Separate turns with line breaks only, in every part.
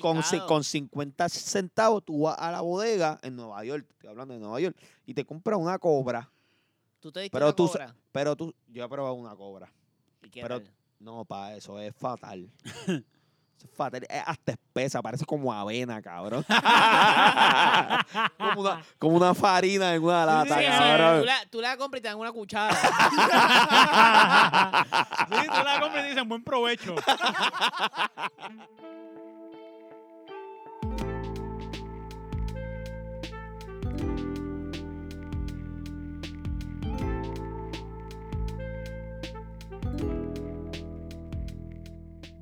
con, ci-
supermercado.
con 50 centavos tú vas a la bodega en Nueva York, estoy hablando de Nueva York, y te compras una cobra.
Tú te diste
pero
una
tú sa-
cobra.
Pero tú, yo he probado una cobra.
¿Y qué
pero-
tal?
No, pa, eso es fatal. Eso es fatal. Es hasta espesa, parece como avena, cabrón. como, una, como una farina en una
Sí,
lata,
sí, sí,
cabrón.
tú, la, tú la compras y te dan una cuchara.
Sí, tú la compras y dicen buen provecho.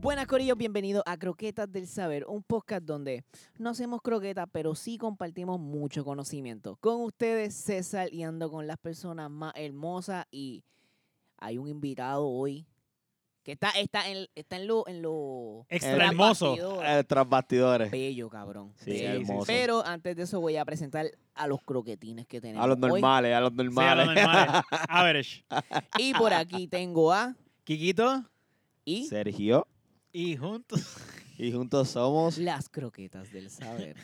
Buenas, Corillos. Bienvenidos a Croquetas del Saber, un podcast donde no hacemos croquetas, pero sí compartimos mucho conocimiento. Con ustedes, César, y ando con las personas más hermosas. Y hay un invitado hoy que está, está, en, está en lo. En lo
Extra hermoso.
bastidores.
Eh, tras bastidores.
Bello, cabrón.
Sí,
Bello.
hermoso.
Pero antes de eso voy a presentar a los croquetines que tenemos
A los
hoy.
normales, a los
Sí, a lo
normales.
normal. Average.
Y por aquí tengo a
Kikito
y
Sergio.
y juntos.
Y juntos somos.
las croquetas del saber.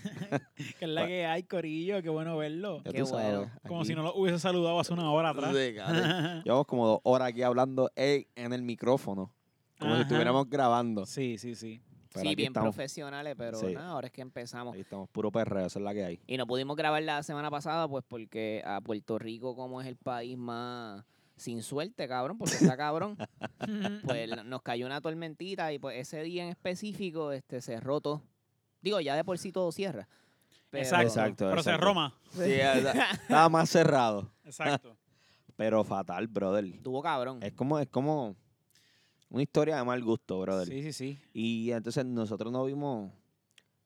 Que es la que hay, Corillo. Qué bueno verlo.
ya
Qué
tú
bueno.
Como
aquí.
si no lo hubiese saludado hace una hora atrás.
Sí, cabrón. Llevamos como dos horas aquí hablando en, en el micrófono. Como si
Ajá.
estuviéramos grabando.
Sí, sí, sí.
Pero
sí,
aquí
bien
estamos.
profesionales, pero
Sí.
nada, ahora es que empezamos.
Ahí estamos, puro perreo, esa es la que hay.
Y no pudimos grabar la semana pasada, pues porque a Puerto Rico, como es el país más sin suerte, cabrón, porque está cabrón, pues la- nos cayó una tormentita y pues ese día en específico este, cerró todo. Digo, ya de por sí todo cierra. pero-
Exacto.
Exacto,
Pero se
exacto.
Roma.
Sí, esa- estaba más cerrado.
Exacto.
Pero fatal, brother.
Tuvo cabrón.
Es como, es como una historia de mal gusto, brother.
Sí, sí, sí.
Y entonces nosotros no vimos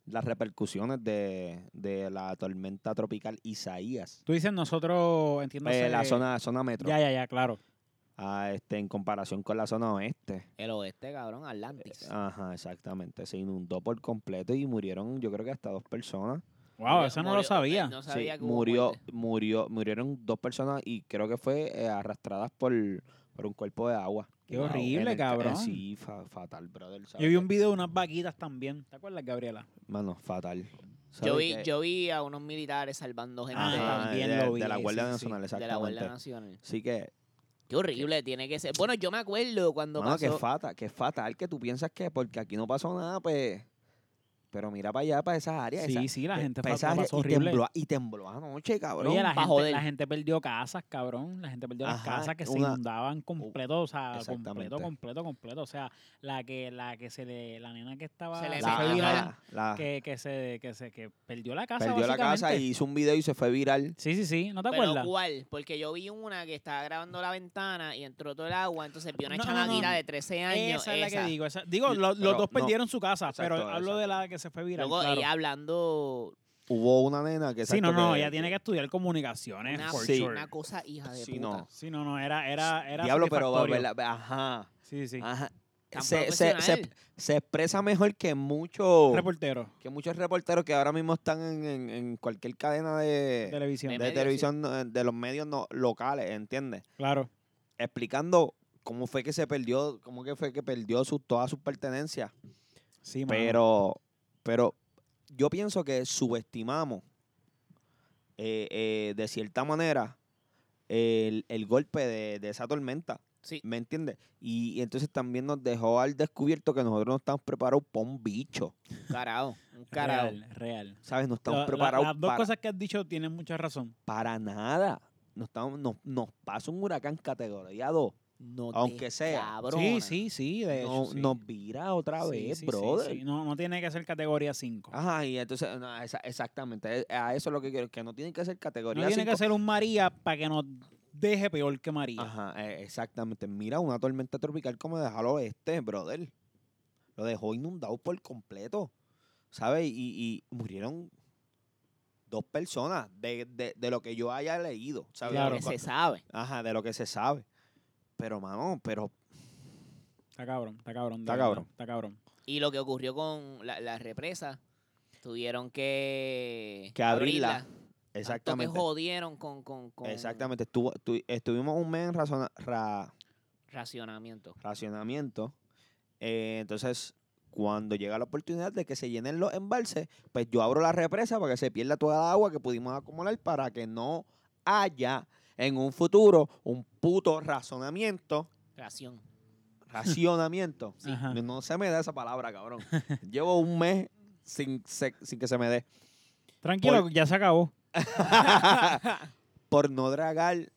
las repercusiones de, de la tormenta tropical Isaías.
Tú dices nosotros, entiendo.
Eh, la zona, zona metro.
Ya, ya, ya, claro.
Ah, este, en comparación con la zona oeste.
El oeste, cabrón, Atlantis.
Ajá, exactamente. Se inundó por completo y murieron, yo creo que hasta dos personas.
Wow,
Murió-
eso no
murió- eh,
lo sabía.
No
Sí,
sabía que hubo
murió,
muerte.
murió, murieron dos personas y creo que fue eh, arrastradas por, por un cuerpo de agua.
Qué
en
horrible,
el ca- eh,
cabrón.
sí, fa- fatal, brother.
Yo
¿sabes
vi
qué?
un video de unas vaquitas también. ¿Te acuerdas, Gabriela?
Mano, fatal.
Yo
¿Sabes
vi,
qué?
yo vi a unos militares salvando gente
Ajá,
de-
también
de,
lo vi,
de la
sí,
Guardia
sí,
Nacional,
de la Guardia
exactamente.
Nacional.
Así que,
Qué horrible tiene que ser. Bueno, yo me acuerdo cuando
mano, que
pasó.
fatal, que fatal que tú piensas que porque aquí no pasó nada, pues. Pero mira para allá, para esas áreas.
Sí,
esas-
sí, la
pe-
gente
pa' esas
pasó,
áreas,
pasó
y
horrible.
tembló, y tembló anoche, cabrón.
Oye, la
pa'
gente,
joder.
la gente perdió casas, cabrón. La gente perdió las
Ajá,
casas que se
una-
inundaban completo, o sea, completo,
exactamente.
completo, completo. O sea, la que, la que se le, la nena que estaba,
Se le
se fue
metió
viral,
la-
la-
que, que se, que se, que perdió la casa,
perdió la casa y
básicamente.
hizo un video y se fue viral.
Sí, sí, sí, ¿no te
Pero
acuerdas?
cuál, porque yo vi una que estaba grabando la ventana y entró todo el agua, entonces vi una
No, no, no,
chamaquita
no.
de 13 años.
Esa es la que
esa.
digo. esa- digo, lo- los
Pero
dos
no.
perdieron su casa, pero
Exacto,
hablo de
exacto.
la que se fue viral.
Luego
claro.
ella hablando
Hubo una nena que
Sí, no,
exacto,
no,
que-
ella tiene que estudiar comunicaciones,
una,
for
sí.
sure.
una cosa hija de
Sí,
puta.
no.
Sí, no, no, era, era, era
Diablo, pero
satisfactorio.
¿verdad? ajá,
Sí, sí.
ajá.
Tan
Se, se,
profesional.
se, se expresa mejor que muchos
Reportero,
que muchos reporteros que ahora mismo están en, en- en cualquier cadena de,
televisión,
de
medios, sí.
televisión no, de los medios no- locales, ¿entiendes?
claro.
Explicando cómo fue que se perdió, cómo que fue que perdió su, todas sus pertenencias.
Sí, mano.
Pero, pero yo pienso que subestimamos eh, eh, de cierta manera el, el golpe de, de esa tormenta.
Sí.
¿Me entiendes? Y, y entonces también nos dejó al descubierto que nosotros no estamos preparados para un bicho.
Carajo, un carajo.
Real, real.
¿Sabes? No estamos
La- la-
preparados
las dos
para-
cosas que has dicho tienen mucha razón.
Para nada. Nos, estamos, nos, nos pasa un huracán categoría 2.
No te
Aunque sea.
cabrona.
Sí, sí, sí, de
No-
hecho, sí.
Nos vira otra
Sí,
vez,
sí, sí,
brother. Ah,
sí. No, no tiene que ser categoría 5.
Ajá, y entonces, no, esa- exactamente. eh, A eso es lo que quiero, que no tienen que ser
no
categoría
tiene que
cinco.
ser un María para que nos deje peor que María.
Ajá, eh, exactamente. Mira, una tormenta tropical como dejó al oeste, brother. Lo dejó inundado por completo. ¿Sabes? Y, y murieron dos personas de, de- de lo que yo haya leído. ¿sabes?
Claro.
Porque se sabe.
Ajá, de lo que se sabe. Pero, mano, pero
Está cabrón, está cabrón. de
Está
verdad,
cabrón.
Está cabrón.
Y lo que ocurrió con la, la represa, tuvieron que,
que abrirla.
Tanto que
Exactamente.
jodieron con, con, con
Exactamente. Estuvo, tu- estuvimos un mes en razona- ra-
racionamiento.
racionamiento. Eh, entonces, cuando llega la oportunidad de que se llenen los embalses, pues yo abro la represa para que se pierda toda la agua que pudimos acumular para que no haya en un futuro un puto razonamiento,
Ración.
racionamiento.
Ajá.
No, no se me da esa palabra, cabrón. Llevo un mes sin, se- sin que se me dé.
Tranquilo,
Por-
ya se acabó.
Por no dragar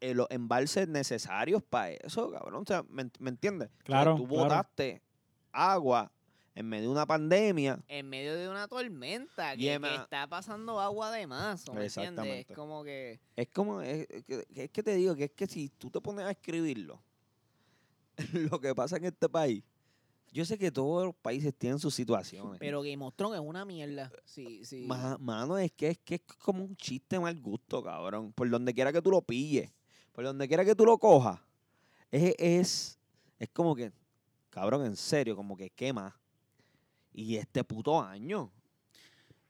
eh, los embalses necesarios para eso, cabrón. O sea, ¿me, ent- me entiendes? O sea,
Claro,
tú
claro.
botaste agua en medio de una pandemia.
En medio de una tormenta que,
Yema.
que está pasando agua de más, ¿me entiendes?
Exactamente.
Es como que...
Es como, es, es que- es que te digo que es que si tú te pones a escribirlo, lo que pasa en este país, yo sé que todos los países tienen sus situaciones.
Pero Game of Thrones es una mierda. Sí, sí.
Ma- mano, es que, es que es como un chiste mal gusto, cabrón. Por donde quiera que tú lo pilles, por donde quiera que tú lo cojas, es, es, es como que, cabrón, en serio, como que quema. Y este puto año.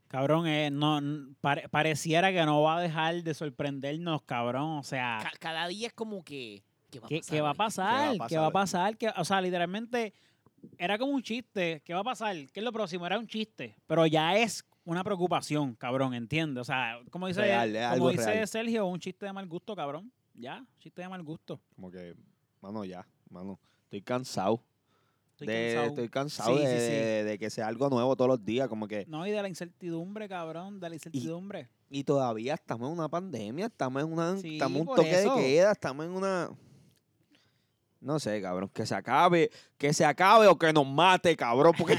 Cabrón, eh, no, n- pare- pareciera que no va a dejar de sorprendernos, cabrón. O sea,
Ca- cada día es como que... ¿Qué va a
¿Qué,
pasar?
qué va a
hoy?
pasar?
¿Qué va a
¿Qué va a
pasar
pasar? ¿Qué- o sea, literalmente era como un chiste. ¿Qué va a pasar? ¿Qué es lo próximo? Era un chiste. Pero ya es una preocupación, cabrón, ¿entiendes? O sea, como dice,
Real, es algo
como dice
real.
Sergio, un chiste de mal gusto, cabrón. Ya, chiste de mal gusto.
Como que, mano, ya, mano, estoy cansado.
Estoy
de-
cansado.
Estoy cansado
Sí,
de,
sí, sí.
de- de que sea algo nuevo todos los días, como que...
No, y de la incertidumbre, cabrón, de la incertidumbre.
Y todavía estamos en una pandemia, estamos en, una,
Sí,
estamos en un
por
toque
eso.
de queda, estamos en una... No sé, cabrón, que se acabe, que se acabe o que nos mate, cabrón, porque
Ah,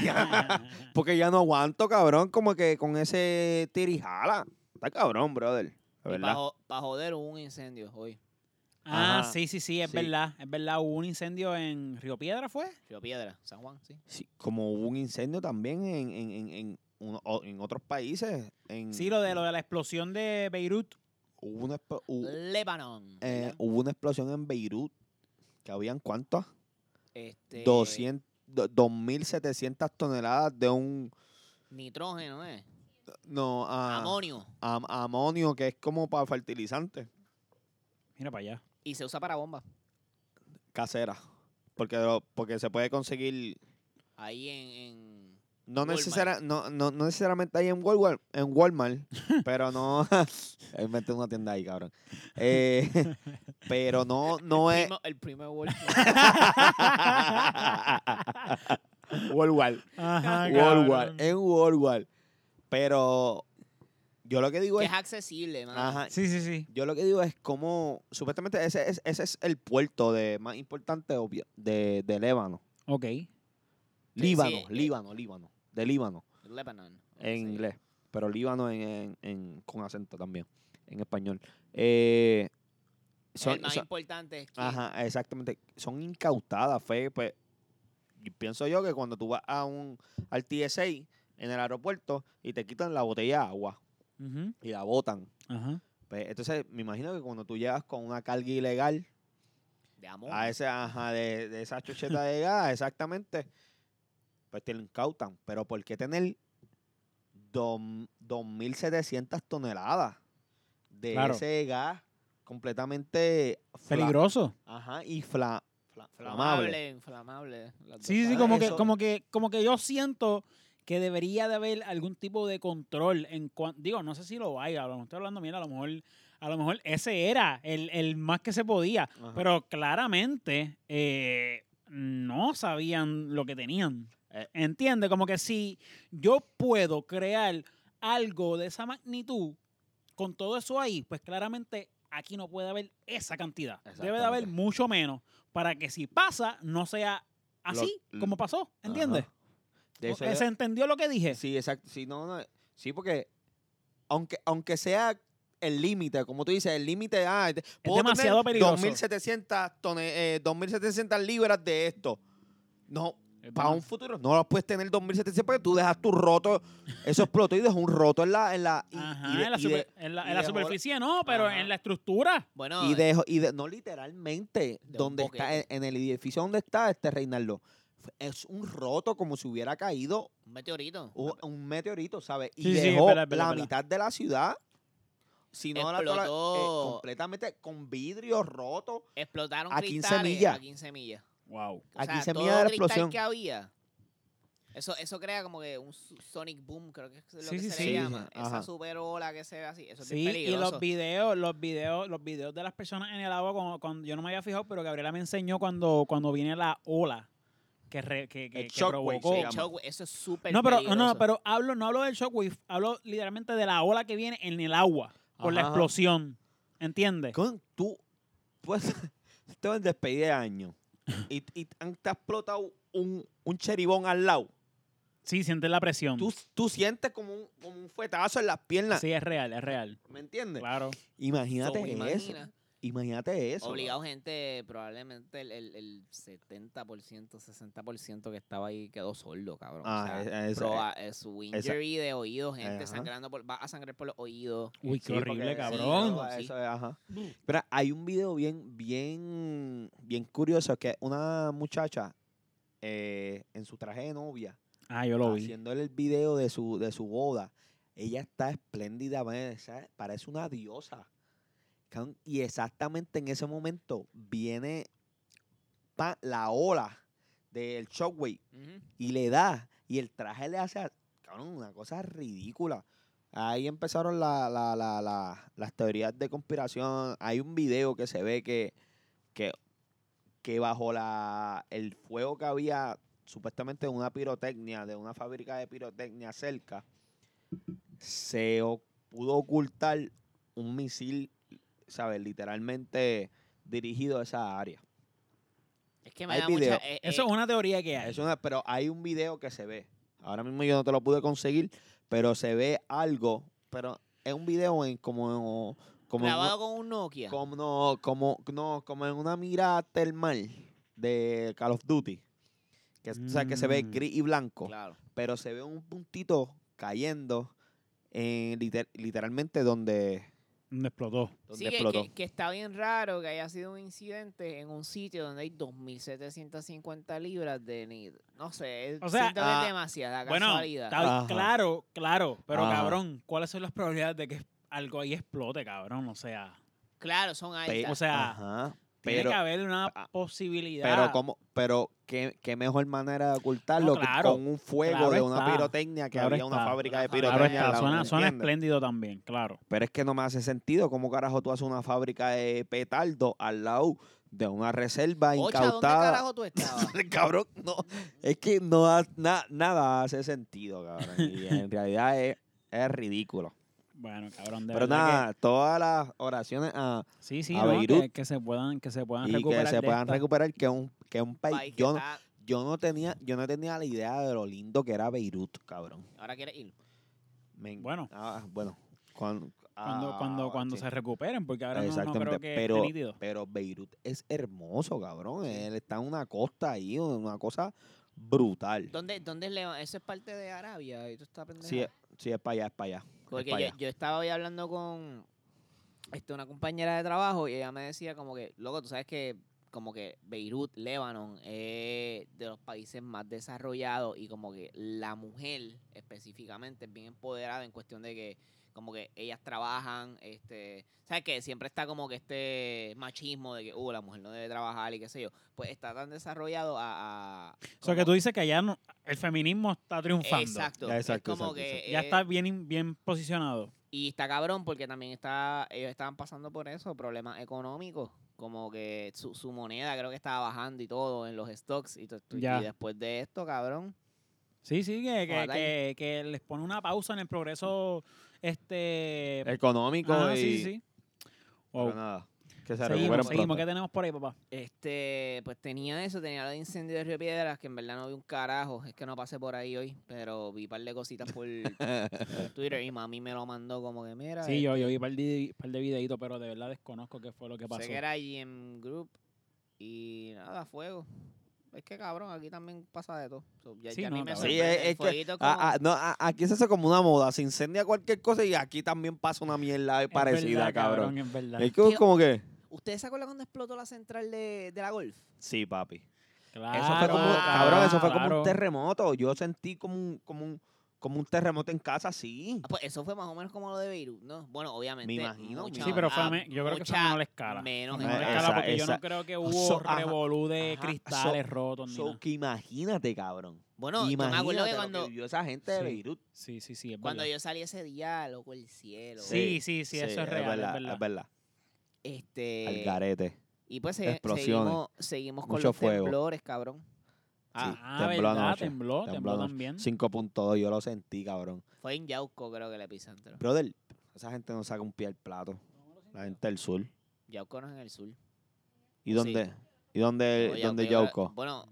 ya, porque ya no aguanto, cabrón, como que con ese tirijala. Está cabrón, brother, la
Y para
verdad.
joder hubo un incendio hoy.
ah,
Ajá.
sí, sí, sí, es
Sí.
verdad. Es verdad, hubo un incendio en Río Piedra, ¿fue?
Río Piedra, San Juan, sí.
Sí, como hubo un incendio también en, en, en, en uno- o- en otros países. En,
Sí, lo de, lo de la explosión de Beirut.
Hubo una, expo- hu-
Lebanon.
Uh. eh,
¿verdad?
hubo una explosión en Beirut, que habían cuántas?
este,
200, do- 2.700 toneladas de un...
Nitrógeno, ¿eh?
No, ah,
Amonio.
am- amonio, que es como para fertilizante,
Mira para allá.
Y se usa para bombas.
casera. Porque, lo- porque se puede conseguir...
Ahí en... en-
No,
Walmart.
necesara- no, no, no necesariamente ahí en Walmart, en Walmart pero no... Inventé una tienda ahí, cabrón. Eh, pero no, no es...
Primo- el primer World
Walmart.
Ah,
Ajá,
Walmart. En Walmart. Pero yo lo que digo
que
es...
es accesible, mano.
pues, Ajá,
Sí, sí, sí.
Yo lo que digo es como, supuestamente ese es, ese es el puerto de más importante obvio, de, de Líbano.
Ok.
Sí,
Líbano,
sí, eh.
Líbano, Líbano. De Líbano,
Lebanon. o
en
sea,
inglés. Pero Líbano en, en- en- con acento también, en español. Eh,
el
son,
más
son-
importante es que
ajá, exactamente. Son incautadas, fue, pues, y pienso yo que cuando tú vas a un, al TSA en el aeropuerto y te quitan la botella de agua
Ujú,
y la botan,
Ajá.
pues, entonces me imagino que cuando tú llegas con una carga ilegal,
de amor.
A ese, ajá, de, de esa chucheta de gas, exactamente. Pues te lo incautan. Pero ¿por qué tener dom- 2.700 toneladas de
Claro.
ese gas completamente fla-
Peligroso.
Ajá, y fla- fla- flamable?
Flamable, inflamable. las
Sí,
dos
sí,
Ah,
como que,
eso-
como que, como que yo siento que debería de haber algún tipo de control en cuan- digo, no sé si lo hay, a lo mejor estoy hablando mira, a lo mejor, a lo mejor ese era el, el más que se podía.
Ajá.
Pero claramente eh, no sabían lo que tenían.
Eh.
Entiende, como que si yo puedo crear algo de esa magnitud con todo eso ahí, pues claramente aquí no puede haber esa cantidad. Debe de haber
Exactamente.
mucho menos para que si pasa no sea así
l-
como pasó. ¿Entiendes?
Ajá. De eso
¿Se
yo-
entendió lo que dije?
Sí, exacto. Sí, no, no, sí, porque aunque, aunque sea el límite, como tú dices, el límite ah, es
demasiado peligroso.
2700, tone- eh, 2.700 libras de esto. No,
Es
para
verdad.
un futuro no lo puedes tener 2.700 porque tú dejas tu roto, eso explotó y dejó un roto en la... En la, y, y
Ajá,
de-
en la,
y
super-
de-
en la-
y
en la
de bola-
superficie no, pero
Ajá.
en la estructura.
Bueno, eh,
y dejó- y de- no literalmente,
un
donde está, en,
boquete.
en el edificio donde está este Reinaldo. Fue- Es un roto como si hubiera caído
un meteorito.
u- un meteorito, ¿sabes? Y
Ah. Sí, sí, es
dejó
verdad, es verdad,
la
es verdad.
mitad de la ciudad, si no la- toda la- eh,
Explotó.
completamente con vidrios rotos.
Explotaron
a 15
cristales
millas.
a 15 millas.
Wow.
O
A
sea,
15
todo
millas de la
cristal
explosión.
que había Eso, eso crea como que un su- sonic boom, creo que es lo
Sí,
que
sí,
se
sí.
le llama.
Sí,
Esa
ajá.
super ola que se ve así. Eso es
Sí,
bien
y
peligroso.
los videos, los videos, los videos de las personas en el agua, cuando, cuando- yo no me había fijado, pero Gabriela me enseñó cuando, cuando viene la ola que, re- que, que-
El
que
shockwave se
provocó.
El
llama.
shockwave, eso es súper
No, pero,
peligroso.
no, pero hablo, no hablo del shockwave, hablo literalmente de la ola que viene en el agua por la
Ajá.
explosión. ¿Entiendes?
Con tú, pues, te van a despedir de año y, y te han- te ha explotado un, un cheribón al lado.
Sí, sientes la presión.
Tú, tú sientes como un, como un fuetazo en las piernas.
Sí, es real, es real.
¿Me entiendes?
Claro.
Imagínate
So,
eso.
imagina,
Imagínate eso.
Obligado, gente, probablemente el, el, el 70%, 60% que estaba ahí quedó sordo, cabrón.
Ah,
o sea,
e- esa-
proba- eh, su injury de oído, gente
Ajá.
sangrando, por, va a sangrar por los oídos.
Uy, qué
Sí,
horrible,
porque-
cabrón.
sí,
Sí. Mm.
eso es, ajá. Pero hay un video bien, bien, bien curioso que una muchacha eh, en su traje de novia
Ah, yo lo vi.
haciéndole el video de su, de su boda. Ella está espléndida, parece, parece una diosa. Cabrón, Y exactamente en ese momento viene pa- la ola del shockwave
Ujú.
y le da, y el traje le hace, a- cabrón, una cosa ridícula. Ahí empezaron la- la- la- la- las teorías de conspiración. Hay un video que se ve que, que, que bajo la, el fuego que había supuestamente de una pirotecnia, de una fábrica de pirotecnia cerca, se o- pudo ocultar un misil, ¿sabes? Literalmente dirigido a esa área.
Es que me
Hay
da mucha...
video.
eh, eh,
Eso es una teoría que hay.
Es una- pero hay un video que se ve. Ahora mismo yo no te lo pude conseguir, pero se ve algo. Pero es un video en como. como en
clavado
una-
con un Nokia.
como, no, como, no, como en una mira termal de Call of Duty. Que, o sea, que se ve
Mm.
gris y blanco.
Claro.
Pero se ve un puntito cayendo en liter- literalmente donde,
Me explotó.
donde
Sí, que,
explotó.
que- que está bien raro que haya sido un incidente en un sitio donde hay 2.750 libras de nid. No sé,
O sea,
siento
ah,
que es demasiada
Bueno,
casualidad.
está-
Ajá.
claro, claro. Pero
Ajá.
cabrón, ¿cuáles son las probabilidades de que algo ahí explote, cabrón? O sea,
claro, son
Pe-
altas.
o sea,
Ajá,
tiene
pero,
que haber una
ah,
posibilidad.
pero, como, pero ¿qué, qué mejor manera de ocultarlo
No,
que
claro,
con un fuego
claro
de una
está,
pirotecnia que
claro
había una
está,
fábrica
una
de
fábrica.
pirotecnia.
Claro
al
está,
lado,
suena,
¿me
suena
entiendes?
espléndido también, claro.
Pero es que no me hace sentido. ¿Cómo carajo tú haces una fábrica de petardo al lado de una reserva
Ocha, ¿dónde
incautada?
carajo tú estabas?
cabrón, no. Es que no ha- na- nada hace sentido, cabrón. Y en realidad es, es ridículo.
Bueno, cabrón, de
Pero
verdad que-
nada, todas las oraciones a,
sí, sí,
a
no,
Beirut.
que, que se puedan, que se puedan
y
Ah, recuperar.
que se
de
puedan
esta.
recuperar que un, que un país.
País que
Yo, no-
está-
yo no tenía, yo no tenía la idea de lo lindo que era Beirut, cabrón.
Ahora quieres ir.
Me en-
Bueno.
ah, bueno. Cuando,
Cuando,
ah,
cuando, cuando
sí.
se recuperen, porque ahora no, no
Exactamente,
creo que
pero-
esté nítido.
Pero Beirut es hermoso, cabrón. Él está en una costa ahí, una cosa brutal.
¿Dónde, dónde es León? Eso es parte de Arabia. Y tú estás pendeja.
Sí, es, sí, es para allá, es para allá. es
Porque
pa'
yo,
allá.
yo estaba hoy hablando con este, una compañera de trabajo y ella me decía como que, loco, tú sabes que como que Beirut, Líbano, es de los países más desarrollados y como que la mujer específicamente es bien empoderada en cuestión de que como que ellas trabajan, este, ¿sabes que Siempre está como que este machismo de que, uh, la mujer no debe trabajar y qué sé yo. Pues está tan desarrollado a... a
O sea, que
como-
tú dices que allá no- el feminismo está triunfando.
Exacto.
Ya,
es
exacto,
como
exacto,
que,
exacto.
Ya
eh,
está bien, bien posicionado.
Y está cabrón porque también está, ellos estaban pasando por eso, problemas económicos, como que su, su moneda creo que estaba bajando y todo en los stocks. Y, to- to- y
Ya.
después de esto, cabrón,
Sí, sí, que, que,
Fatal.
que- que les pone una pausa en el progreso este
Económico
Ah,
y...
sí, sí.
pero
Wow.
nada, que se recuperen
Seguimos, seguimos. ¿Qué
pronto.
tenemos por ahí, papá?
este, pues tenía eso, tenía lo de incendio de Río Piedras, que en verdad no vi un carajo, es que no pasé por ahí hoy, pero vi un par de cositas por, por Twitter y mami me lo mandó como que, mira,
Sí, yo,
este,
yo vi un par de, par de videitos, pero de verdad desconozco qué fue lo que pasó.
Sé que era GM Group y nada, fuego. Es que cabrón, aquí también pasa de todo. So, ya,
Sí,
ya a
no,
mí me
cabrón.
Sí,
sorprende
es,
el
es que
fueguito es como-
ah, ah, no, ah, aquí se hace como una moda, se incendia cualquier cosa y aquí también pasa una mierda
Es
parecida,
verdad,
cabrón.
Es verdad.
Es que,
Tío.
como que...
¿Ustedes se acuerdan cuando explotó la central de, de la Golf?
Sí, papi.
Claro,
eso fue como,
ah,
cabrón, eso fue como
claro.
un terremoto. Yo sentí como un, como un, como un terremoto en casa, sí.
Ah, Pues eso fue más o menos como lo de Beirut, ¿no? Bueno, obviamente.
Me imagino,
mucha-
me
Sí, pero fue,
ah,
a me- yo creo que fue a
mucha
menor escala.
menos
A menor
escala.
escala
Esa-
porque yo no
esa-
creo que
so-
hubo
ajá,
revolú de
ajá,
cristales rotos pues, ni
So,
nada.
que imagínate, cabrón.
Bueno, yo me acuerdo
Imagínate
que
lo
cuando,
vivió esa gente de
Sí.
Beirut.
Sí, sí, sí. es
cuando
verdad.
yo salí ese día, loco, el cielo.
Sí, sí, sí, eso es real. Es
verdad,
verdad.
es verdad.
Este.
Al garete.
Y pues se-
Explosiones.
seguimos, seguimos con
Mucho
los
fuego.
temblores, cabrón.
Sí,
Ah,
tembló
verdad,
anoche,
tembló, tembló,
tembló anoche.
también.
5.2, yo lo sentí, cabrón.
Fue en Yauco, creo que el epicentro.
Brother, esa gente no saca un pie al plato. La gente del sur.
Yauco no es en el sur.
¿Y
Sí.
dónde? ¿Y dónde,
No,
Eh, dónde
yo creo-
Yauco?
eh, Bueno,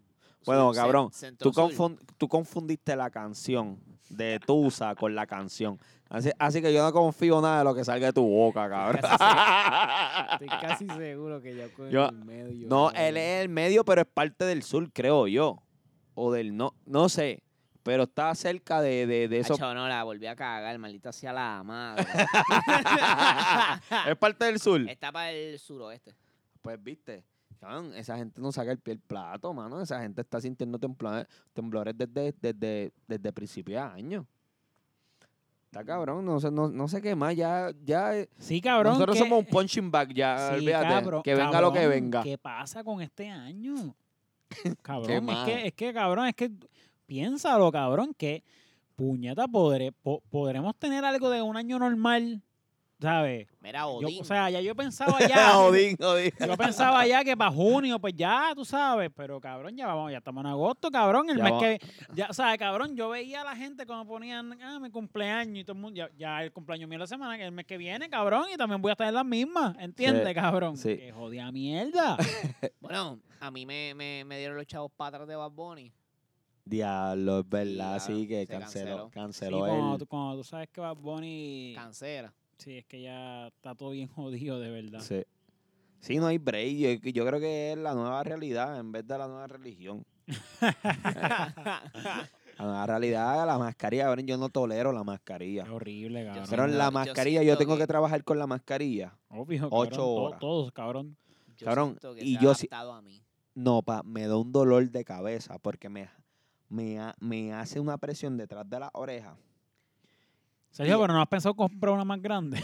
Bueno,
sur-
cabrón,
cen-
Tú,
centro-sur.
confun- tú confundiste la canción de Tusa con la canción. Así, así que yo no confío nada de lo que salga de tu boca, cabrón.
Estoy casi seguro que Yauco es
Yo-
en el medio.
No,
cabrón.
él es el medio, pero es parte del sur, creo yo. O del no, no sé. Pero está cerca de, de, de esos.
Acho, Ah, no, la volví a cagar, maldita sea la madre.
es parte del sur.
Está para el suroeste.
Pues viste, cabrón, esa gente no saca el pie del plato, mano. Esa gente está sintiendo temblores, temblores desde, desde, desde principios de año. Está cabrón, no sé, no, no sé qué más. Ya, ya eh,
Sí, cabrón.
nosotros
que-
somos un punching bag ya,
Sí,
olvídate.
cabro-
que venga lo que
cabrón,
venga.
¿Qué pasa con este año?
Qué
Cabrón, es,
mal.
que, es que, cabrón, es que piénsalo, cabrón, que puñeta, podré, po- podremos tener algo de un año normal, ¿sabes?
Mira,
Yo-
Odín.
o sea, ya yo pensaba ya.
Odín, Odín.
Yo pensaba ya que para junio, pues ya, tú sabes, pero cabrón, ya vamos, ya estamos en agosto, cabrón. El
Ya
mes
va-
que. Ya, o sea, cabrón, yo veía a la gente cuando ponían, ah, mi cumpleaños y todo el mundo. Ya, ya el cumpleaños mío la semana, que el mes que viene, cabrón, y también voy a estar en las mismas, ¿entiendes,
Sí,
cabrón?
sí.
Que jodida mierda.
bueno, a mí me, me, me dieron los chavos para atrás de Bad Bunny.
Diablo, es verdad,
claro,
sí, que
se
canceló,
canceló.
Sí,
canceló
cuando,
él.
tú, cuando tú sabes que Bad Bunny.
Cancera.
Sí, es que ya está todo bien jodido, de verdad.
Sí. Sí, no hay break. Yo, yo creo que es la nueva realidad en vez de la nueva religión. La nueva realidad, la mascarilla. cabrón, Yo no tolero la mascarilla.
Es horrible, cabrón.
Pero
Cabrón,
la
yo
mascarilla, yo,
siento
tengo que...
que-
trabajar con la mascarilla.
Obvio,
Ocho
cabrón, to-
horas.
Todos, cabrón.
Yo
Cabrón,
siento que
y
se ha
yo sí-
adaptado a mí.
No, pa, me da un dolor de cabeza porque me, me, ha- me hace una presión detrás de la oreja.
Sergio,
Y-
pero no has pensado comprar una más grande.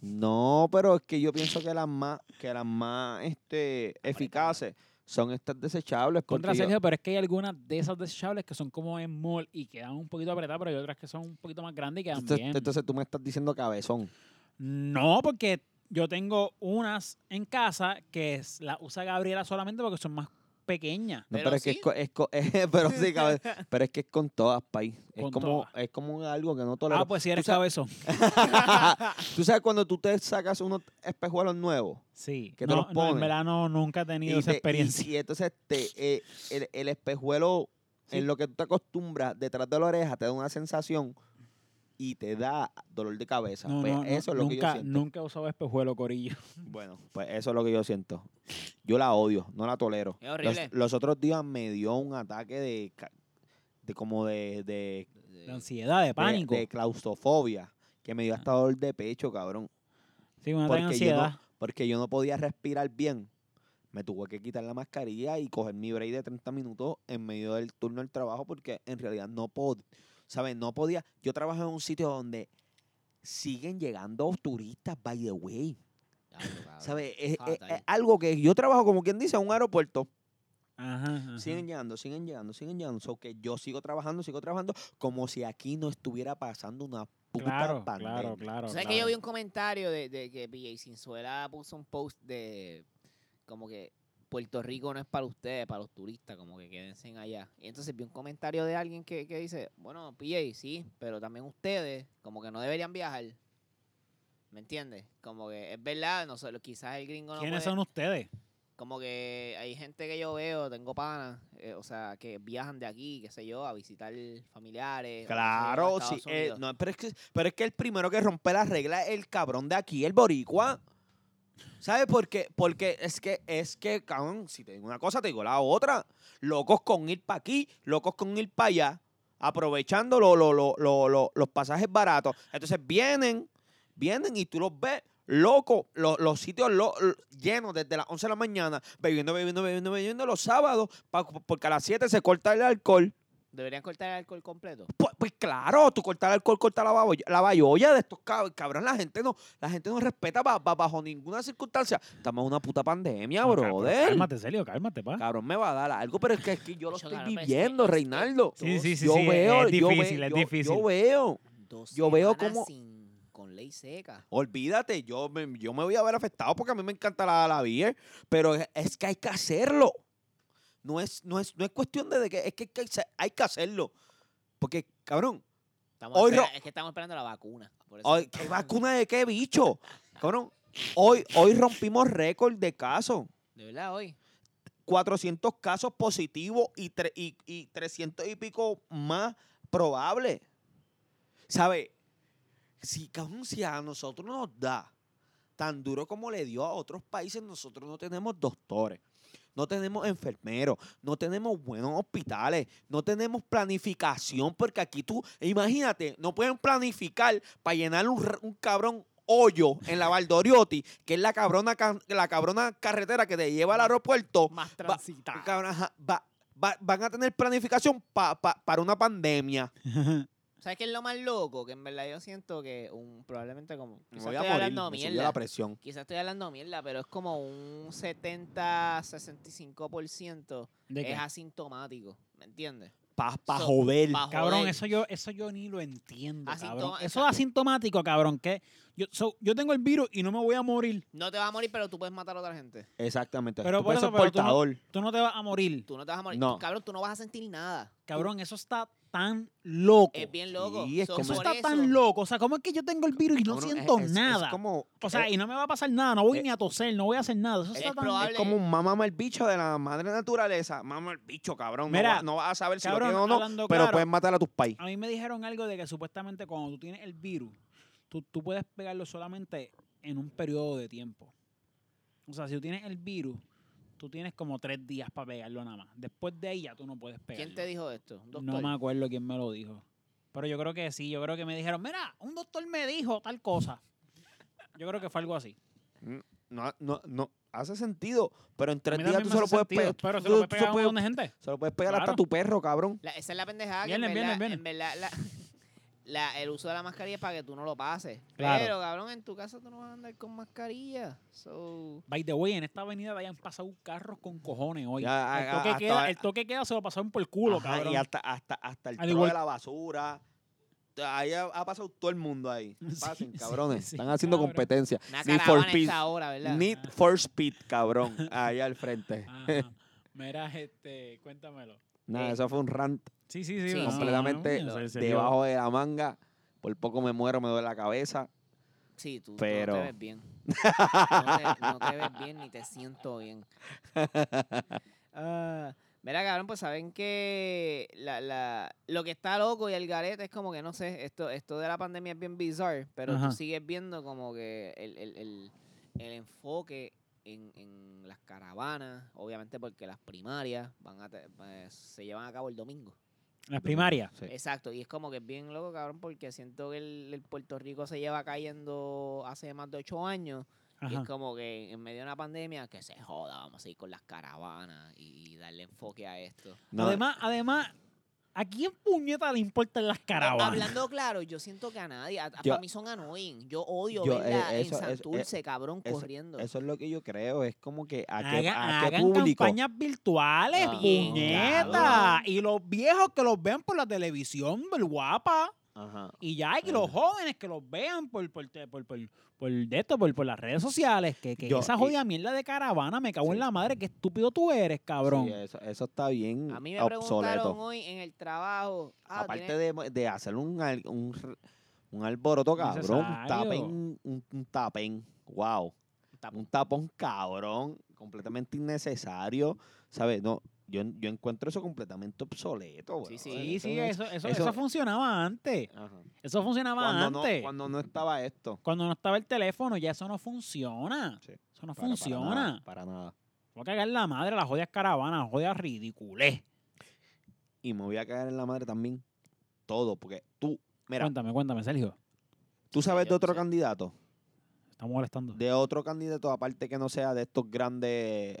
No, pero es que yo pienso que las más, que las más este, eficaces son estas desechables.
Contra
porque yo-
Sergio, pero es que hay algunas de esas desechables que son como en mall y quedan un poquito apretadas, pero hay otras que son un poquito más grandes y quedan
entonces,
bien.
entonces tú me estás diciendo cabezón.
No, porque yo tengo unas en casa que es- las usa Gabriela solamente porque son más pequeñas.
No, pero,
Pero
es que es,
sí.
co- es co- pero sí, cabe- pero es que es con todas, país. Es
Con
como,
todas.
es como algo que no tolero.
Ah, pues si eres
sabes-
cabezón. Ah, pues.
tú sabes cuando tú te sacas unos espejuelos nuevos.
Sí.
que te
no,
los
no, en
pones.
verdad no, nunca he tenido esa
te-
experiencia.
y entonces te, eh, el, el espejuelo,
Sí.
en lo que tú te acostumbras detrás de la oreja, te da una sensación y te da dolor de cabeza.
No,
Pues
no, no,
eso es lo
nunca, Mm.
que yo siento.
nunca he usado espejuelo, corillo.
Bueno, pues eso es lo que yo siento. Yo la odio, no la tolero.
Es horrible.
Los, los otros días me dio un ataque de, ca- de como de, de,
De ansiedad, de
de-
pánico.
Pues, de claustrofobia, que me dio hasta dolor de pecho, cabrón.
sí, una de
porque yo no-
ansiedad.
porque yo no podía respirar bien. Me tuve que quitar la mascarilla y coger mi break de 30 minutos en medio del turno del trabajo porque en realidad no podía. ¿Sabes? No podía. Yo trabajo en un sitio donde siguen llegando turistas, by the way.
Diablo, cabrón.
¿Sabes? Es,
Ah,
es-
fatal.
es algo que yo trabajo, como quien dice, en un aeropuerto.
Ajá, ajá.
Siguen llegando, siguen llegando, siguen llegando. So que yo sigo trabajando, sigo trabajando como si aquí no estuviera pasando una puta
Claro,
pandemia.
claro, claro.
¿Sabes que
claro.
yo vi un comentario de, de que PJ Sinzuela puso un post de como que Puerto Rico no es para ustedes, para los turistas, como que quédense allá. Y entonces vi un comentario de alguien que, que dice, bueno, PJ, sí, pero también ustedes como que no deberían viajar. ¿Me entiendes? Como que es verdad, nosotros, quizás el gringo no
¿Quiénes
puede-
son ustedes?
como que hay gente que yo veo, tengo panas, eh, o sea, que viajan de aquí, qué sé yo, a visitar familiares. o qué sé yo, a
Claro, sí.
Estados
eh,
Unidos.
no, pero, es que, pero es que el primero que rompe la regla es el cabrón de aquí, el boricua. ¿Sabes por qué? Porque es que, es que, cabrón, si te digo una cosa, te digo la otra. Locos con ir para aquí, locos con ir para allá, aprovechando lo- lo- lo- lo- lo- los pasajes baratos. Entonces vienen, vienen y tú los ves locos, lo- los sitios lo- lo- llenos desde las 11 de la mañana, bebiendo, bebiendo, bebiendo, bebiendo los sábados, pa- porque a las 7 se corta el alcohol
Deberían cortar el alcohol completo.
Pues, pues claro, tú cortar alcohol, cortar la, babo- la bayolla de estos cab- cabrón. La gente no, la gente no respeta ba- ba- bajo ninguna circunstancia. Estamos en una puta pandemia,
No, ca-
brother.
Cálmate, Celio, cálmate, pa.
Cabrón, me va a dar algo, pero es que, es que yo lo
Yo,
estoy
cabrón, pero es que-
viviendo,
es que-
Reinaldo.
Sí, sí, sí,
yo
sí, es-
veo,
es
yo ve-
difícil, es
yo-
difícil.
Yo veo.
Dos
Yo veo
semanas
cómo-
sin- con ley seca.
Olvídate, yo me, yo me voy a ver afectado porque a mí me encanta la, la beer, pero es, es que hay que hacerlo. No es, no es, no es cuestión de, de que, es que hay que hacer- hay que hacerlo. Porque, cabrón,
Estamos
Hoy
espera-
ro-
es que estamos esperando la vacuna. por eso
Ay,
que
¿Qué
estamos-
vacuna de qué bicho? Cabrón, hoy, hoy rompimos récord de casos.
De verdad, hoy.
400 casos positivos y, tre- y, y 300 y pico más probables. ¿Sabe? Si, cabrón, si a nosotros nos da tan duro como le dio a otros países, nosotros no tenemos doctores, no tenemos enfermeros, no tenemos buenos hospitales, no tenemos planificación, porque aquí tú, imagínate, no pueden planificar para llenar un, r- un cabrón hoyo en la Valdoriotti, que es la cabrona, can- la cabrona carretera que te lleva al aeropuerto.
Más
Oh, Va-
transitada.
Cabrón, ajá, va- va- van a tener planificación pa- pa- para una pandemia.
¿Sabes qué es lo más loco? Que en verdad yo siento que un, probablemente como...
Me
quizás
voy a
estoy
morir,
hablando
me subió
mierda.
la presión.
Quizás estoy hablando mierda, pero es como un 70-65%
¿De qué?
es asintomático. ¿Me entiendes?
Para pa
So,
joder.
pa'
Cabrón,
joder.
eso yo, eso yo ni lo entiendo, cabrón.
Asintoma-
Eso es asintomático, cabrón. Que yo, so, yo tengo el virus y no me voy a morir.
No te vas a morir, pero tú puedes matar a otra gente.
Exactamente.
Pero
Tú
por
puedes
eso,
ser
pero tú no-
portador.
Tú no te vas a morir.
Tú no te vas a morir.
No.
Cabrón, tú no vas a sentir nada.
Cabrón, eso está tan loco.
Es bien loco.
Oh, Sí, es
So,
como-
Eso
por
está tan loco. O sea, ¿cómo es que yo tengo el virus y no
Cabrón, es-
siento
es- es
nada?
como,
o sea,
es,
y no me va a pasar nada. No voy
eh,
ni a toser, no voy a hacer nada. Eso
es
está tan
probable-
es como un mamá el bicho de la madre naturaleza. Mamá el bicho, cabrón.
Mira,
no, va- no vas a saber si
cabrón,
lo tiene o no,
hablando
pero
claro.
puedes matar a tus pais.
A mí me dijeron algo de que supuestamente cuando tú tienes el virus, tú, tú puedes pegarlo solamente en un periodo de tiempo. O sea, si tú tienes el virus, tú tienes como tres días para pegarlo nada más. Después de ahí ya tú no puedes pegarlo.
¿Quién te dijo esto? Un
No
doctor.
me acuerdo quién me lo dijo. Pero yo creo que sí, yo creo que me dijeron, mira, un doctor me dijo tal cosa. Yo creo que fue algo así.
No, no, no. Hace sentido, pero en
A
tres
mí
días
también
tú
me
solo
hace
puedes
sentido,
pegar.
Pero se
tú-
lo puede
tú
pegar a un
puedes-
montón de gente.
Se lo puedes pegar hasta
Claro.
tu perro, cabrón.
La- esa es la pendejada que en
Vienen,
verdad,
vienen, vienen.
en verdad la, la- el uso de la mascarilla es para que tú no lo pases.
Claro.
Pero, cabrón, en tu casa tú no vas a andar con mascarilla. So,
By the way, en esta avenida hayan pasado carros con cojones hoy.
Ya,
el,
a- a-
toque
hasta-
queda, el toque queda se lo pasaron por el culo,
Ajá,
cabrón.
Y hasta, hasta, hasta el
Al
tro
igual-
de la basura. Ahí ha, ha pasado todo el mundo ahí.
Sí,
Pasen,
sí,
cabrones.
sí,
Están haciendo
cabrón.
competencia.
una
Need
caravana
for
a
Speed.
esta hora, ¿verdad?
Need for Speed, cabrón. Ahí al frente.
Ajá. Mira, este, cuéntamelo.
Nada,
Eh,
eso fue un rant
Sí, sí, sí.
Sí,
no,
sí.
completamente
no, no, no, en serio.
debajo de la manga. Por poco me muero, me duele la cabeza.
Sí, tú, tú
Pero-
no te ves bien. No te, no te ves bien ni te siento bien. Ah, mira, cabrón, pues saben que la, la- lo que está loco y el garete es como que, no sé, esto, esto de la pandemia es bien bizarro, pero
Ajá.
tú sigues viendo como que el, el- el- el enfoque en, en las caravanas, obviamente porque las primarias van a te- eh, se llevan a cabo el domingo.
Las primarias.
Sí.
Exacto, y es como que es bien loco, cabrón, porque siento que el, el Puerto Rico se lleva cayendo hace más de ocho años. Y
Ajá.
es como que en medio de una pandemia, que se joda, vamos a ir con las caravanas y, y darle enfoque a esto.
No,
Además, además, ¿a quién puñeta le importan las caravanas?
Hablando claro, yo siento que a nadie, a-
Yo-
para mí son annoying. Yo odio
Yo,
verla
eh,
en
eso- eso- eh,
Santurce, cabrón,
eso-
corriendo.
eso es lo que yo creo. Es como que a qué,
Hagan,
a qué
hagan
público.
campañas virtuales,
Ah,
puñeta.
cabrón.
Y los viejos que los vean por la televisión, el guapa.
Ajá.
Y ya, y los
Ajá.
jóvenes que los vean por, por, te- por, por, por de esto, por, por las redes sociales, que, que
Yo-
esa
y-
jodida mierda de caravana, me cago en
Sí.
la madre, qué estúpido tú eres, cabrón.
Sí, eso, eso está bien
a mí me preguntaron
obsoleto.
hoy en el trabajo. ah,
Aparte
¿tienes-
de, de hacer un, al- un, r- un alboroto, cabrón. Un
Necesario.
tapen, un, un tapen. Wow. Un tapón cabrón, completamente innecesario. ¿Sabes? No, yo, yo encuentro eso completamente obsoleto.
Sí,
brother.
Sí, sí,
no es-
eso, eso,
eso-
eso funcionaba antes.
Ajá.
Eso funcionaba
Cuando, no,
antes. cuando...
cuando no estaba esto.
no estaba el teléfono, ya eso no funciona.
Sí.
Eso
Para-
no
para
funciona.
nada, Para nada.
Voy a cagar la madre, las jodidas caravanas, las jodidas ridiculez.
Y me voy a caer en la madre también. Todo, porque tú, mira,
Cuéntame, cuéntame, Sergio.
tú sabes
yo
de
no
otro
sé.
candidato.
Estamos molestando.
De otro candidato, aparte que no sea de estos grandes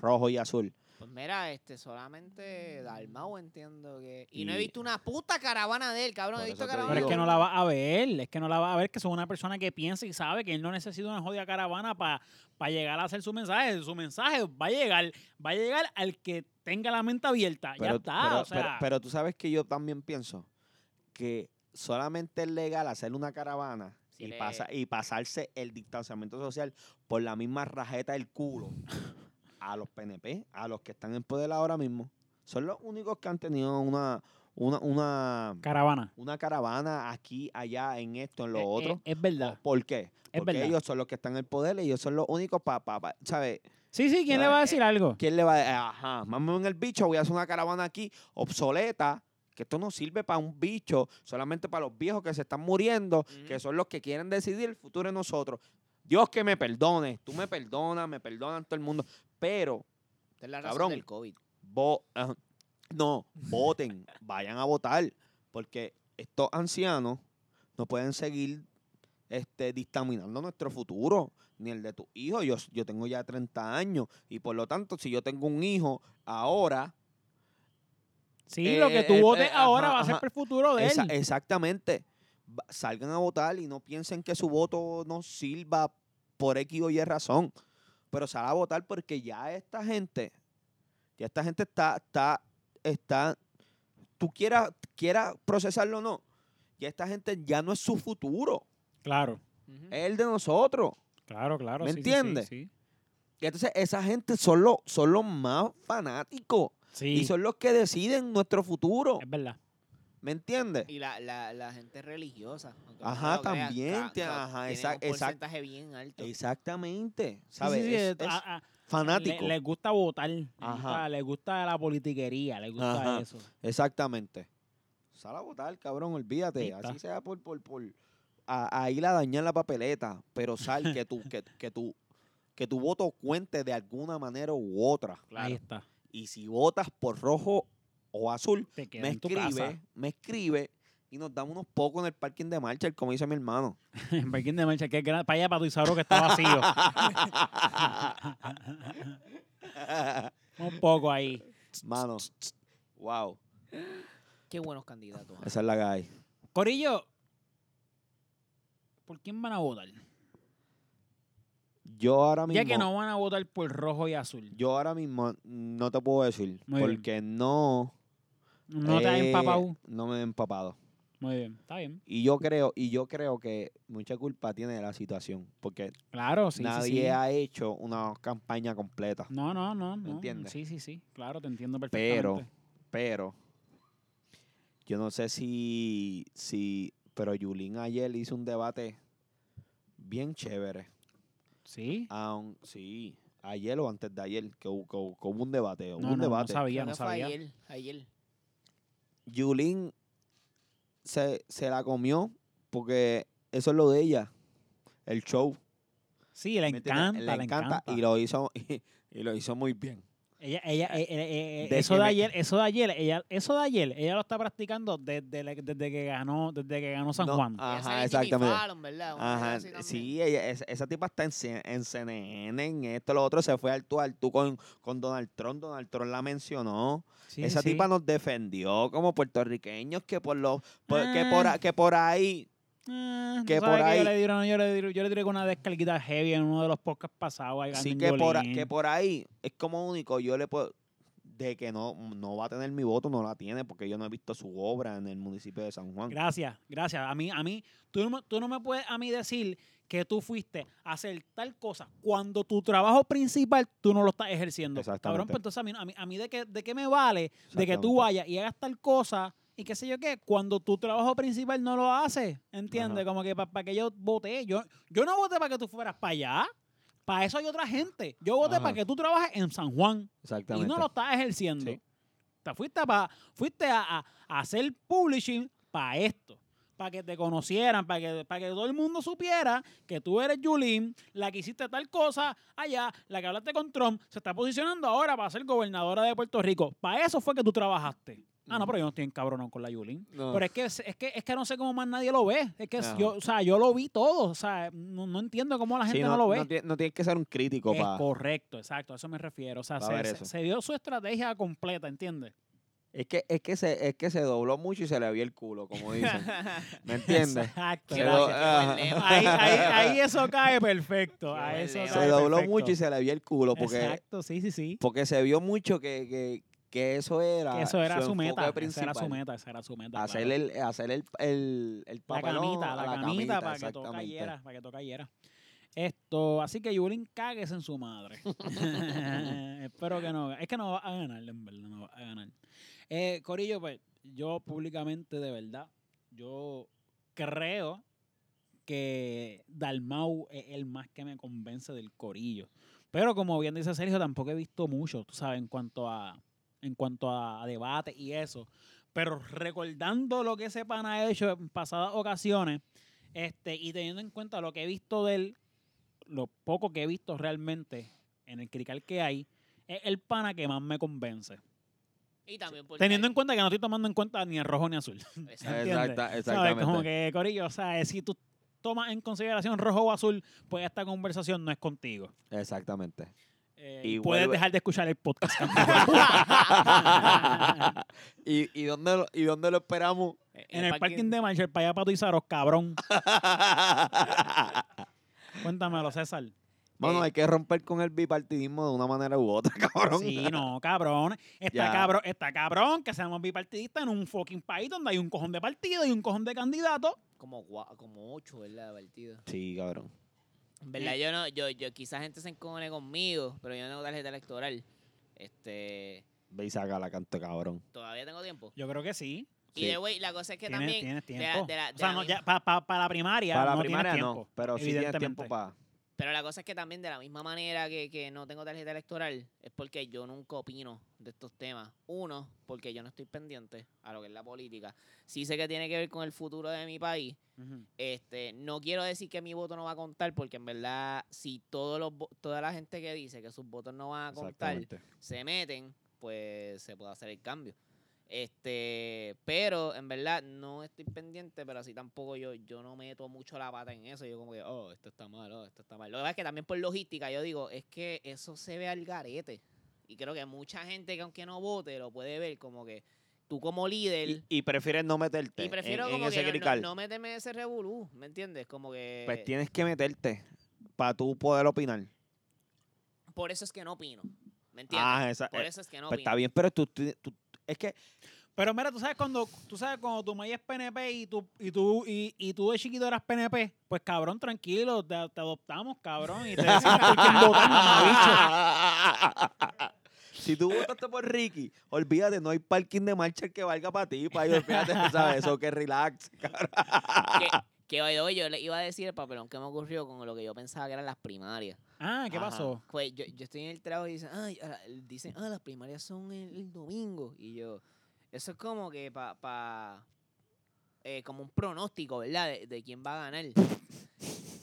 rojo y azul.
Pues mira, este, solamente Dalmau entiendo que. Y, no he
Y-
visto una puta caravana de él, cabrón.
Por
He visto
eso te
caravana
Pero es
digo.
que no la va a ver, es que no la va a ver, que son una persona que piensa y sabe que él no necesita una jodida caravana para llegar a hacer su mensaje. Su mensaje va a llegar, va a llegar al que tenga la mente abierta. Ah, ya está.
pero-
o sea,
pero- pero tú sabes que yo también pienso que solamente es legal hacer una caravana
Si
y,
le-
pasa, y pasarse el distanciamiento social por la misma rajeta del culo a los PNP, a los que están en poder ahora mismo. Son los únicos que han tenido una, una, una,
caravana.
una caravana aquí, allá, en esto, en lo
Eh, eh,
otro. Oh.
Es, verdad.
¿Por qué?
Es
Porque
verdad.
ellos son los que están en el poder, ellos son los únicos para, ¿sabes?
Sí, sí, ¿quién
no,
le va a
eh,
decir algo?
¿Quién le va a decir? Ajá, mame en el bicho, voy a hacer una caravana aquí obsoleta, que esto no sirve para un bicho, solamente para los viejos que se están muriendo, que
Ujú.
son los que quieren decidir el futuro de nosotros. Dios que me perdone, tú me perdonas, me perdonan todo el mundo, pero
Esta es la razón
Cabrón.
del COVID.
vo- ah, no, voten, vayan a votar, porque estos ancianos no pueden seguir este, dictaminando nuestro futuro, ni el de tus hijos. Yo, yo tengo ya 30 años y por lo tanto, si yo tengo un hijo ahora,
Sí, lo que tú
eh, eh,
votes
eh,
ahora
ajá,
va a ser
ajá.
para el futuro de
esa- eh,
él.
exactamente, va- salgan a votar y no piensen que su voto no sirva por X o Y razón, pero sal a votar porque ya esta gente, ya esta gente está, está, está, tú quieras, quieras procesarlo o no, ya esta gente ya no es su futuro,
Claro,
Ujú.
es el de nosotros.
claro, claro.
¿Me
sí, sí, sí,
entiendes?
Sí,
Y entonces esa gente son los, son los más fanáticos
Sí, Em,
y son los que deciden nuestro futuro,
es verdad.
¿me entiendes?
Y la, la, la gente religiosa. aunque no
Ajá,
lo creas,
también,
ca-
tía,
ca-
ajá,
tienen
exac-
un
exact-
porcentaje bien alto.
Exactamente,
Sí,
¿sabes?
sí, sí,
Es-
eh,
es-
a- a-
fanático.
Le, les gusta votar. Les
Ajá.
gusta, les gusta la politiquería, les gusta
Ajá.
eso.
Exactamente. Sal a votar, cabrón, olvídate.
Ahí está.
Así sea por, por, por a, a ir a dañar la papeleta, pero sal que tu, que, que tu, que tu voto cuente de alguna manera u otra.
Ahí está.
Y si votas por rojo o azul,
Te quedas
me
en tu casa.
escribe, me escribe y nos damos unos pocos en el parking de marcha, como dice mi hermano.
En Parking de Marcha, que es gran- para allá, para tu Isauro, que está vacío. Un poco ahí.
Mano, wow,
Qué buenos candidatos.
¿ah?
esa es la que hay.
Corillo, ¿por quién van a votar?
Yo ahora mismo.
Ya que no van a votar por rojo y azul.
Yo ahora mismo no te puedo decir
Muy bien.
porque no.
No te
he-
han empapado.
Eh, No me he empapado.
Muy bien, está bien.
Y yo creo, y yo creo que mucha culpa tiene de la situación. Porque
Claro, sí, sí,
nadie
sí.
ha hecho una campaña completa.
No, no, no.
¿Me
no.
entiendes?
Sí, sí, sí. Claro, te entiendo perfectamente.
Pero, pero, yo no sé si, si, pero Yulín ayer hizo un debate bien chévere.
Sí.
Aun- sí, ayer o antes de ayer, que, hu- que hu- que hubo un debate, hubo
No, no,
un
no
debate.
sabía,
Creo
no
que fue
sabía.
ayer, ayer.
Yulín se, se la comió porque eso es lo de ella, el show.
Sí, le
¿me entiendes?
encanta, le encanta.
Y lo hizo y, lo hizo muy bien.
Ella, ella, eh, eh, eh, eh,
De
eso
que
de
me-
ayer, eso de ayer, ella, eso de ayer, ella lo está practicando desde, la- desde que ganó, desde que ganó San
No, ah,
Juan.
Ella
Ajá,
sale en Jimmy
exactamente.
Fallon, ¿verdad? Una cosa
Ajá,
así también.
sí, ella, es- esa tipa está en, C- en CNN, en esto, lo otro, se fue al tú al tú con, con Donald Trump, Donald Trump la mencionó.
Sí,
esa
sí.
tipa nos defendió como puertorriqueños que por los por- que por
Ah.
a- que por ahí
Eh, tú
que
sabes
por
Yo
ahí-
le, tiro, yo, le tiro, yo le tiré con una descarguita heavy en uno de los podcasts pasados. ahí
Sí
en
que por, a-
Yolín.
que por ahí es como único, yo le puedo... De que no, no va a tener mi voto, no la tiene, porque yo no he visto su obra en el municipio de San Juan.
Gracias, gracias. A mí, a mí, tú no, me- tú no me puedes a mí decir que tú fuiste a hacer tal cosa cuando tu trabajo principal tú no lo estás ejerciendo. Cabrón,
Exactamente.
pues entonces a mí, a mí, a mí de, qué, de qué me vale de que tú
Exactamente.
vayas y hagas tal cosa y qué sé yo qué, cuando tu trabajo principal no lo haces, ¿entiendes?
Ajá.
Como que para que yo voté, yo, yo no voté para que tú fueras para allá. Para eso hay otra gente. Yo voté
Ajá.
para que tú trabajes en San Juan. Y
Exactamente.
no lo estás ejerciendo.
Sí.
Te fuiste, pa- fuiste a, a- a hacer publishing para esto. Para que te conocieran, para que, para que todo el mundo supiera que tú eres Yulín, la que hiciste tal cosa allá, la que hablaste con Trump, se está posicionando ahora para ser gobernadora de Puerto Rico. Para eso fue que tú trabajaste. Ah, no,
Ujú.
pero yo no estoy encabronado con la Yulín.
No.
Pero es que, es, que, es que no sé cómo más nadie lo ve. Es que es-
Ajá.
yo, o sea, yo lo vi todo. O sea, no, no entiendo cómo la gente
Sí,
no,
no,
lo
no
ve.
tie- no tienes que ser un crítico
es
para.
correcto, exacto. A eso me refiero. O sea,
Pa'
se,
ver
se-
eso.
se dio su estrategia completa, ¿entiendes?
Es que, es, que se, es que se dobló mucho y se le vio el culo, como dicen. ¿Me entiendes?
Exacto.
Se,
Qué
gracias.
do-
buen
ajá.
lema.
Ahí, ahí- ahí eso cae perfecto.
Qué
ahí eso
buen lema.
se
cae
dobló
perfecto.
mucho y se le vio el culo porque,
Exacto, sí, sí, sí.
porque se vio mucho que, que, que Ah, eso era,
Que eso era su,
enfoque
meta. Esa
principal.
era su meta, esa era su meta.
Hacer
claro.
el, hacer el, el, el
la
papelón
camita,
a
la, camita, para que todo
exactamente.
cayera, para que todo cayera. Esto, así que Yulín cagues en su madre. Espero que no. Es que no va a ganar, en verdad, no va a ganar. Eh, Corillo, pues, yo públicamente, de verdad, yo creo que Dalmau es el más que me convence del Corillo. Pero como bien dice Sergio, tampoco he visto mucho, tú sabes, en cuanto a, en cuanto a debate y eso. Pero recordando lo que ese pana ha hecho en pasadas ocasiones, este, y teniendo en cuenta lo que he visto de él, lo poco que he visto realmente en el crical que hay, es el pana que más me convence.
Y también porque
Teniendo en cuenta que no estoy tomando en cuenta ni el rojo ni azul.
cuenta.
¿Entiendes?
Exacta-
¿Sabes?
exactamente.
Como que, Corillo, o sea, si tú tomas en consideración rojo o azul, pues esta conversación no es contigo.
Exactamente.
Eh,
Y
y puedes
vuelve-
dejar de escuchar el podcast.
¿Y, y, dónde lo, ¿Y dónde lo esperamos?
en el parking de Marshall, para allá para tu Izaros, cabrón. Cuéntamelo, César.
Mano,
Eh.
hay que romper con el bipartidismo de una manera u otra, cabrón.
Sí, no, cabrón. Está
Ya.
cabrón, está cabrón que seamos bipartidistas en un fucking país donde hay un cojón de partido y un cojón de candidatos.
Como, gua- como ocho, ¿verdad?
¿Eh?
Partido.
Sí, cabrón.
En verdad, yo no, yo, yo quizás gente se encone conmigo, pero yo no tengo tarjeta electoral. Este,
Ve y saca la canto, cabrón.
todavía tengo tiempo.
Yo creo que sí.
Y
Sí.
de güey, la cosa es que
Tienes,
también.
tienes
de la-
tiempo.
de la- de
o sea,
la
no,
misma-
ya, para la primaria.
Para la
no
primaria
tienes
no,
tiempo,
pero sí tienes
evidentemente.
tiempo para...
Pero la cosa es que también de la misma manera que, que no tengo tarjeta electoral, es porque yo nunca opino de estos temas. Uno, porque yo no estoy pendiente a lo que es la política. Sí sé que tiene que ver con el futuro de mi país.
Ujú.
Este, no quiero decir que mi voto no va a contar, porque en verdad, si todos los vo- toda la gente que dice que sus votos no van a contar,
Exactamente.
se meten, pues se puede hacer el cambio. Este, pero en verdad no estoy pendiente, pero así tampoco yo, yo no meto mucho la pata en eso. Yo como que, oh, esto está mal, oh, esto está mal. Lo que pasa es que también por logística yo digo, es que eso se ve al garete. Y creo que mucha gente que aunque no vote lo puede ver como que tú como líder...
Y, y prefieres no meterte
Y, prefiero
en, en
como
ese
que no- no,
crical.
no eh, meterme en ese revolú, ¿me entiendes? Como que...
Pues tienes que meterte para tú poder opinar.
Por eso es que no opino, ¿me entiendes?
Ah, esa,
por
eh,
eso es que no
pues
opino.
está bien, pero tú, tú- tú- es que
Pero mira, tú sabes cuando tú sabes cuando tu maíz es PNP y tú y tú y, y tú de chiquito eras PNP, pues cabrón, tranquilo, te, te adoptamos, cabrón, y te decimos por quién votar,
Ah,
mamabicho.
si tú votaste por Ricky, olvídate, no hay parking de marcha que valga para ti, para olvídate, sabes, eso que relax. cabrón.
que, que by the way, yo le iba a decir el papelón que me ocurrió con lo que yo pensaba que eran las primarias.
Ah, ¿qué
Ajá.
pasó?
Pues yo, yo estoy en el trabajo y dicen, ay, ah, dicen, ah, las primarias son el, el domingo. Y yo, eso es como que pa, pa eh, como un pronóstico, ¿verdad? De, de quién va a ganar.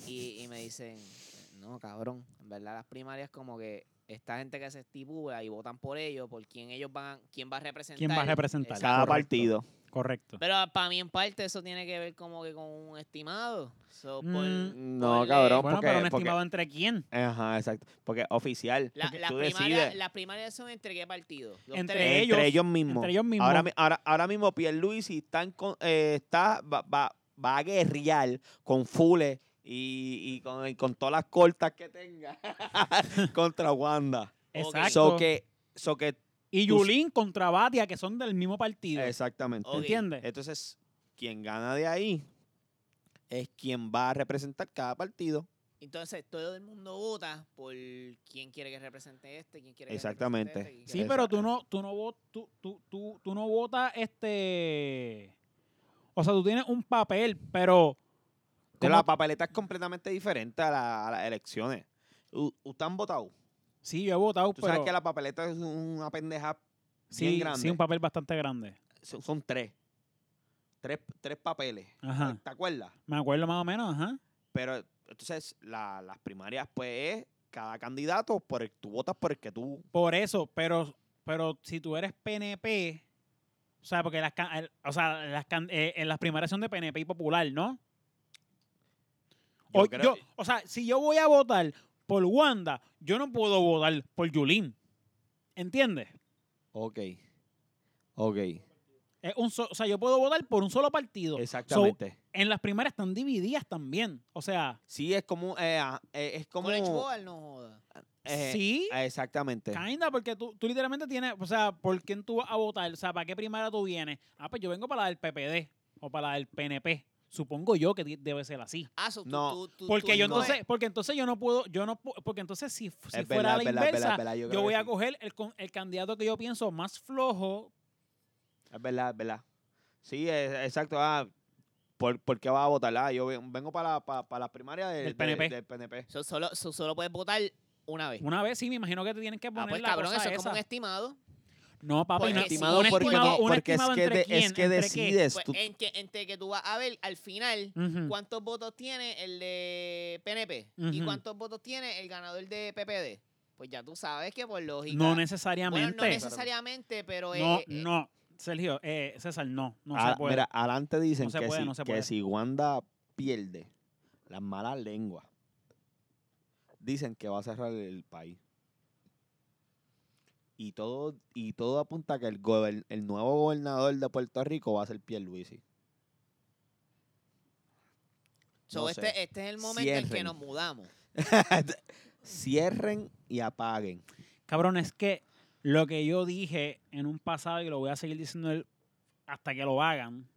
Y, y me dicen, no, cabrón, en verdad las primarias como que esta gente que se estipula y votan por ellos, por quién ellos van, quién va a representar.
¿Quién va a representar?
Exacto.
Cada
Correcto.
partido.
Correcto.
Pero para mí en parte eso tiene que ver como que con un estimado. So, por-
Mm,
No,
Ponle-
cabrón,
Bueno,
porque,
pero un
porque-
estimado entre quién?
ajá, exacto, porque oficial,
La-
porque
las,
tú
primarias,
decides
las primarias son entre qué partido? Los
Entre
tres.
entre ellos,
ellos-
mismos.
entre ellos mismos.
Ahora, mi- ahora, ahora mismo Pierluisi está, en con- eh, está va, va- va a guerrear con Fule y, y con, y con todas las cortas que tenga contra Wanda.
Exacto.
So que, so que
y
tus-
Yulín contra Batia, que son del mismo partido.
Exactamente.
Ok.
¿Entiendes?
Entonces, quien gana de ahí es quien va a representar cada partido.
Entonces todo el mundo vota por quién quiere que represente este, quién quiere que
Exactamente.
represente este,
Sí,
quién quiere-
pero
Exacto.
tú no, tú no votas, tú, tú, tú, tú no votas este. O sea, tú tienes un papel, pero.
Pero
¿cómo-
la papeleta es completamente diferente a, la- a las elecciones. U- ¿Usted han votado?
Sí, yo he votado,
Tú
pero.
sabes que la papeleta es una pendeja.
sí,
bien grande.
sí, un papel bastante grande.
Son, son tres. tres. Tres papeles.
Ajá.
¿Te acuerdas?
Me acuerdo más o menos, ajá.
Pero entonces la- las primarias, pues, es cada candidato, por el, tú votas por el que tú.
Por eso, pero, pero si tú eres PNP, O sea, porque las, can- el- o sea, las, can- eh, en las primarias son de PNP y Popular, ¿no?
Yo
o,
creo-
yo- o sea, si yo voy a votar por Wanda, yo no puedo votar por Yulín. ¿Entiendes?
Ok. Ok.
Es un so- o sea, yo puedo votar por un solo partido.
Exactamente.
En las primarias están divididas también. O sea,
sí, es como. eh, ah, eh, es como.
College Board no joda.
eh,
sí,
eh, Exactamente.
kinda, porque tú, tú literalmente tienes, o sea, ¿por quién tú vas a votar? O sea, ¿para qué primaria tú vienes? Ah, pues yo vengo para la del PPD o para la del PNP. Supongo yo que di- debe ser así.
Ah, so tú-
No,
tú- tú-
Porque
tú
yo
no.
entonces, porque entonces yo no puedo, yo no pu- porque entonces si, fu- si
Es verdad,
fuera la
es verdad, es
inversa,
verdad, es verdad, yo
yo
creo
voy
que
a
sí.
coger el, con- el candidato que yo pienso más flojo.
Es verdad, es verdad. Sí, es- exacto. Ah, ¿por, por qué vas a votar? Ah, yo ven- vengo para, para, para las primarias de-
Del
de-
PNP.
del PNP.
So- solo, so- solo puedes votar una vez.
Una vez sí, me imagino que te tienen que poner
Ah, pues
la
cabrón,
cosa
eso es como
esa.
un estimado.
No, papi,
Porque
no,
si- Estimado
un
porque,
estimado,
no,
un
porque es
estimado
que,
entre
de- es
quién,
que
entre qué. eh,
decides.
Pues
tú-
entre, entre que tú vas a ver al final
Ujú.
cuántos votos tiene el de PNP y
Mm. Ujú.
cuántos votos tiene el ganador de PPD. Pues ya tú sabes que por lógica.
No
Bueno,
necesariamente.
no necesariamente, pero eh,
No,
eh,
no, Sergio, eh, César, no, no
Ah,
se puede.
Mira, adelante dicen
No se
que,
puede,
si,
no se
que
puede.
si Wanda pierde las malas lenguas, dicen que va a cerrar el país. Y todo, y todo apunta a que el, gober- el nuevo gobernador de Puerto Rico va a ser Pierluisi.
so
no
este,
sé.
este es el momento en que
Cierren.
nos mudamos.
Cierren y apaguen.
Cabrón, es que lo que yo dije en un pasado y lo voy a seguir diciendo el- hasta que lo hagan,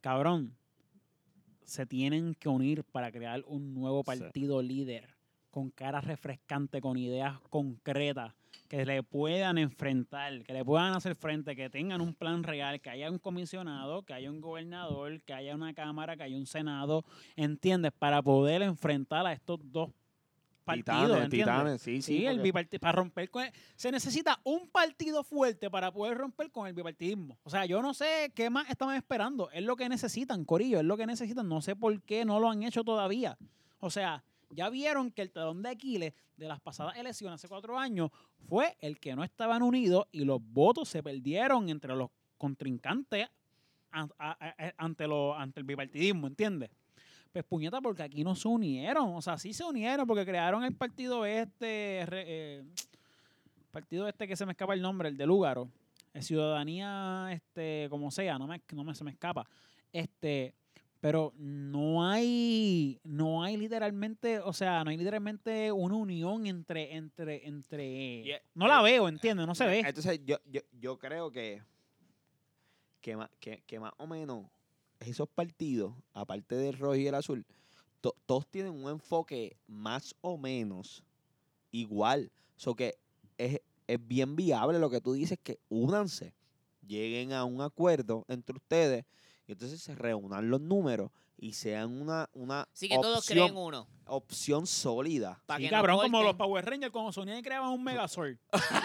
cabrón, se tienen que unir para crear un nuevo
Sí.
partido líder con cara refrescante, con ideas concretas, que le puedan enfrentar, que le puedan hacer frente, que tengan un plan real, que haya un comisionado, que haya un gobernador, que haya una cámara, que haya un senado, ¿entiendes? Para poder enfrentar a estos dos partidos,
titanes,
¿entiendes?
titanes, sí, sí.
Sí, el
porque-
biparti- para romper con el- se necesita un partido fuerte para poder romper con el bipartidismo. O sea, yo no sé qué más estaban esperando. Es lo que necesitan, Corillo, es lo que necesitan. No sé por qué no lo han hecho todavía. O sea, ya vieron que el talón de Aquiles de las pasadas elecciones hace cuatro años fue el que no estaban unidos y los votos se perdieron entre los contrincantes an- a- a- a- ante, lo- ante el bipartidismo, ¿entiendes? Pues puñeta, porque aquí no se unieron. O sea, sí se unieron porque crearon el partido este. re- eh, partido este que se me escapa el nombre, el de Lúgaro. Eh, ciudadanía, este, como sea, no me, no me- se me escapa. Este. Pero no hay, no hay literalmente, o sea, no hay literalmente una unión entre, entre, entre.
Yeah.
No la veo, entiende, no se ve.
Entonces, yo, yo, yo creo que, que, ma- que, que más o menos esos partidos, aparte del rojo y el azul, to- todos tienen un enfoque más o menos igual. So que es, es bien viable lo que tú dices, que únanse, lleguen a un acuerdo entre ustedes y entonces se reúnan los números y sean una, una
Así que todos
opción,
creen uno.
opción sólida.
Para
Sí,
que no
cabrón, como los
corten.
Power Rangers cuando se unían y creaban un Megazord. y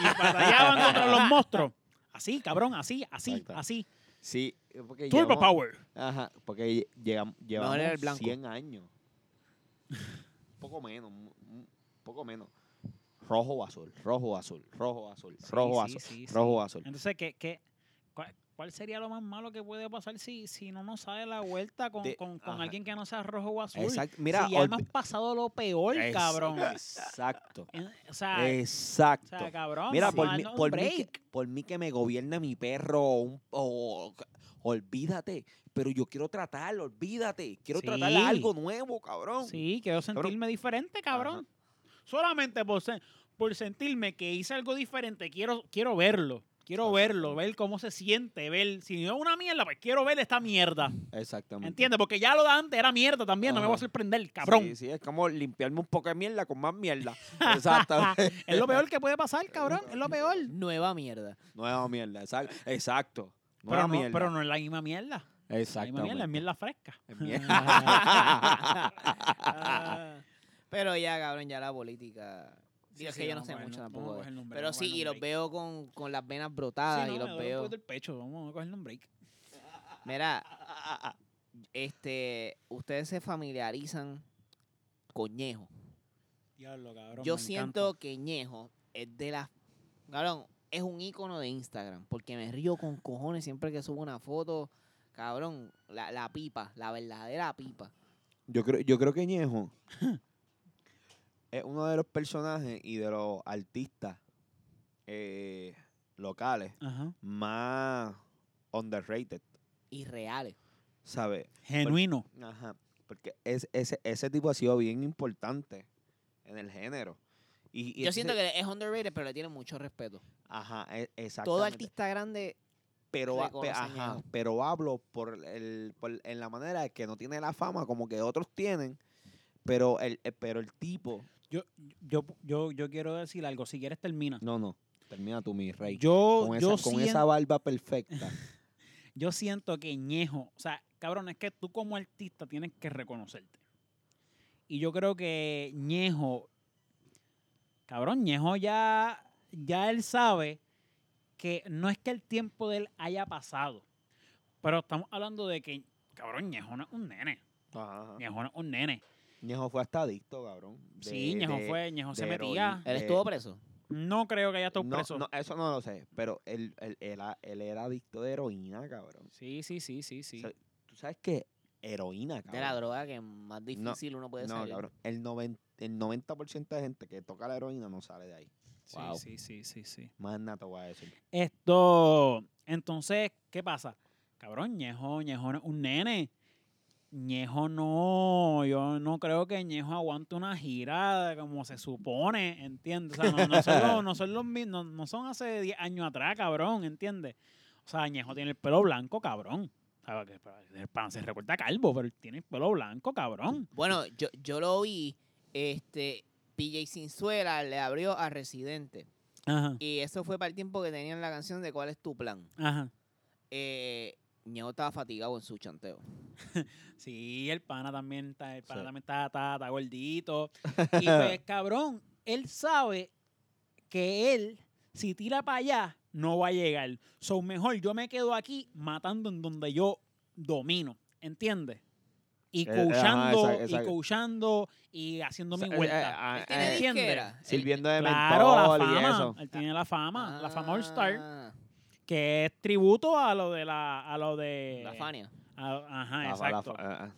batallaban contra los monstruos. Así, cabrón, así, así,
Exacto.
así.
Sí, porque
Turbo
llevamos-
Power.
Ajá, porque llegamos, llevamos
era el blanco.
100 años. Un poco menos, un- un poco menos. Rojo o azul, rojo o azul, rojo o azul, rojo o
Sí,
azul,
sí, sí,
rojo o
sí.
azul.
Entonces, ¿qué, qué, cuál, cuál sería lo más malo que puede pasar si, si no nos sale la vuelta con,
De-
con, con
ajá.
alguien que no sea rojo o azul?
Exacto, mira,
si ya hemos
olvi-
pasado lo peor,
ex-
cabrón.
Exacto,
En- O sea, o
exacto.
sea, cabrón,
Mira,
vamos
por
a
mí,
darnos un
por, mí que,
break.
por mí que me gobierne mi perro o, un- o- Olvídate, pero yo quiero tratar, olvídate. Quiero tratar
Sí.
a algo nuevo, cabrón.
Sí, quiero
Cabrón.
sentirme diferente, cabrón. Solamente por, sen- por sentirme que hice algo diferente, quiero, quiero verlo. Quiero
Exacto.
verlo, ver cómo se siente, ver. Si no es una mierda, pues quiero ver esta mierda.
Exactamente.
¿Entiendes? Porque ya lo de antes era mierda también, no me voy a
Ajá.
sorprender, cabrón.
Sí, sí, es como limpiarme un poco de mierda con más mierda. Exactamente.
Es lo peor que puede pasar, cabrón. Es lo peor.
Nueva mierda.
Nueva mierda, exacto. Exacto.
Pero
Nueva
no,
mierda.
pero no es la misma mierda. La misma mierda es
Exactamente.
mierda fresca.
Es mierda.
Ah.
Pero ya, cabrón, ya la política. Digo, es
Sí,
que
sí,
yo no
vamos
sé
a coger-
mucho
vamos a
tampoco. de-
coger un break,
Pero
vamos a
sí,
coger
y
un
los
break.
veo con, con las venas
Sí,
brotadas
no,
y
me
los
duele un
veo.
poquito el pecho. Vamos a coger un break.
Mira, este, ustedes se familiarizan con Ñejo.
Diablo, cabrón.
Yo
me
siento que Ñejo es de las. Cabrón, es un icono de Instagram, porque me río con cojones siempre que subo una foto. Cabrón, la, la pipa, la verdadera pipa.
Yo creo, yo creo que Ñejo es uno de los personajes y de los artistas eh, locales
Ajá.
más underrated,
Y reales.
¿sabes?
Pues, Genuino.
Ajá. Porque es, ese, ese tipo ha sido bien importante en el género. Y, y
Yo
entonces-
siento que es underrated, pero le tienen mucho respeto.
Ajá, e- exactamente.
Todo artista grande
pero, ha- pe-
reconocen
ajá,
eso.
pero hablo por el, por- en la manera de que no tiene la fama como que otros tienen, pero el, eh, pero el tipo...
Yo, yo, yo, yo quiero decir algo. Si quieres, termina.
No, no, termina tú, mi rey.
Yo,
con esa,
yo,
con
sien-
esa barba perfecta.
yo siento que Ñejo, o sea, cabrón, es que tú como artista tienes que reconocerte. Y yo creo que Ñejo, cabrón, Ñejo ya, ya él sabe que no es que el tiempo de él haya pasado, pero estamos hablando de que, cabrón, Ñejo no es un nene.
Ajá, ajá.
Ñejo no es un nene.
Ñejo fue hasta adicto, cabrón. de-
sí, Ñejo
de-
fue, Ñejo se
de
metía.
heroína.
Él
Eh,
estuvo preso.
No creo que haya estado
no,
preso.
no, eso no lo sé, pero él, él, era, él era adicto de heroína, cabrón.
Sí, sí, sí, sí, sí.
Sa- ¿Tú sabes qué? Heroína,
De
cabrón.
la droga que más difícil uno puede
no,
salir.
cabrón. El, 90, el 90% de gente que toca la heroína no sale de ahí.
Sí,
Wow.
sí, sí, sí, sí.
Más nada te voy a decir.
Esto, entonces, ¿qué pasa? Cabrón, Ñejo, Ñejo no es un nene. Ñejo no, yo no creo que Ñejo aguante una girada como se supone, ¿entiendes? O sea, no, no son, los, no, son los mi- no- no son hace 10 años atrás, cabrón, ¿entiendes? O sea, Ñejo tiene el pelo blanco, cabrón. O sea, que- El pan se recorta calvo, pero él tiene el pelo blanco, cabrón.
Bueno, yo, yo lo vi, este, PJ Sinzuela le abrió a Residente.
Ajá,
Y eso fue para el tiempo que tenían la canción de ¿Cuál es tu plan?
ajá.
Eh, Ñejo estaba fatigado en su chanteo.
Sí, el pana también está, el pana
Sí.
también está, está- está gordito. Y pues, cabrón, él sabe que él, si tira para allá, no va a llegar. So, mejor yo me quedo aquí matando en donde yo domino. ¿Entiendes? Y
Eh, ajá,
coachando,
exacto,
y
exacto.
coachando, y haciendo mi
O sea, eh, eh,
vuelta.
ah,
Él tiene
eh,
disco, ¿entiende?
disquera. Él-
sirviendo de
Claro, la
mentol y
fama.
eso.
Él tiene la fama, la fama All Star,
Ah,
que es tributo a lo de la, a lo de.
La Fania.
a- ajá,
La fa- la
exacto.
fa- ah, ah.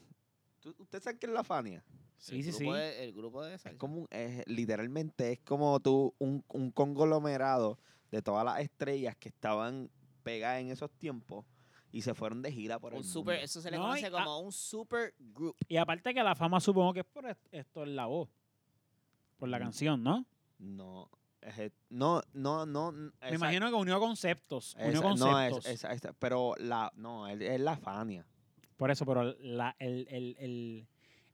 ¿Tú- ¿Usted sabe qué es la Fania?
sí, sí,
el
sí.
grupo de- el grupo de
Es
salsa.
como, un- es- literalmente es como tú, un, un conglomerado de todas las estrellas que estaban pegadas en esos tiempos y se fueron de gira por
Un
el
super,
mundo.
eso se le
No, y- ah,
conoce como un super group.
Y aparte que la fama supongo que es por est- esto en la voz. Por la
Mm.
canción, ¿no?
No, es- no, no, no. n-
Me
esa-
imagino que unió conceptos.
esa-
unió
no, es-
conceptos.
esa- esa- pero la, no, es, es la Fania.
Por eso, pero la- el, el- el-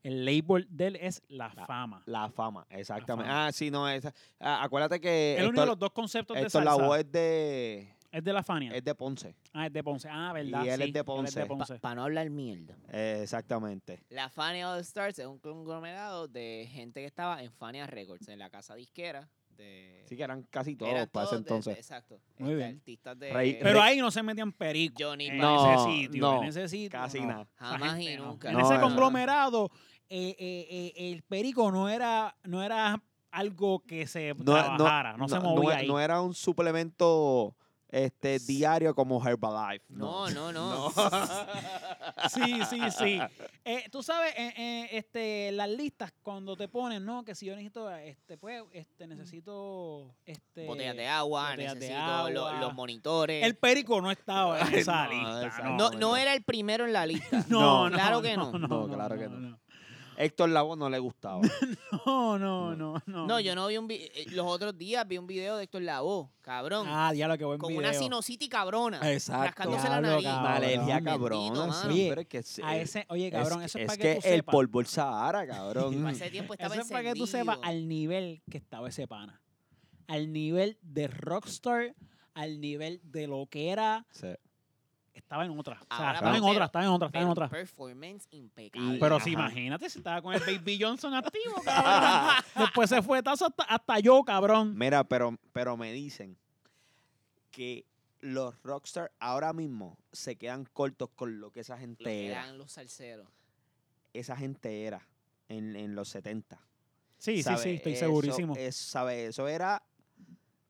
el label de él es la,
La-
fama.
La fama, exactamente.
fama.
Ah, sí, no, esa. ah, acuérdate que.
Él unió
esto-
los dos conceptos de
Esto
salsa.
la voz es de,
es de la Fania.
es de Ponce.
ah, es de Ponce. Ah, verdad.
Y él es
sí,
de Ponce.
Para no hablar mierda.
Eh, exactamente.
La Fania All Stars es un conglomerado de gente que estaba en Fania Records, en la casa disquera. De,
Así que eran casi todos
eran
para ese
todos de- de-
entonces.
exacto.
Muy
Este,
bien.
Artistas de.
Rey-
Pero
Re-
ahí no se metían perico.
Johnny
en
No,
ese sitio.
no,
en ese sitio.
casi
no.
nada.
Esa
Jamás
gente
y
no.
nunca.
En
No,
ese
no.
conglomerado, eh, eh, eh, el perico no era, no era algo que se
No, no,
trabajara, no, se movía
no-
ahí.
no era un suplemento este, diario como Herbalife. No.
No, no, no.
Sí, sí, sí. Eh, Tú sabes, eh, eh, este, las listas cuando te ponen, ¿no? Que si yo necesito, este, pues, este, necesito, este.
botellas de agua,
botellas de
necesito lo-
agua.
los monitores.
El perico no estaba en
Ay,
esa
no,
lista.
esa-
No,
no,
no,
no
no.
era el primero en la lista.
no,
No, claro que no.
No, claro que no. Héctor Lavoe no le gustaba.
No, no, no, no.
No, yo no vi un vi eh, los otros días vi un video de Héctor Lavoe, cabrón,
Ah, diablo, que buen
con
video.
una sinusitis cabrona.
Exacto.
Rascándose la
Diablo,
nariz.
Una alergia
Bendito,
cabrona.
mano.
sí,
Oye,
pero es que se-
A ese, oye, cabrón,
es,
eso
que-
es para
es
que,
que
tú
el
sepas.
polvo el Sahara, cabrón.
Hace tiempo estaba
Eso es para que tú sepas
encendido.
al nivel que estaba ese pana. Al nivel de rockstar, al nivel de lo que era.
Sí.
Estaba en otra. O sea,
Ahora
estaba en
pero-
otra, estaba en otra, estaba en
Pero
otra.
performance impecable.
Pero
Ajá.
sí, imagínate si estaba con el Baby Johnson activo, cabrón. Después se fue tazo hasta, hasta yo, cabrón.
Mira, pero, pero me dicen que los rockstar ahora mismo se quedan cortos con lo que esa gente
lo que
era.
eran los salseros.
Esa gente era en, en los 70.
Sí, sí,
¿sabe?
sí, estoy
Eso
segurísimo.
es- ¿sabe? Eso era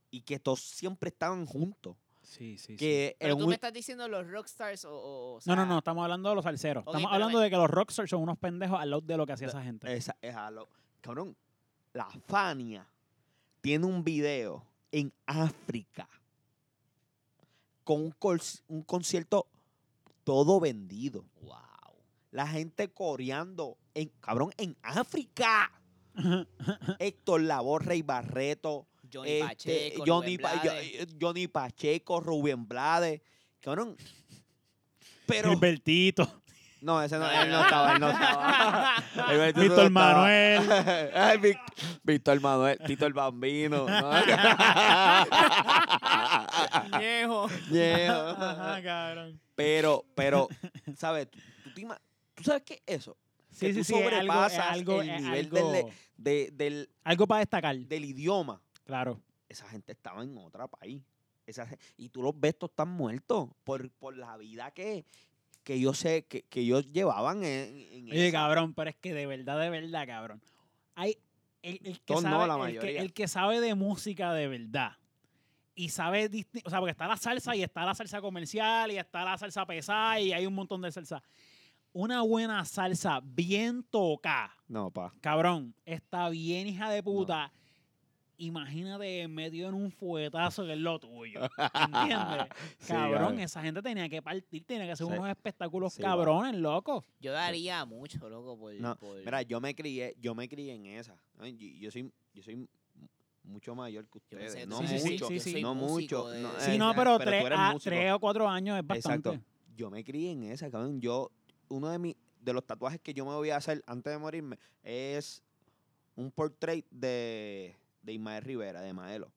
y que estos siempre estaban juntos.
Sí, sí,
que
Pero
en
tú
un-
me estás diciendo los rockstars o... o- o
No, no,
sea,
no, estamos hablando de los salseros.
Ok,
estamos
pero
hablando
me-
de que los rockstars son unos pendejos al lado de lo que hacía
Da-
esa gente.
esa- es a lo- cabrón, la Fania tiene un video en África con un, col- un concierto todo vendido.
Wow.
La gente coreando en cabrón en África. Héctor Labor, Rey Barreto,
Johnny
este,
Pacheco,
Johnny,
Rubén
Pa-
Blades.
Yo- Johnny Pacheco, Rubén Blades. Cabrón. Pero.
Gilbertito,
No, ese no, él no estaba, él no estaba. Alberto,
Víctor
tú no estabas.
Manuel.
Ay, Vic- Víctor Manuel, Tito el Bambino. ¿no?
Ñejo.
Yeah.
cabrón.
pero, pero, ¿sabes? Tú, tú te ima- ¿tú sabes qué es eso?
Sí, sí,
tú
sí, es algo, es
sobrepasas
algo,
el
es
nivel
algo,
del- e- De- del,
algo para destacar,
del idioma.
claro.
Esa gente estaba en otro país. Esa gen- y tú los ves, todos están muertos por, por la vida que, que yo sé, que, que ellos llevaban en, en
Oye,
esa-
cabrón, pero es que de verdad, de verdad, cabrón. Hay, el, el que
Todos no,
sabe,
la
el, que,
mayoría.
el que sabe de música de verdad y sabe, disti- o sea, porque está la salsa y está la salsa comercial y está la salsa pesada y hay un montón de salsa. Una buena salsa bien tocada,
No, pa.
cabrón, está bien hija de puta. Imagínate metido en un fuetazo que es lo tuyo. ¿Entiendes?
Sí,
Cabrón, esa gente tenía que partir, tenía que hacer
Sí.
unos espectáculos
Sí,
cabrones, loco.
Yo daría mucho, loco, por...
No,
por-
Mira, yo me crié, yo me crié en esa. Ay, y- Yo soy, yo soy m- mucho mayor que
Yo pensé
ustedes.
que
No
tú
sí,
mucho,
eras
sí,
músico,
sí,
yo
sí.
soy
no
músico
mucho.
de-
no,
Sí,
eh,
no,
ya,
pero,
pero tú
tres,
eres
a,
músico.
tres o cuatro años es bastante.
Exacto. Yo me crié en esa, cabrón. Yo, uno de mis, de los tatuajes que yo me voy a hacer antes de morirme es un portrait de, de Ismael Rivera, de Maelo.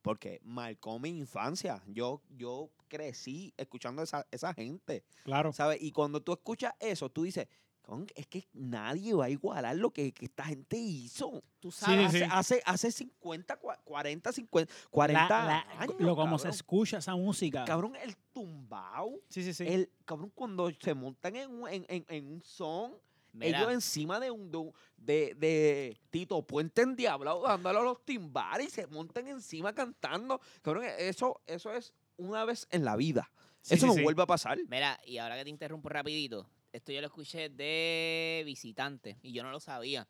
Porque marcó mi infancia. Yo, yo crecí escuchando esa, esa gente.
Claro.
¿sabes? Y cuando tú escuchas eso, tú dices, "Cabrón, es que nadie va a igualar lo que, que esta gente hizo.
Tú
Sí,
sabes...
Hace,
sí, sí.
hace, hace 50, cua- 40, 50,
La-
40
la-
años.
lo como se
cabrón.
escucha esa música.
Cabrón, el tumbao.
Sí, sí, sí.
El, cabrón, cuando se montan en un, en, en- en un son,
Mira,
ellos encima de un de, un- de, de Tito Puente endiablado dándole a los timbales y se montan encima cantando. Cabrón, eso, eso es una vez en la vida.
Sí,
eso
sí,
no
sí.
vuelve a pasar.
mira, y ahora que te interrumpo rapidito, esto yo lo escuché de visitante y yo no lo sabía.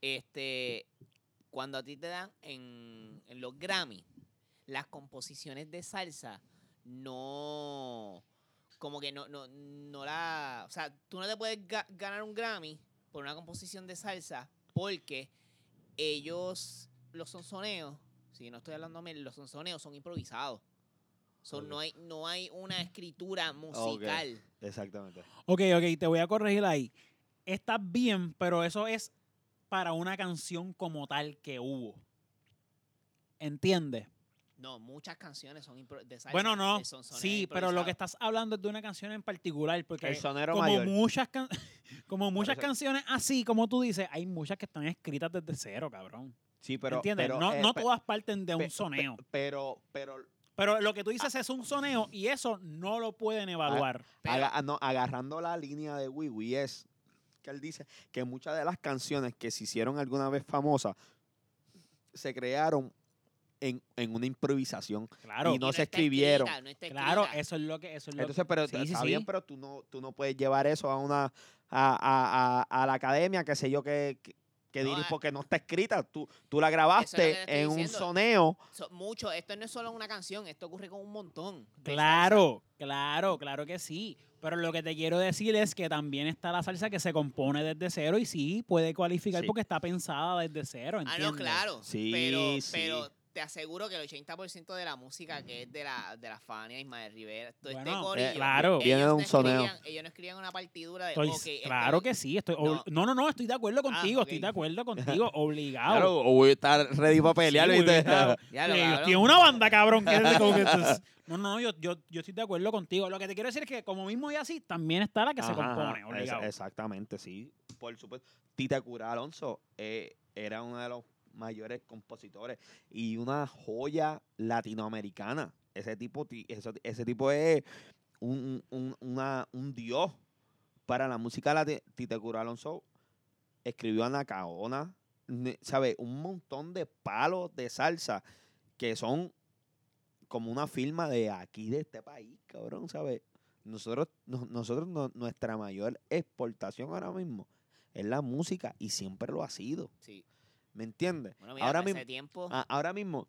Este, cuando a ti te dan en, en los Grammy, las composiciones de salsa no... Como que no, no, no la... O sea, tú no te puedes ga- ganar un Grammy por una composición de salsa porque ellos, los sonsoneos, si no estoy hablando mal, los sonsoneos son improvisados. So,
Ok.
no, hay, no hay una escritura musical.
Exactamente.
Ok, ok, te voy a corregir ahí. Está bien, pero eso es para una canción como tal que hubo. ¿Entiendes?
No, muchas canciones son impro- de salsa.
Bueno, no.
el sonsoneo
Sí,
es
pero lo que
improvisado.
estás hablando es de una canción en particular. Porque
El sonero
Eh, como
mayor.
muchas can- como muchas
eso-
canciones así, como tú dices, hay muchas que están escritas desde cero, cabrón.
Sí, pero.
¿Entiendes?
pero,
no
eh,
no
pe-
todas parten de
pe-
un
pe- ah,
soneo.
Pero, pero,
Pero lo que tú dices es un soneo y eso no lo pueden evaluar.
Pero-
aga- ah, no, agarrando la línea de Wiwi es que él dice que muchas de las canciones que se hicieron alguna vez famosas se crearon en, en una improvisación.
Claro.
y no
Y
se
está
escribieron.
escrita, no está
Claro,
escrita.
eso es lo que eso es lo
Entonces, pero
Sí, sí,
está
sí.
bien, pero tú no, tú no puedes llevar eso a una a, a- a- a la academia, que sé yo, que, que, que
No,
diri-
a-
porque no está escrita. Tú, tú la
te
grabaste
estoy
en un
diciendo.
soneo.
So, mucho. Esto no es solo una canción, esto ocurre con un montón. de
Claro, claro, claro que sí. Pero lo que te quiero decir es que también está la salsa que se compone desde cero y sí puede cualificar
Sí.
porque está pensada desde cero.
salsa. Ah,
¿entiendes?
no, claro.
Sí,
pero,
sí.
pero te aseguro que el 80% de la música que es de la, de la Fania, Ismael Rivera, todo este
Bueno,
corillo,
eh,
claro.
ellos
Viene de
no
un soneo.
escribían- Ellos no escribían una partitura
Eh,
de.
Estoy-
ok, este esto
claro
es-
que sí. Estoy,
No.
ob- no. no, no, estoy de
Ah,
acuerdo contigo.
ok.
Estoy de acuerdo contigo. Obligado. Eh,
o voy a estar ready para
Sí, obligado.
Ya lo
Que
cabrón.
Tiene una banda, cabrón. que es como que- no, no, yo, yo, yo estoy de acuerdo contigo. Lo que te quiero decir es que como mismo y así, también está la que se
Ajá, ajá,
compone,
ex-
obligado.
exactamente, sí. Por supuesto. Tita Cura Alonso eh, era uno de los mayores compositores y una joya latinoamericana. Ese tipo, ti- eso- ese tipo es un, un- un- una- un dios para la música latina. Tita Cura Alonso escribió Anacaona, ne- ¿sabe? Un montón de palos de salsa que son como una firma de aquí, de este país, cabrón, ¿sabes? Nosotros, no- nosotros no- nuestra mayor exportación ahora mismo es la música y siempre lo ha sido,
Sí.
¿me entiendes?
Bueno, mira,
Ahora
ahora mismo.
mismo- Ah.
tiempo.
A- ahora mismo,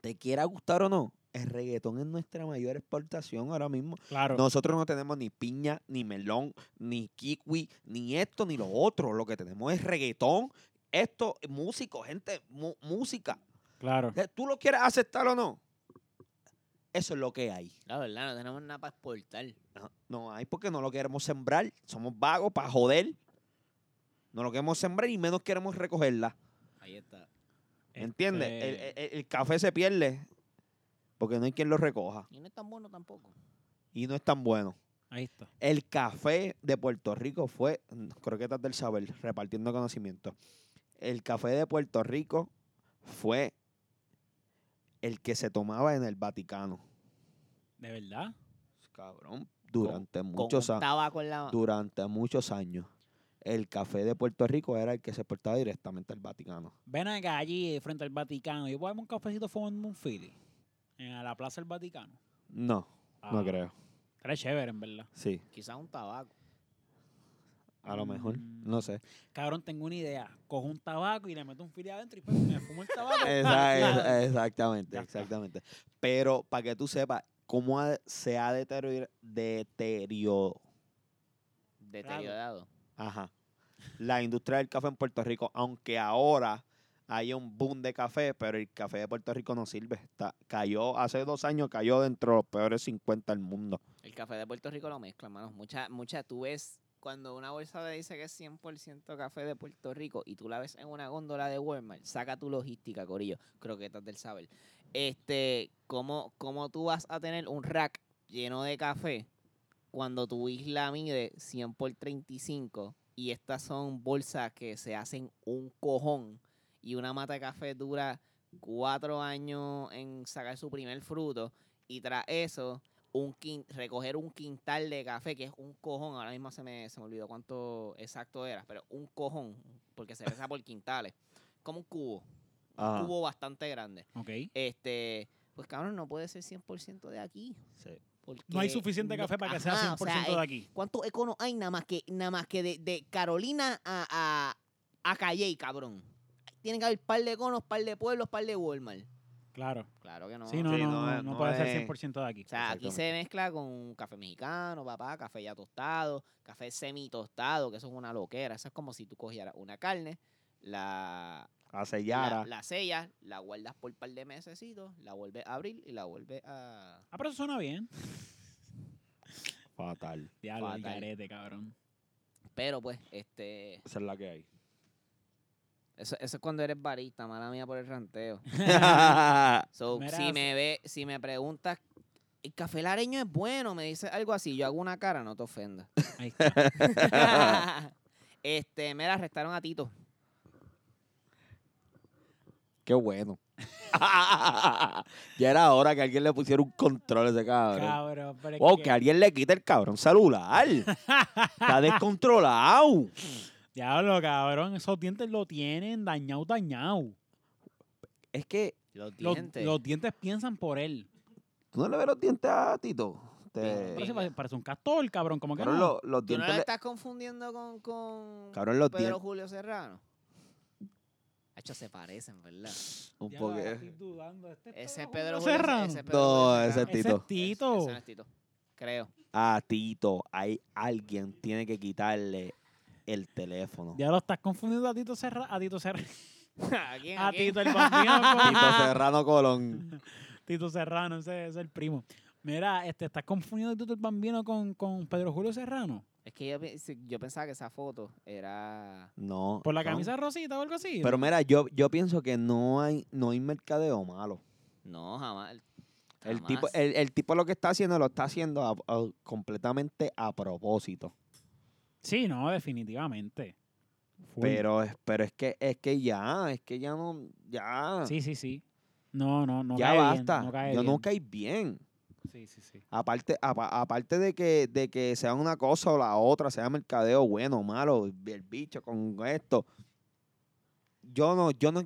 te quiera gustar o no, el reggaetón es nuestra mayor exportación ahora mismo.
Claro.
Nosotros no tenemos ni piña, ni melón, ni kiwi, ni esto, ni lo otro. Lo que tenemos es reggaetón, esto, músicos, gente, mu- música.
Claro.
Eh, ¿Tú lo quieres aceptar o no? Eso es lo que hay.
La verdad, no tenemos nada para exportar.
No, no hay porque no lo queremos sembrar. Somos vagos para joder. No lo queremos sembrar y menos queremos recogerla.
Ahí está.
¿Entiendes? El-
Este,
El, el café se pierde porque no hay quien lo recoja.
Y no es tan bueno tampoco.
Y no es tan bueno.
Ahí está.
El café de Puerto Rico fue, mm, croquetas del saber, repartiendo conocimiento. El café de Puerto Rico fue el que se tomaba en el Vaticano.
¿De verdad?
Cabrón, durante muchos
Con un
años.
tabaco en la...
Durante muchos años. El café de Puerto Rico era el que se exportaba directamente al Vaticano.
Ven acá allí, eh, frente al Vaticano. Yo voy a darme un cafecito fumando un Philly. En la Plaza del Vaticano.
No,
Ah,
no creo.
Estaría chévere, en verdad.
Sí,
Quizás un tabaco.
a lo mejor.
Mm.
No sé.
Cabrón, tengo una idea. Cojo un tabaco y le meto un Philly adentro y pues, me fumo el tabaco.
Esa- eh.
Claro.
esa- exactamente,
Ya está.
exactamente. Pero para que tú sepas cómo ha- se ha deteriorado. deteriorado
Deteriorado.
Ajá. La industria del café en Puerto Rico, aunque ahora hay un boom de café, pero el café de Puerto Rico no sirve. Está, cayó, hace dos años cayó dentro de los peores 50 del mundo.
El café de Puerto Rico lo mezcla, hermano. Mucha, mucha, tú ves cuando una bolsa te dice que es 100% café de Puerto Rico y tú la ves en una góndola de Walmart, saca tu logística, Corillo, croquetas del saber. Este, ¿cómo, ¿cómo tú vas a tener un rack lleno de café cuando tu isla mide 100 por 35 y estas son bolsas que se hacen un cojón y una mata de café dura cuatro años en sacar su primer fruto y tras eso un quin- recoger un quintal de café, que es un cojón, ahora mismo se me, se me olvidó cuánto exacto era, pero un cojón, porque se pesa por quintales, como un cubo,
Ajá.
un cubo bastante grande.
Ok.
Este, pues cabrón, no puede ser 100% de aquí. porque
No hay suficiente
no-
café para que
ajá,
sea
o sea,
100%
eh,
de aquí.
¿Cuántos econos hay nada más que, nada más que de, de Carolina a, a, a Calley, cabrón? Tienen que haber par de econos, par de pueblos, par de Walmart.
Claro.
Claro que no.
Sí, no,
Sí,
no,
no
no,
es-
no
no
puede
es-
ser 100% de aquí.
O sea, aquí se mezcla con café mexicano, papá, café ya tostado, café semi tostado, que eso es una loquera. Eso es como si tú cogieras una carne, la,
Hace
la,
Yara.
la sellas, la guardas por un par de mesecitos, la vuelves a abrir y la vuelves a...
Ah, pero eso suena bien.
Fatal.
Diablo, el
Fatal.
garete, cabrón.
Pero pues, este...
Esa es la que hay.
Eso, eso es cuando eres barista, mala mía por el ranteo. So,
Mira,
si
o
me ve, si me preguntas, el café lareño es bueno, me dice algo así, yo hago una cara, no te ofendas.
Ahí está.
este, me la arrestaron a Tito.
Qué bueno. ya era hora que alguien le pusiera un control a ese cabrón.
Cabrón, pero es
Wow,
que-
que alguien le quite el cabrón celular. Está descontrolado.
Diablo, cabrón, esos dientes lo tienen dañado, dañado.
Es que
Los
Los,
dientes.
los dientes piensan por él.
tú no le ves los dientes a Tito. Te-
Parece,
Venga.
pues, parece un castor, cabrón, como que
Cabrón,
no.
los, los
¿Tú no
dientes.
lo
le-
estás confundiendo con, con
Cabrón, los
Pedro
dientes.
Julio Serrano? Hachos, se parecen, ¿verdad?
Un
Ya,
poco.
estoy dudando, este
Ese es
Julio
Pedro Julio
Serrano.
Ese es Pedro
No,
Julio Serrano.
ese es
Ese
Tito.
es Tito.
Ese no es Tito, creo.
A Tito, hay alguien tiene que quitarle el teléfono.
Ya lo estás confundiendo a Tito Serra, a Tito Serra,
¿A quién?
a
quién?
Tito el bambino.
Tito
cabrón.
Serrano Colón.
Tito Serrano, ese, ese es el primo. Mira, este, estás confundiendo a Tito el bambino con, con Pedro Julio Serrano.
Es que yo, pe- si- yo pensaba que esa foto era...
No.
Por la
no.
camisa rosita o algo así.
Pero mira, yo, yo pienso que no hay, no hay mercadeo malo.
No, jamás.
El tipo,
jamás.
el, el tipo lo que está haciendo lo está haciendo a- a- completamente a propósito.
Sí, no, definitivamente. Full.
Pero, es- pero es que es que ya, es que ya no, ya,
Sí, sí, sí. No, no, no.
ya
cae bien,
basta.
no cae
yo no
bien.
caí bien.
Sí, sí, sí.
Aparte, apa- aparte de que, de que sea una cosa o la otra, sea mercadeo bueno, malo, el bicho con esto. Yo no, yo no,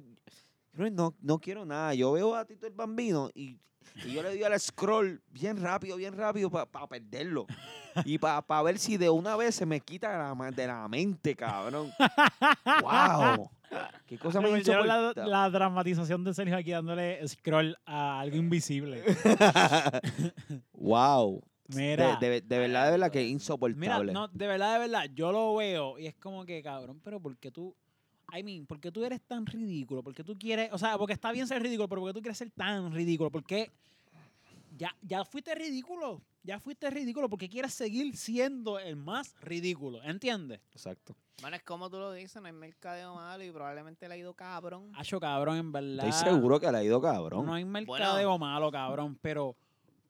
Bro, no, no quiero nada. Yo veo a Tito el Bambino y, y yo le doy al scroll bien rápido, bien rápido para perderlo. Y para ver si de una vez se me quita la ma- de la mente, cabrón. ¡Wow! ¡Qué cosa
Me
me hizo
hicieron la, la dramatización de Sergio aquí dándole scroll a algo invisible.
¡Wow!
Mira.
De, de- de verdad, de verdad que es
Mira,
insoportable.
no, de verdad, de verdad, yo lo veo y es como que, cabrón, pero ¿por qué tú, I mean, ¿por qué tú eres tan ridículo? ¿Por qué tú quieres, o sea, porque está bien ser ridículo, pero ¿por qué tú quieres ser tan ridículo? ¿Por qué ya, ya fuiste ridículo? Ya fuiste ridículo porque quieres seguir siendo el más ridículo, ¿entiendes?
Exacto.
Bueno, es como tú lo dices, no hay mercadeo malo y probablemente le ha ido cabrón.
Hacho, cabrón, en verdad.
Estoy seguro que le ha ido cabrón.
No hay mercadeo malo, cabrón, pero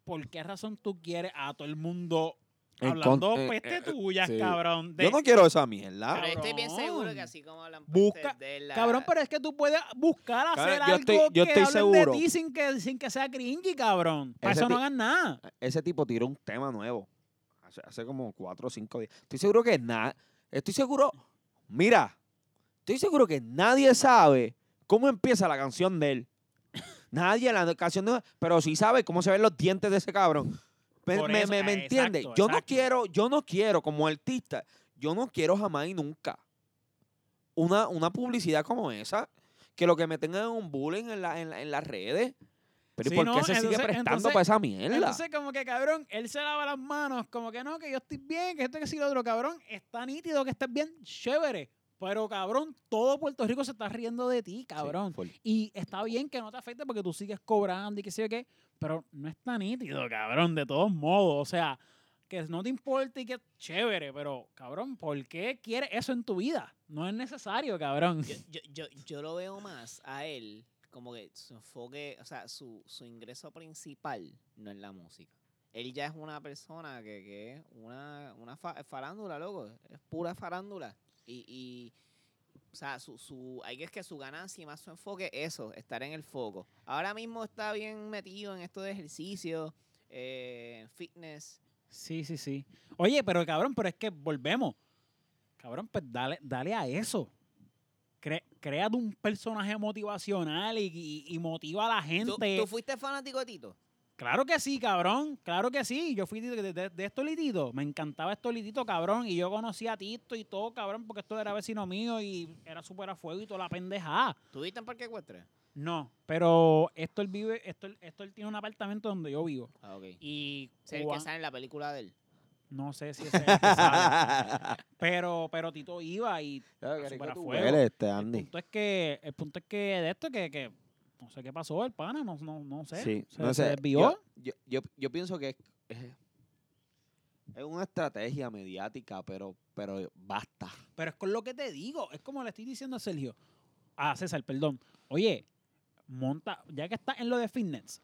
¿por qué razón tú quieres a todo el mundo
En
hablando
con- eh,
peste
eh,
tuyas,
sí.
cabrón? de-
Yo no quiero esa mierda.
Pero estoy bien seguro
Cabrón.
que así como hablan
Busca-
pestes de la...
Cabrón, pero es que tú puedes buscar hacer
yo
algo
estoy- yo
que
estoy
hablen
seguro.
de ti sin que, sin que sea cringy, cabrón. Para
Ese
eso no
ti-
hagas nada.
Ese tipo tiró un tema nuevo. Hace, hace como cuatro o cinco días. Estoy seguro que nada. Estoy seguro. Mira, estoy seguro que nadie sabe cómo empieza la canción de él. Nadie la canción de Pero sí sabe cómo se ven los dientes de ese cabrón. Me,
Por
me-
eso,
me- me
eh,
entiende.
exacto,
yo no
exacto.
quiero, yo no quiero, como artista, yo no quiero jamás y nunca una, una publicidad como esa. Que lo que me tengan es un bullying en, la- en la- en las redes. Pero ¿y
Sí,
¿por
no,
qué se sigue
entonces-
prestando
entonces-
para esa mierda?
Entonces, como que, cabrón, él se lava las manos, como que no, que yo estoy bien, que esto que sí lo otro, cabrón. Está nítido que estés bien, chévere. Pero, cabrón, todo Puerto Rico se está riendo de ti,
Sí,
cabrón.
full.
Y está bien que no te afecte porque tú sigues cobrando y qué sé yo qué, pero no es tan nítido, cabrón, de todos modos. O sea, que no te importe y que es chévere, pero, cabrón, ¿por qué quieres eso en tu vida? No es necesario, cabrón.
Yo, yo, yo, yo lo veo más a él como que su enfoque, o sea, su, su ingreso principal no es la música. Él ya es una persona que, que es una, una fa- farándula, loco. Es pura farándula. Y, y o sea, su, su, ahí es que su ganancia y más su enfoque, eso, estar en el foco. Ahora mismo está bien metido en esto de ejercicio, eh, fitness.
Sí, sí, sí. Oye, pero, cabrón, pero es que volvemos. Cabrón, pues dale, dale a eso. Cre- crea un personaje motivacional y, y- y motiva a la gente.
¿Tú, tú fuiste fanático de Tito?
Claro que sí, cabrón. Claro que sí. Yo fui de, de, de Estolitito. Me encantaba Estolitito, cabrón. Y yo conocía a Tito y todo, cabrón, porque esto era vecino mío y era súper a fuego y toda la pendejada.
¿Tuviste en Parque Ecuestre?
No, pero esto él vive, esto, esto él tiene un apartamento donde yo vivo.
Ah, ok.
Y
Es el que
cuan-
sale en la película de él.
no sé si ese es el que sale. pero, pero Tito iba y Súper a fuego.
Huele este,
el
Andy.
punto es que, el punto es que de esto que, que no sé qué pasó, el pana, no, no, no sé.
Sí,
se,
no
se
sé,
desvió.
Yo, yo, yo, yo pienso que es, es- es una estrategia mediática, pero, pero basta.
Pero es con lo que te digo, es como le estoy diciendo a Sergio, a César, perdón. Oye, monta, ya que estás en lo de fitness,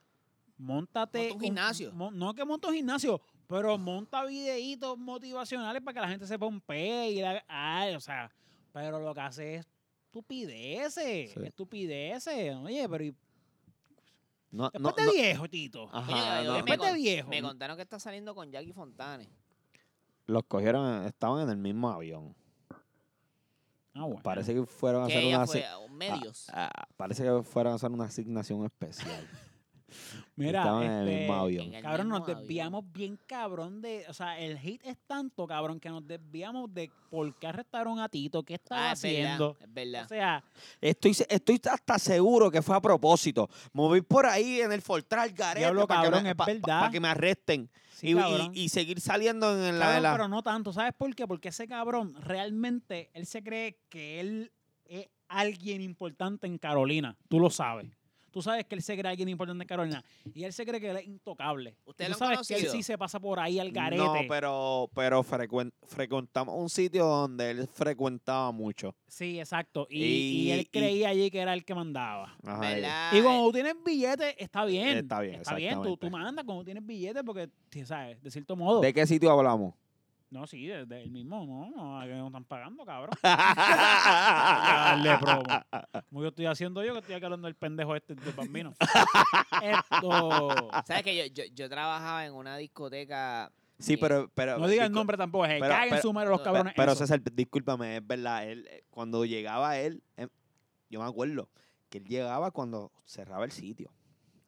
montate.
Monta un gimnasio.
mon- no que monta un gimnasio, pero monta videitos motivacionales para que la gente se pompee y la- ay, o sea, pero lo que hace es estupideces,
Sí.
estupideces. Oye, pero y-
No, no,
después de
no-
viejo, Tito.
Ajá,
Oye,
no, pues,
oye,
no.
Ah, me
después de
con-
viejo.
Me contaron que está saliendo con Jackie Fontane.
Los cogieron, estaban en el mismo avión.
Ah, bueno.
Parece que fueron a
Que
hacer
ella
una
fue
asi-
a medios.
ah, ah, parece que fueron a hacer una asignación especial.
Mira,
estaban en el
este,
mismo
en
avión.
el
Cabrón, nos
mismo avión. Ah,
desviamos bien cabrón de... O sea, el hate es tanto, cabrón, que nos desviamos de por qué arrestaron a Tito, qué estaba
Ah, es verdad.
haciendo.
Es verdad.
O sea,
Estoy, se- estoy hasta seguro que fue a propósito. Moví por ahí en el Fortral Garete
Diablo,
para, que
cabrón,
me,
es
pa- pa-
verdad.
pa' que me arresten.
sí,
y, y-
cabrón.
y seguir saliendo en la...
Cabrón,
en la-
pero no tanto. ¿Sabes por qué? Porque ese cabrón realmente, él se cree que él es alguien importante en Carolina. Tú lo sabes. Tú sabes que él se cree alguien importante en Carolina. Y él se cree que él es intocable.
¿Ustedes
Y
lo
tú
han
sabes que él
conocido?
sí se pasa por ahí al garete.
No, pero, pero frecuen- frecuentamos un sitio donde él frecuentaba mucho.
Sí, exacto. Y,
Y-
y él
y-
creía allí que era el que mandaba.
Ajá,
¿Verdad?
Y cuando tú tienes billetes, está bien.
Ah, eh. Está bien,
Está bien, tú,
exactamente.
tú mandas cuando tienes billetes porque, sí, ¿sabes? De cierto
y-
modo.
¿De qué sitio hablamos?
No, sí, de, de- el mismo, no, no, a que no están pagando, cabrón. Dale, promo. Como yo estoy haciendo yo, que estoy aquí hablando del pendejo este del bambino. Esto.
¿Sabes que yo, yo, yo trabajaba en una discoteca.
sí, pero... pero
No diga el
discul-
nombre tampoco, es
pero-
caguen
pero-
su madre los
pe-
pe-
cabrones.
Pero
eso.
César, discúlpame, es verdad. Él, eh, cuando llegaba él, em, yo me acuerdo que él llegaba cuando cerraba el sitio.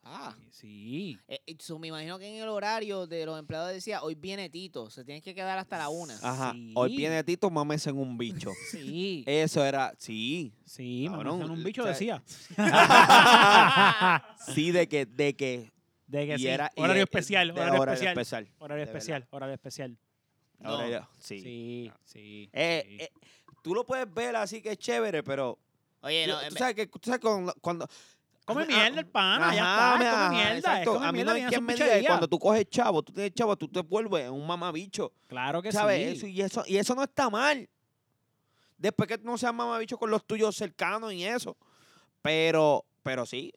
Ah.
Sí.
Eh, eh, so, me imagino que en el horario de los empleados decía, hoy viene Tito, se tienen que quedar hasta la una.
Ajá. Hoy
Sí.
viene Tito, mames en un bicho.
Sí.
Eso era, sí.
Sí, me
Eh, Cabrón,
en un bicho
o sea,
decía.
Sí, de que, de que.
De que
y
sí,
era- y
horario
de-
especial,
de
horario especial.
especial.
Horario
de verdad.
especial, horario especial.
No.
Horario- sí.
Sí, sí. sí.
Eh, eh, tú lo puedes ver así que es chévere, pero.
Oye, no, eh,
yo-
en
tú
ve-
sabes que tú sabes con la- cuando.
Come
ah,
mierda el pana, ya
Ajá,
está,
ajá,
come mierda,
exacto.
es come
A mí
mierda,
no hay
viene
quien
su
me diga que
puchería.
cuando tú coges chavo, tú tienes chavo, tú te vuelves un mamabicho.
Claro que
¿Sabes? Eso,
sí.
y, eso, y eso no está mal. Después que no seas mamabicho con los tuyos cercanos y eso. Pero, pero sí.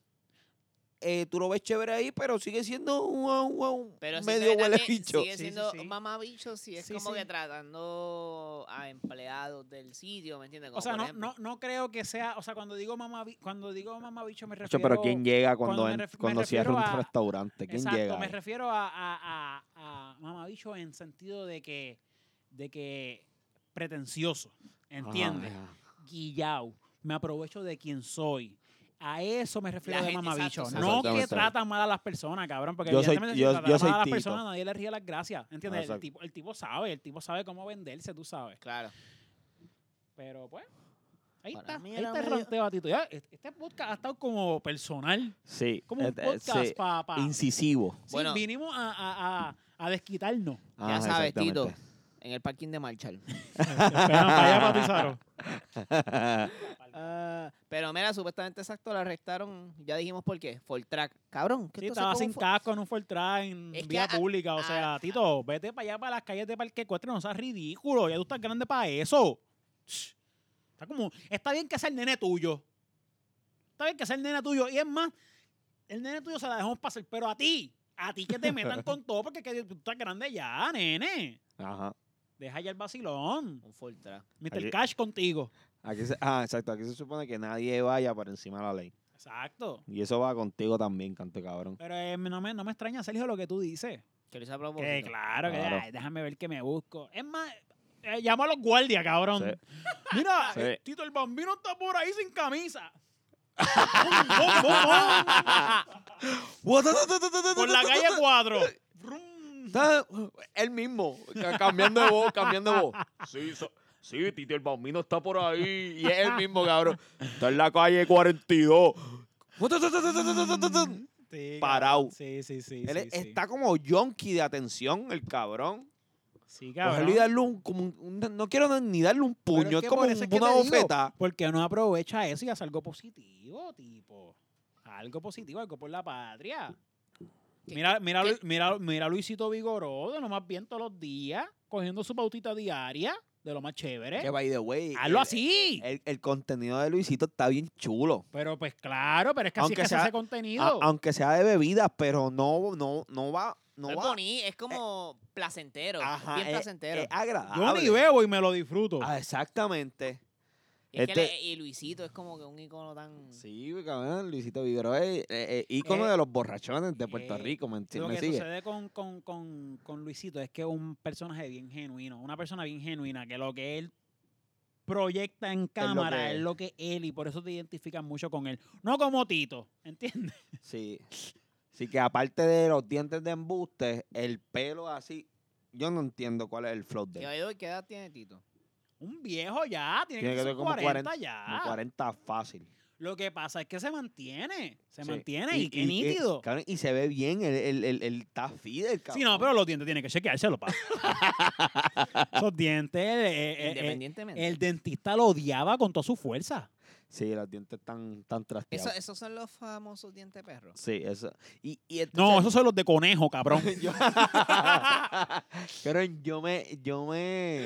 Eh, tú lo ves chévere ahí, pero sigue siendo un, un- un
pero sí
medio
se ve
huele
también-
bicho.
Sigue
Sí, sí,
siendo
sí.
mamá bicho, sí, es
Sí,
como
sí.
que tratando a empleados del sitio, ¿me entiendes? Como
O sea,
por
no,
ejemplo-
no, no creo que sea, o sea, cuando digo mamá, cuando digo mamá bicho me
Chacho,
refiero
pero ¿quién llega cuando,
cuando me
en-
ref- me
cuando cierra un
refiero a-
restaurante? ¿Quién
Exacto,
llega?
me
ahí?
refiero a, a, a, a mamabicho en sentido de que, de que pretencioso, ¿entiendes?
Ajá, ajá.
Guillao, me aprovecho de quien soy. A eso me refiero
La
de
gente-
mamabicho.
exacto,
No
exacto.
que
Exactamente.
tratan mal a las personas, cabrón. Porque
Yo soy-
evidentemente
yo-
si
yo
tratan mal
soy
a las
Tito.
personas, nadie le ríe las gracias. ¿Entiendes? El
Exacto.
tipo, el tipo sabe, el tipo sabe cómo venderse, tú sabes.
Claro.
Pero pues, ahí
Para
está.
mí
Ahí
era
está el
medio-
ranteo a Tito. Ya, este este podcast ha estado como personal,
Sí.
como un
este,
podcast
sí,
para...
Incisivo.
Bueno.
vinimos a, a, a, a desquitarnos.
ya
Ajá,
sabes, Tito,
Ah, exactamente.
en el parking de Marshall. Ah, pero mira, supuestamente exacto, la arrestaron, ya dijimos por qué, for track. Cabrón, que
Sí,
esto se
estaba
coge
sin
un fo-
casco en un Fortran, en
Es que
vía
a-
pública. O
a-
sea, Tito, vete para allá, para las calles de Parque Ecuestre, no seas ridículo. Ya tú estás grande para eso. Ch. Está como, está bien que sea el nene tuyo. Está bien que sea el nene tuyo. Y es más, el nene tuyo se la dejamos pasar, pero a ti, a ti que te metan con todo, porque que tú estás grande ya, nene.
Ajá.
Deja ya el vacilón.
Un full track.
Mr.
Aquí-
Cash contigo.
Aquí se- ah, exacto. Aquí se supone que nadie vaya por encima de la ley.
Exacto.
Y eso va contigo también, canto de cabrón.
Pero eh, no, me, no me extraña, Sergio, lo que tú dices.
Que lo hice a propósito.
Que Eh, claro, que
Claro.
ay, déjame ver qué me busco. Es más, eh, llamo a los guardias, cabrón. Mira,
Sí.
eh, Tito el Bambino está por ahí sin camisa. Bum, bum, bum, bum. por la calle 4.
El mismo, ca- cambiando de voz, cambiando de voz. Sí, so- sí, Tito el Bambino está por ahí. Y es el mismo, cabrón. Está en la calle 42. Parao.
Sí, sí, sí.
Él
sí,
es-
sí.
está como yonki de atención, el cabrón.
Sí,
Cogerlo y
cabrón.
darle un, como un- un- No quiero ni darle un
Pero
puño,
es
es,
que
como
por eso
un-
es que
una
te digo.
bofeta.
¿Por qué no aprovecha eso y hace algo positivo, tipo? Algo positivo, algo por la patria.
¿Qué-
Mira, mira,
qué-
Lu- mira, mira a Luisito Vigoroso, nomás bien todos los días, cogiendo su pautita diaria, de lo más chévere.
Que by the way.
¿eh? Hazlo
el-
así.
El, el contenido de Luisito está bien chulo.
Pero pues claro, pero es que así es
Aunque
que se
sea-
hace
A-
contenido.
aunque sea de bebidas, pero no, no, no va. No
es
va. Eh,
boni- es como placentero,
Ajá,
bien
eh,
placentero.
Es agradable.
Yo ni bebo y me lo disfruto.
Ah, exactamente.
y, es que
este-
le- y Luisito es como que un icono tan...
Sí, cabrón, Luisito Vigoró es ícono
Mm. Eh,
de los borrachones de Puerto
eh,
Rico, ¿me, enti-
Lo
me
que
sigue?
sucede con, con, con, con Luisito es que es un personaje bien genuino, una persona bien genuina, que lo que él proyecta en cámara
que-
es lo que, él y por eso te identifican mucho con él. No como Tito, ¿entiendes?
Sí. Así que aparte de los dientes de embuste, el pelo así, yo no entiendo cuál es el flow de
Que
él.
oye, ¿Qué edad tiene Tito?
Un viejo ya, tiene, que, ser
ser como
40,
40,
ya.
Como 40 fácil.
Lo que pasa es que se mantiene, se
Sí.
mantiene y, qué nítido.
cabrón, y se ve bien, el, el, el, el está fidel, cabrón.
Sí, no, pero los dientes tienen que chequeárselo, pa. Esos dientes, eh, eh, eh,
Independientemente.
el dentista lo odiaba con toda su fuerza.
Sí, los dientes están tan
Eso-
trasteados.
esos son los famosos dientes perros.
Sí, eso. Y, y
No,
entonces-
esos son los de conejo, cabrón.
yo, pero yo me, yo me,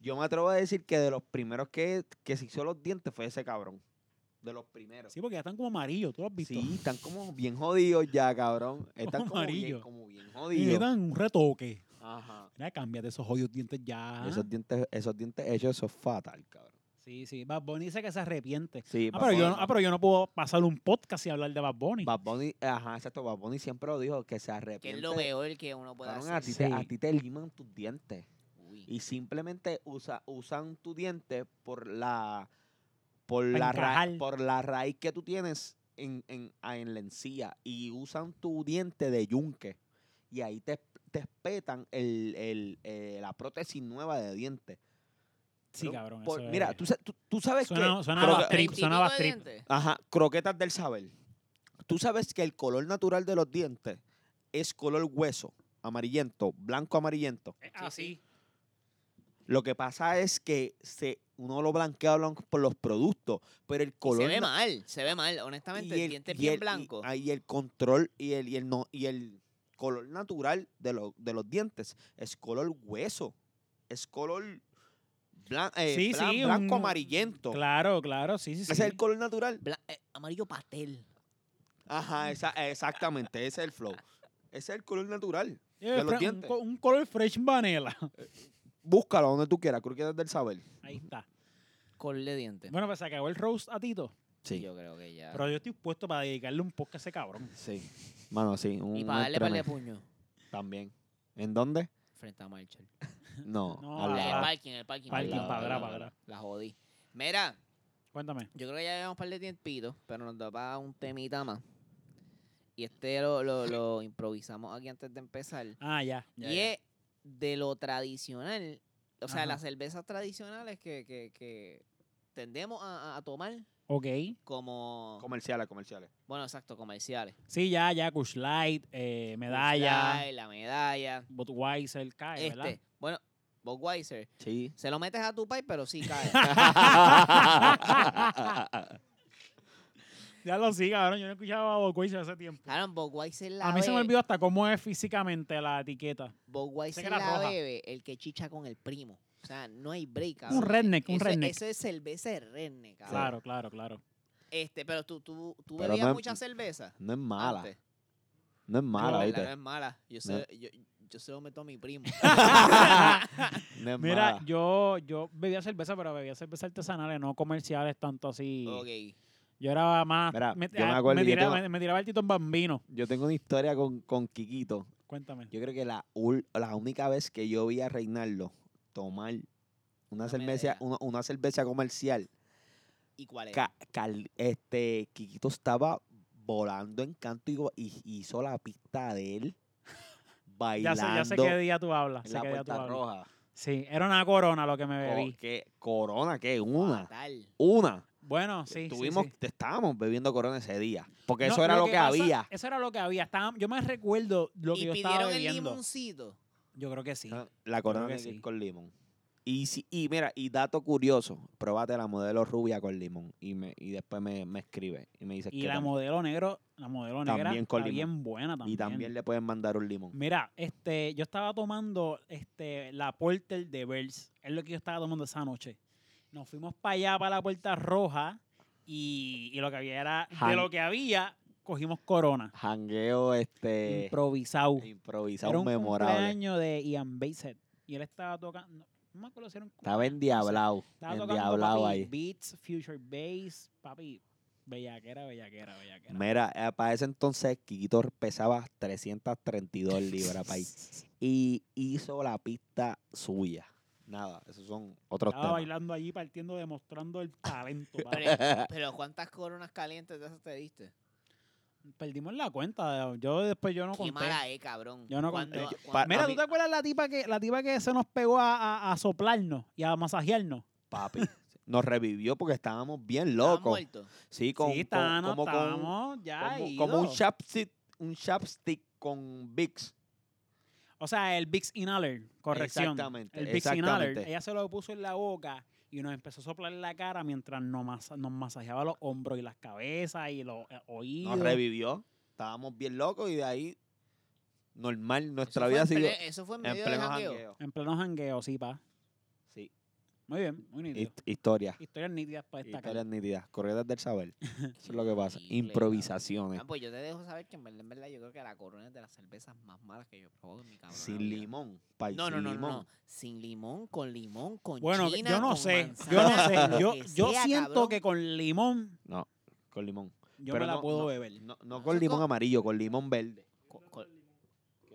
yo me atrevo a decir que de los primeros que, que se hizo los dientes fue ese cabrón. De los primeros.
Sí, porque ya están como amarillos, tú lo has visto.
Sí, están como bien jodidos ya, cabrón. Están
Como
como bien,
amarillo.
como bien
Y le
jodidos.
dan un retoque.
Ajá.
Mira, cámbiate esos hoyos dientes ya.
Esos dientes, esos dientes hechos, eso es fatal, cabrón.
Sí, sí. Bad Bunny dice que se arrepiente.
Sí,
Ah
Bad
pero, yo
Bunny-
no, ah, pero yo no puedo pasar un podcast y hablar de Bad Bunny.
Bad Bunny, ajá, exacto. Bad Bunny siempre lo dijo, que se
Que
arrepiente.
es lo peor que uno puede
Cabrón,
hacer.
a ti, te, a
Sí.
ti te liman tus dientes.
Uy.
Y simplemente usa, usan tu diente por la por
Pa'
la, ra-
encajar.
por la raíz que tú tienes en, en, a- en la encía y usan tu diente de yunque y ahí te, te espetan el, el, eh, la prótesis nueva de diente.
Sí,
Pero
cabrón.
por-
eso
mira,
es-
tú, sa- tú- tú sabes
Suena-
que...
suena
croque-
a bad trip, suena bad trip.
dientes?
Ajá, croquetas del saber. Tú sabes que el color natural de los dientes es color hueso, amarillento, blanco amarillento.
Eh, ah, sí.
Lo que pasa es que se, uno lo blanquea blanco por los productos, pero el
Y
color
Se ve
na-
mal, se ve mal, honestamente.
y
el diente es bien
y
blanco.
ah, Y, el control y el, y el no, y el color natural de, lo- de los dientes es color hueso. Es color blan- eh,
Sí,
blan-
sí,
blanco
un-
amarillento.
Claro, claro, sí, sí.
Ese
sí.
es el color natural.
Bla- eh, amarillo pastel.
Ajá, esa- exactamente. Ese es el flow. Ese es el color natural.
Eh,
de los
fre- un
dientes.
co- Un, color fresh vanilla.
Búscalo donde tú quieras, croquetas del saber.
Ahí está.
Col de dientes.
Bueno, pues se acabó el roast a Tito.
Sí,
Yo creo que ya.
Pero yo estoy puesto para dedicarle un podcast a ese cabrón.
sí. Mano, sí. Un,
y
un
para darle par de
estreno.
puño
También. ¿En dónde?
frente a Marshall.
No.
No,
al
a
En el
lado.
parking, en el parking.
Parking,
perdón,
pa' atrás,
perdón,
pa' atrás.
La jodí. Mira,
Cuéntame.
yo creo que ya llevamos un par de tiempitos, pero nos da para un temita más. Y este lo, lo, lo improvisamos aquí antes de empezar.
Ah, ya. ya,
Y
ya.
es de lo tradicional. O sea,
Ajá.
las cervezas tradicionales que, que, que tendemos a, a- a tomar
Ok.
como,
Comerciales, comerciales.
Bueno, exacto, comerciales.
Sí, ya, ya. Kush Light, eh, Medalla,
Bushlight, La medalla.
Budweiser, cae,
este.
¿verdad?
Bueno, Budweiser.
Sí.
Se lo metes a tu país, pero sí cae.
Ya lo sí, cabrón. Yo no escuchaba a Budweiser hace tiempo.
Claro, Budweiser la
A mí se me
bebe-
olvidó hasta cómo es físicamente la etiqueta.
Budweiser
que era
la
roja.
bebe el que chicha con el primo. O sea, no hay break,
Un
cabrón.
redneck, un
Ese-
redneck.
Eso es cerveza de redneck, cabrón.
Claro, claro, claro.
Este, pero tú, tú, tú
Pero
bebías
no es-
mucha cerveza.
No es mala.
antes.
No es mala,
No, la
¿viste?
verdad es mala. Yo
No.
sé, yo, yo se lo meto a mi primo.
No es
Mira,
mala.
yo, yo bebía cerveza, pero bebía cerveza artesanales, no comerciales tanto así.
ok.
Yo era más.
Mira,
me,
yo me
ah,
acuerdo, yo
tiraba,
tengo-
me- me tiraba el tito en bambino.
Yo tengo una historia con, con Kikito.
Cuéntame.
Yo creo que la, ul- la única vez que yo vi a Reinaldo tomar una,
Una
cerveza,
medalla.
una, una cerveza comercial,
¿Y
Eh.
cuál es?
ca- cal- este Kikito estaba volando en canto y, go- y- y hizo la pista de él
Ya
bailando
sé, ya sé qué día tú hablas.
en
sé
la
qué día tú
puerta
hablas.
roja. Oh.
Sí, era una corona lo que me
Co-
bebí.
¿Qué? Corona, ¿qué? Una.
Fatal.
Una.
Bueno, sí. sí,
Tuvimos,
sí.
te- estábamos bebiendo corona ese día. Porque
No,
eso era lo que,
pasa-
había.
Eso era lo que había. Estaba- yo me recuerdo lo que
y
yo estaba
pidieron el
bebiendo.
limoncito.
Yo creo que sí.
Ah, La corona
que
de
sí.
con limón. Y, si, y mira, y dato curioso, probate la modelo rubia con limón. Y, me, y después me, me escribe y me dice
Y
que
la
tam-
modelo negro, la modelo negra
También con
está
limón.
bien buena también.
y también le pueden mandar un limón.
Mira, este, yo estaba tomando este, la Porter de Bells. Es lo que yo estaba tomando esa noche. Nos fuimos para allá, para la Puerta Roja, y, y lo que había era, de
Han-
lo que había, cogimos Corona.
Jangueo este
improvisado.
improvisado
Era un
memorable.
cumpleaños de Ian Bassett. Y él estaba tocando, no me acuerdo si era un
Estaba
cumpleaños, no sé.
endiablado,
Estaba
endiablado
papi,
ahí.
Beats, Future Bass, papi, bellaquera, bellaquera, bellaquera.
Mira, eh, para ese entonces Kikito pesaba 332 libras pa' ahí. y hizo la pista suya. Nada, esos son otros
Estaba
temas.
bailando allí, partiendo, demostrando el talento. papi.
Pero, pero ¿cuántas coronas calientes de esas te diste?
Perdimos la cuenta. Yo después yo no
Qué
conté.
mala es, cabrón.
Yo no
Cuando-
conté.
cuando-
Pa-
Mira,
a
¿tú
mí-
te acuerdas la tipa que la tipa que se nos pegó a, a- a soplarnos y a masajearnos?
Papi, nos revivió porque estábamos bien
¿estabas
locos.
muerto?
Sí, con,
sí,
con-
está, no,
como, con, como,
estábamos ya
como un
idos.
chapstick, un chapstick con Vicks.
O sea, el Vicks Inhaler, corrección.
Exactamente,
El Vicks Inhaler.
exactamente.
Ella se lo puso en la boca y nos empezó a soplar en la cara mientras nos, masa- nos masajeaba los hombros y las cabezas y los eh, oídos.
Nos revivió. Estábamos bien locos y de ahí, normal,
Eso
nuestra
fue
vida ha
en
sido
ple- Eso fue en
en
medio de
pleno
jangueo.
jangueo.
en pleno jangueo, sí, pa.
Sí,
Muy bien, muy nítido.
hist- historia.
Historias nítidas para destacar.
Historias nítidas, corridas del saber. Eso es lo que pasa.
Horrible,
Improvisaciones.
Ah, pues yo te dejo saber que en verdad, en verdad yo creo que la corona es de las cervezas más malas que yo he probado en mi cabrón.
Sin limón. pay,
No, no,
sin
no,
limón.
no, no. Sin limón, con limón, con
Bueno,
china,
yo no
con
sé, yo no
manzana, con
sé.
lo
Yo,
que
yo
sea,
siento
cabrón.
que con limón
No, con limón.
yo
Pero
me la
no-
puedo
no-
beber.
No, no
Eso
con
es
limón
co-
amarillo, con limón verde.
Co- co-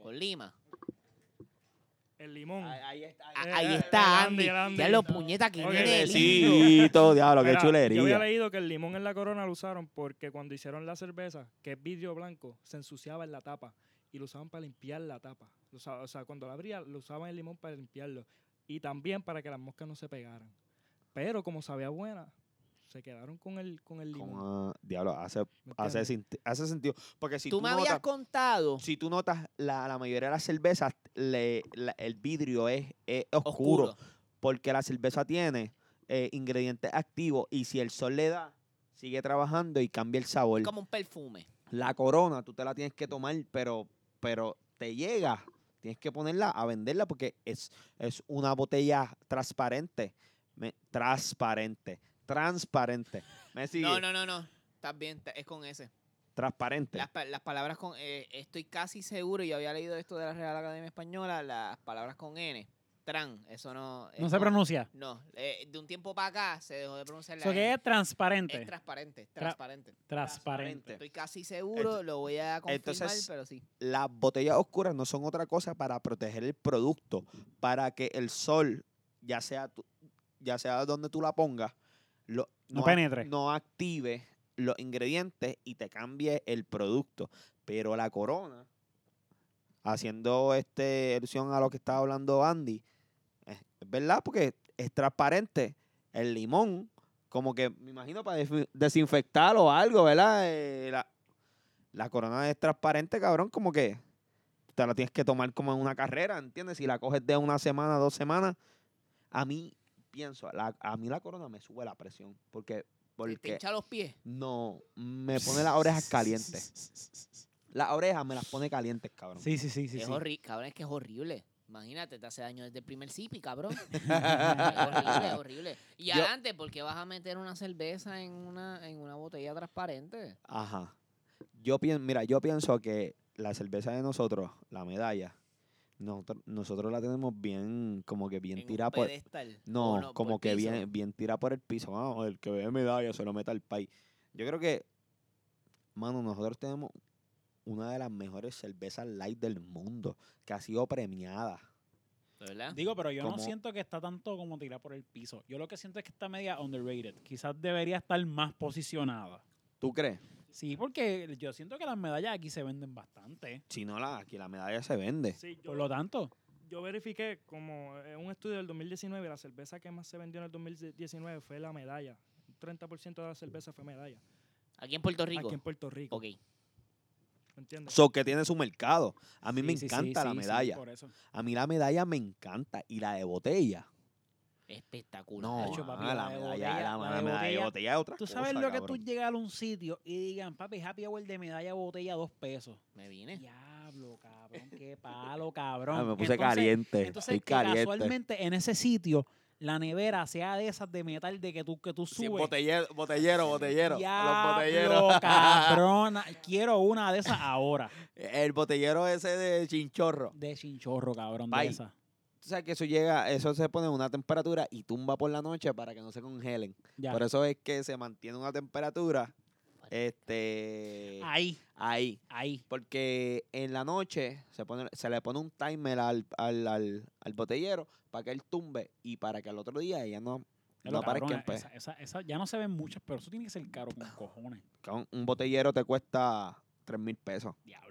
Con, lima.
El limón.
Ahí, ahí está.
Ah,
Eh,
ahí
eh,
está
el
Andy.
Andy, el Andy.
Ya los puñetas que
Ok.
viene el
Sí.
himno.
Bendito, diablo, qué
Mira, Yo había
chulería.
leído que el limón en la corona lo usaron porque cuando hicieron la cerveza, que es vidrio blanco, se ensuciaba en la tapa y lo usaban para limpiar la tapa. Lo usa- o sea, cuando la abría, lo usaban el limón para limpiarlo y también para que las moscas no se pegaran. Pero como sabía buena, se quedaron con el, con el limón.
Como, ah, diablo, hace,
¿me
hace,
entiendes?
sinti- hace sentido. Porque si tú,
Tú me
notas,
habías contado
si tú notas, la, la mayoría de las cervezas, le- la- el vidrio es, es oscuro,
oscuro.
Porque la cerveza tiene eh, ingredientes activos y si el sol le da, sigue trabajando y cambia el sabor.
Como un perfume.
La corona, tú te la tienes que tomar, pero, pero te llega. Tienes que ponerla a venderla porque es, es una botella transparente. Me- transparente. Transparente. ¿Me sigue?
No, no, no, no. Estás bien, ta- es con ese.
Transparente.
Las, pa- las palabras con. eh, estoy casi seguro, yo había leído esto de la Real Academia Española, las palabras con N. Tran, eso no. es
No se
con-
pronuncia.
No, eh, de un tiempo para acá se dejó de pronunciar la
Eso que
N.
es transparente.
Es transparente, transparente.
transparente.
Estoy casi seguro,
Ento-
lo voy a confirmar,
entonces-
pero sí.
Las botellas oscuras no son otra cosa para proteger el producto, para que el sol, ya sea, tú- ya sea donde tú la pongas, lo-
No
a-
penetre.
no active los ingredientes y te cambie el producto. Pero la corona, haciendo este alusión a lo que estaba hablando Andy, es es verdad porque es transparente. El limón, como que me imagino para desinfectarlo desinfectar o algo, ¿verdad? Eh, la, la corona es transparente, cabrón, como que te la tienes que tomar como en una carrera, ¿entiendes? Si la coges de una semana, dos semanas, a mí pienso, la- a mí la corona me sube la presión porque
Te- Te
porque
hincha los pies.
no me pone las orejas calientes. Las orejas me las pone calientes, cabrón.
Sí, sí, sí, sí.
es
sí.
horrible, cabrón, es que es horrible. Imagínate, te hace daño desde el primer sipi, cabrón. es horrible, es horrible. Y
Yo-
adelante, ¿por qué vas a meter una cerveza en una, en una botella transparente?
Ajá. Yo pienso, mira, yo pienso que la cerveza de nosotros, la medalla, nosotros, nosotros la tenemos bien, como que bien
en
tirada
un
por.
pedestal,
No,
o por
como que
piso.
bien, bien tirada por el piso. Vamos, el que ve medalla se lo mete al país. Yo creo que, mano, nosotros tenemos una de las mejores cervezas light del mundo, que ha sido premiada.
¿Verdad?
Digo, pero yo no
Como-
siento que está tanto como tirada por el piso. Yo lo que siento es que está media underrated. Quizás debería estar más posicionada.
¿Tú crees?
Sí, porque yo siento que las medallas aquí se venden bastante.
Si no, la, aquí la medalla se vende.
Sí, yo-
Por lo tanto,
Yo verifiqué como eh, un estudio del 2019, la cerveza que más se vendió en el 2019 fue la medalla. Un 30% de la cerveza fue medalla.
Aquí en Puerto Rico.
Aquí en Puerto Rico.
Ok.
¿Me entiendes?
So que tiene su mercado. A mí me
Sí, sí, sí,
encanta la
sí, sí,
medalla. Ah,
por eso.
A mí la medalla me encanta y la de botella.
Espectacular.
No,
Hacho, papi,
ah,
la
la
de
medalla,
botella-
la,
la de
la medalla de
botella.
botella es otra
Tú sabes
cosa,
lo que
cabrón.
tú llegas a un sitio y digan, papi, happy hour de medalla botella, dos pesos.
Me vine.
Diablo, cabrón, qué palo, cabrón.
Ah, me puse
Entonces-
caliente.
Entonces,
estoy
que
caliente.
casualmente en ese sitio, la nevera sea de esas de metal de que tú, que tú
Sí,
subes.
botellero, botellero, botellero. los
Diablo,
botelleros.
cabrona. Quiero una de esas ahora.
El botellero ese de chinchorro.
De chinchorro, cabrón, de
Bye.
esas.
Tú sabes que eso llega, eso se pone a una temperatura y tumba por la noche para que no se congelen.
Ya.
Por eso es que se mantiene una temperatura este
Ahí,
ahí.
ahí.
Porque en la noche se, pone, se le pone un timer al, al, al, al botellero para que él tumbe y para que al otro día ella no, no
Ya lo, cabrón,
aparezca en pe-
esa- esa- esa- ya no se ven muchas, pero eso tiene que ser caro con cojones.
Cabrón, Un botellero te cuesta 3 mil pesos,
Diablo.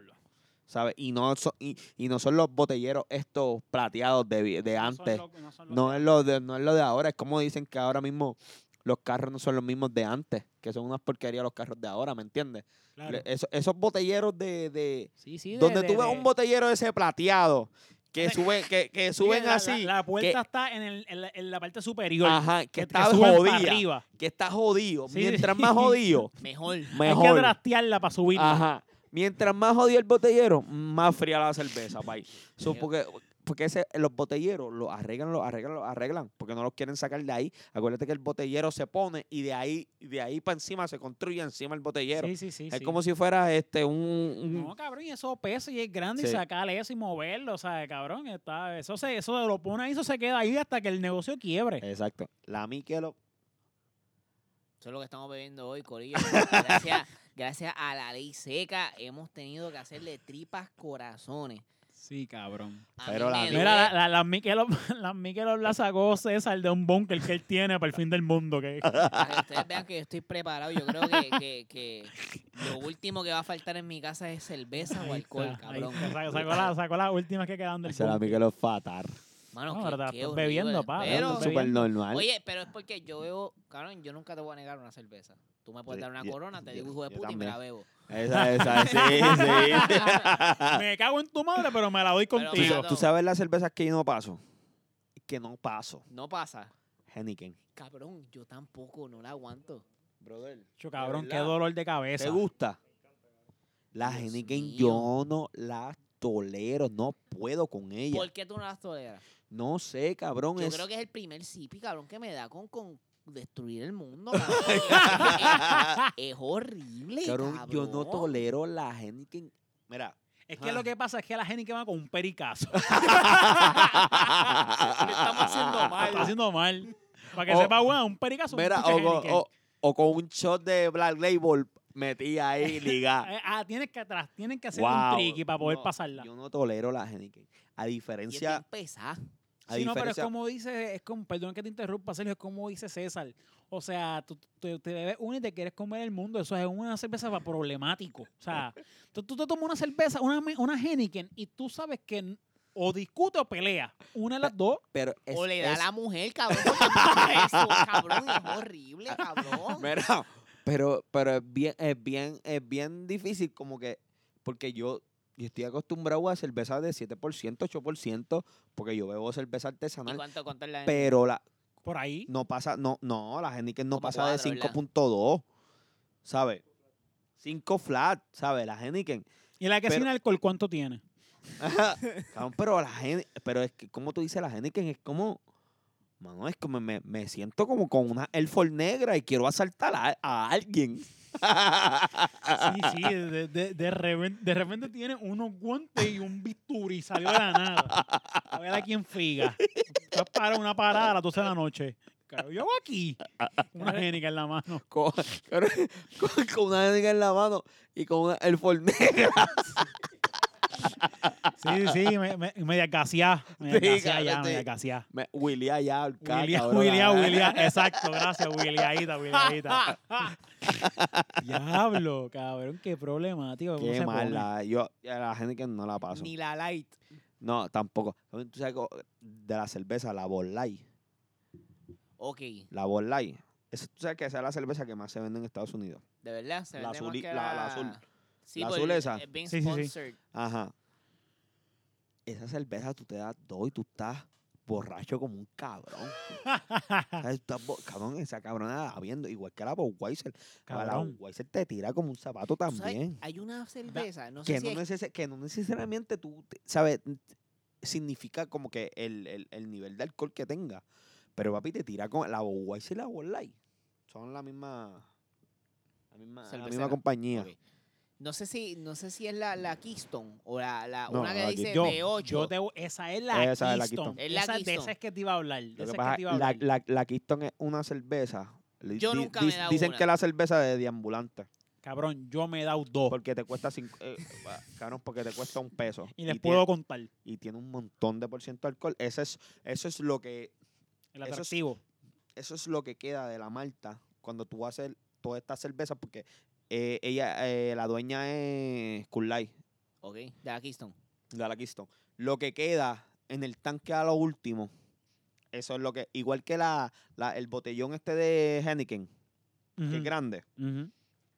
¿sabes? Y no, so- y, y no son los botelleros estos plateados de, vi- de
No son
antes.
lo- no son lo
No
que-
es, lo de, no es lo de ahora. Es como dicen que ahora mismo los carros no son los mismos de antes, que son unas porquerías los carros de ahora, ¿me entiendes?
claro.
Le- eso- esos botelleros de- de,
Sí, sí, de-
donde
de-
tú ves
de-
un botellero ese plateado que
Ese-
suben que, que
Oye,
suben
la- la-
así
La, puerta está en, el- en la, en la parte superior.
ajá que,
que,
está
suben pa'
jodida
arriba.
que está jodido
Sí,
mientras
sí.
más jodido
Mejor.
Hay que
mejor
trastearla para subirla.
ajá mientras más jodido el botellero más fría la cerveza pay. So,
Mira.
porque porque ese, los botelleros los arreglan los arreglan los arreglan porque no los quieren sacar de ahí acuérdate que el botellero se pone y de ahí de ahí para encima se construye encima el botellero
Sí, sí, sí.
es
sí.
como si fuera este un, un-
No, cabrón, y eso pesa y es grande y
Sí.
sacarle eso y moverlo, o sea, cabrón, está, eso se, eso lo pone ahí, eso se queda ahí hasta que el negocio quiebre.
exacto la Michelob
Eso es lo que estamos bebiendo hoy, Corillo. Gracias, gracias a la ley seca hemos tenido que hacerle tripas corazones
Sí, cabrón.
A
Pero
mí
la-
me
Mira,
Mira,
duele.
la, la, la Michelob, la Michelob la sacó César de un búnker que él tiene para el fin del mundo. Que...
Para que ustedes vean que yo estoy preparado, yo creo que, que- que lo último que va a faltar en mi casa es cerveza o
Ahí
alcohol,
está, ahí
cabrón.
está, sacó, sacó la- sacó las últimas que quedaban del
Esa era
búnker.
Miguel Fatar.
Mano,
No,
qué-
pero te la
qué
estás
horrible.
bebiendo, pa,
Pero-
bebiendo,
Súper normal.
oye, pero es porque yo bebo, cabrón, yo nunca te voy a negar una cerveza. Tú me puedes
Yo-
dar una
yo-
corona, te
yo-
digo hijo de
yo
puta y me
también.
la bebo.
Esa, esa, sí, sí.
Me cago en tu madre, pero me la doy
Pero,
¿Tú,
contigo.
sa- tú sabes las cervezas que yo no paso? Que no paso.
No pasa.
Henneken.
Cabrón, yo tampoco, no la aguanto.
Brother.
Cho, cabrón,
de
qué
verdad.
dolor de cabeza.
¿Te gusta? La
Dios
Henneken
mío.
yo no la tolero. No puedo con ella.
¿Por qué tú no las toleras?
No sé, cabrón.
Yo
es-
creo que es el primer sipi, cabrón, que me da con, con destruir el mundo. cabrón. es, es horrible,
cabrón,
cabrón.
yo no tolero la Henneken. Mira.
Es que
Ah.
lo que pasa es que la gente que va con un pericazo.
estamos
haciendo mal.
Está haciendo mal. Para que
O-
sepa, weón, un pericazo. un
Mira,
pinche
o con,
Heineken.
o- o con un shot de Black Label metía ahí ligada.
Eh, Ah, tienes que atrás, tienen que hacer
Wow,
un triqui para poder
no,
pasarla.
Yo no tolero la Henneken. A
Y es bien
diferencia,
pesada.
a
Sí, no, pero es
diferencia-
como dice, es como, perdón que te interrumpa, Sergio, es como dice César. O sea, tú tú- te, te bebes una y te quieres comer el mundo. Eso es una cerveza para problemático. O sea, tú, tú te tomas una cerveza, una, me- una Heineken, y tú sabes que n- o discute o pelea. Una de las dos.
pero
o
es-
le da a
es-
la mujer, cabrón. porque eso, cabrón, es horrible, cabrón.
Mira, pero, pero es bien, es bien, es bien difícil como que, porque yo, yo estoy acostumbrado a cerveza de 7%, 8%, porque yo bebo cerveza
¿Y
artesanal,
cuánto, cuánto es la
pero la,
Por ahí.
no pasa, no, no, la Henneken no
Como
pasa de
cuatro, ¿verdad?
5.2, ¿sabes? 5 flat, ¿sabes? La Henneken.
Y la que
pero-
sin alcohol, ¿cuánto tiene?
Cabrón, pero la gente, pero es que, como tú dices, la Henneken es como, mano, es como, me, me siento como con una Elfor negra y quiero asaltar a, a alguien.
Sí, sí, de, de, de, reven- de repente tiene unos guantes y un bisturi, salió de la nada. A ver a quién friga. Estás para una parada a las 12 de la noche. Claro, yo hago aquí. Una génica en la mano.
con, con- con- con una Henneken en la mano y con una Elfor negra.
Sí, sí, me, me, media gaseada. Media
Sí,
gaseada ya,
cabrón, sí.
media gaseada.
Me, Willy allá, el ca-
William,
cabrón,
William,
la-
William. Exacto, gracias, Williamita, Williamita. Diablo, cabrón, qué problemático. ¿cómo se
Qué
pone?
mala. Yo a la Henneken no la paso.
Ni la light.
No, tampoco. Tú sabes co- de la cerveza, la Borlai.
Ok,
La Borlai. Esa- Tú sabes que esa es la cerveza que más se vende en Estados Unidos.
de verdad, se
La
vende más
azuli-
que
la- la azul.
Sí,
La
por-
azul esa.
Es bien
Sí, sí, sí.
sponsored.
Ajá. Esa cerveza tú te das dos y tú estás borracho como un cabrón. O sea, tú estás bo- cabrón, esa cabrona la viendo. Igual que la Budweiser. A La
Cabrón.
Budweiser te tira como un zapato
Tú sabes,
también.
Hay una cerveza, no sé
Que
si
no,
es-
neces- que no necesariamente tú, te- ¿sabes? Significa como que el, el- el nivel de alcohol que tenga. Pero papi, te tira con la Budweiser y la Bud Light. Son la misma... La misma, la misma
Cervecera.
compañía.
Ok. No sé si, no sé si es la, la Keystone o la, la-
No,
una
no,
que
la
dice
Keystone.
B8.
Yo te, esa es la
Esa es la
Keystone.
Keystone.
Es la
Esa- de
Keystone.
esa es que te iba a hablar. de
Lo
esa
que
es
pasa
que
es
te
que
iba a
la,
hablar.
la, la Keystone es una cerveza. Li-
Yo
di-
nunca me he
dis-
dado
Dicen
una.
que la cerveza de deambulante.
Cabrón, yo me he dado dos.
Porque te cuesta cinco. eh, va, cabrón, porque te cuesta un peso.
Y les
tie-
puedo contar
y tiene un montón de por ciento de alcohol. Eso es, eso es lo que.
el
Eso es-
atractivo.
Eso es lo que queda de la malta cuando tú vas a hacer todas estas cervezas. Porque eh, ella, eh, la dueña es Kulai,
Ok, de la Keystone.
de la Keystone. Lo que queda en el tanque a lo último. Eso es lo que. Igual que la, la- el botellón este de Henneken, que es
Ujú,
grande.
ujú.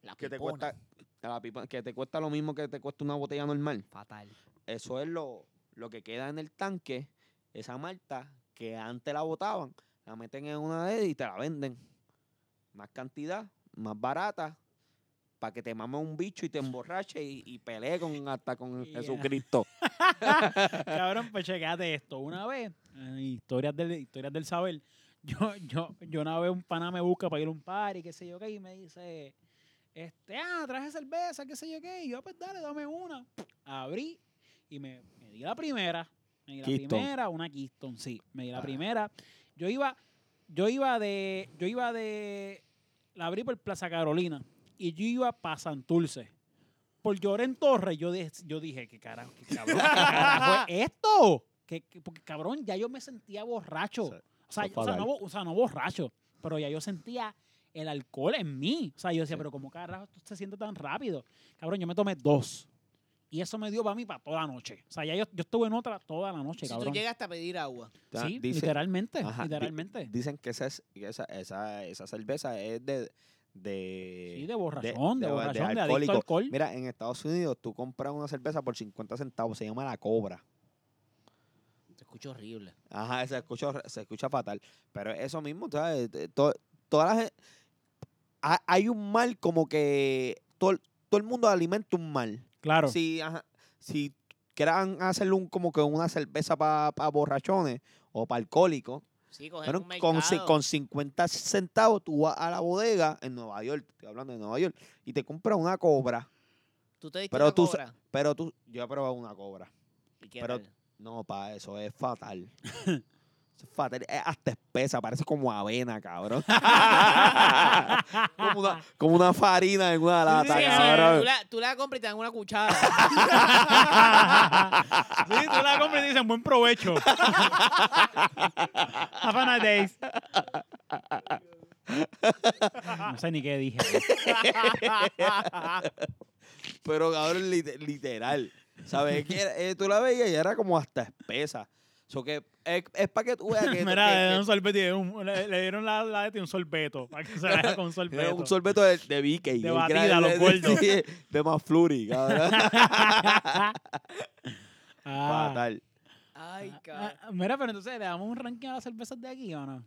La
que te
pipona.
cuesta a la pipa- que te cuesta lo mismo que te cuesta una botella normal.
Fatal.
Eso es lo, lo que queda en el tanque, esa malta que antes la botaban, la meten en una de ellas y te la venden. Más cantidad, más barata, para que te mame un bicho y te emborrache y, y pelee con, hasta con
Yeah.
Jesucristo.
Cabrón, pues chequéate esto. Una vez, en historias del, historias del saber, yo, yo, yo una vez un pana me busca para ir a un party, qué sé yo qué, y me dice, este, ah, traje cerveza, qué sé yo qué. Y yo, pues dale, dame una. Abrí y me, me di la primera. Me di la
Keystone.
primera, una Keystone, sí. Me di la
Ah.
primera. Yo iba, yo iba de, yo iba de, la abrí por Plaza Carolina y yo iba para Santurce. por Lloren Torres, yo, de- yo dije, ¿qué carajo, qué cabrón, qué carajo es esto? Que- que- porque, cabrón, ya yo me sentía borracho.
Sí,
O sea,
fue
o sea,
fatal.
no, bo- o sea, no borracho, pero ya yo sentía el alcohol en mí. O sea, yo decía, pero ¿cómo carajo esto se siente tan rápido? Cabrón, yo me tomé dos. Y eso me dio para mí para toda la noche. O sea, ya yo, yo estuve en otra toda la noche,
Si tú
cabrón.
llegas hasta a pedir agua.
Ya,
sí,
Ah, dice-
literalmente,
Ajá, di-
literalmente.
Dicen que esa, es- que esa, esa, esa cerveza es de... de
sí, de borrachón, de, borrachón, de, adicto
alcohólico.
al alcohol.
Mira, en Estados Unidos tú compras una cerveza por 50 centavos, se llama la cobra.
Te escucho horrible.
Ajá, se escucha, hor- se escucha fatal. Pero eso mismo, tú ¿sabes? Eh, to- todas las- ha- Hay un mal como que todo, el- todo el mundo alimenta un mal.
claro.
Si, ajá, si quieran hacerle un, como que una cerveza para borrachones o para alcohólicos,
Sí, coger
bueno,
un
con, ci-
mercado.
con 50 centavos tú vas a la bodega en Nueva York, estoy hablando de Nueva York, y te compras una cobra.
Tú te diste
pero
una
tú
cobra.
Pero tú, yo he probado una cobra.
¿Y qué
pero-
tal?
No, pa, eso es fatal. Eso es fatal. Es hasta espesa, parece como avena, cabrón. como, una, como una farina en una
Sí,
lata,
sí, tú,
cabrón.
la, tú la compras y te dan una cuchara.
sí, tú la compras y dicen buen provecho. Have a nice days. No sé ni qué dije.
Pero, cabrón, lit- literal. ¿Sabes? Es que era- eh, tú la veías y era como hasta espesa. So que es, para que tú veas que,
Mira,
que-
le
que-
dieron un sorbete y un- le, le dieron la, la de un sorbeto. Para que se la haga con
que era
sorbeto.
un sorbeto de, de BK. el que
batida,
era-
los gordos.
sí, de más flurry, cabrón.
Ah.
Fatal.
Ay, cabrón.
Ah, mira, pero entonces le damos un ranking a las cervezas de aquí o no?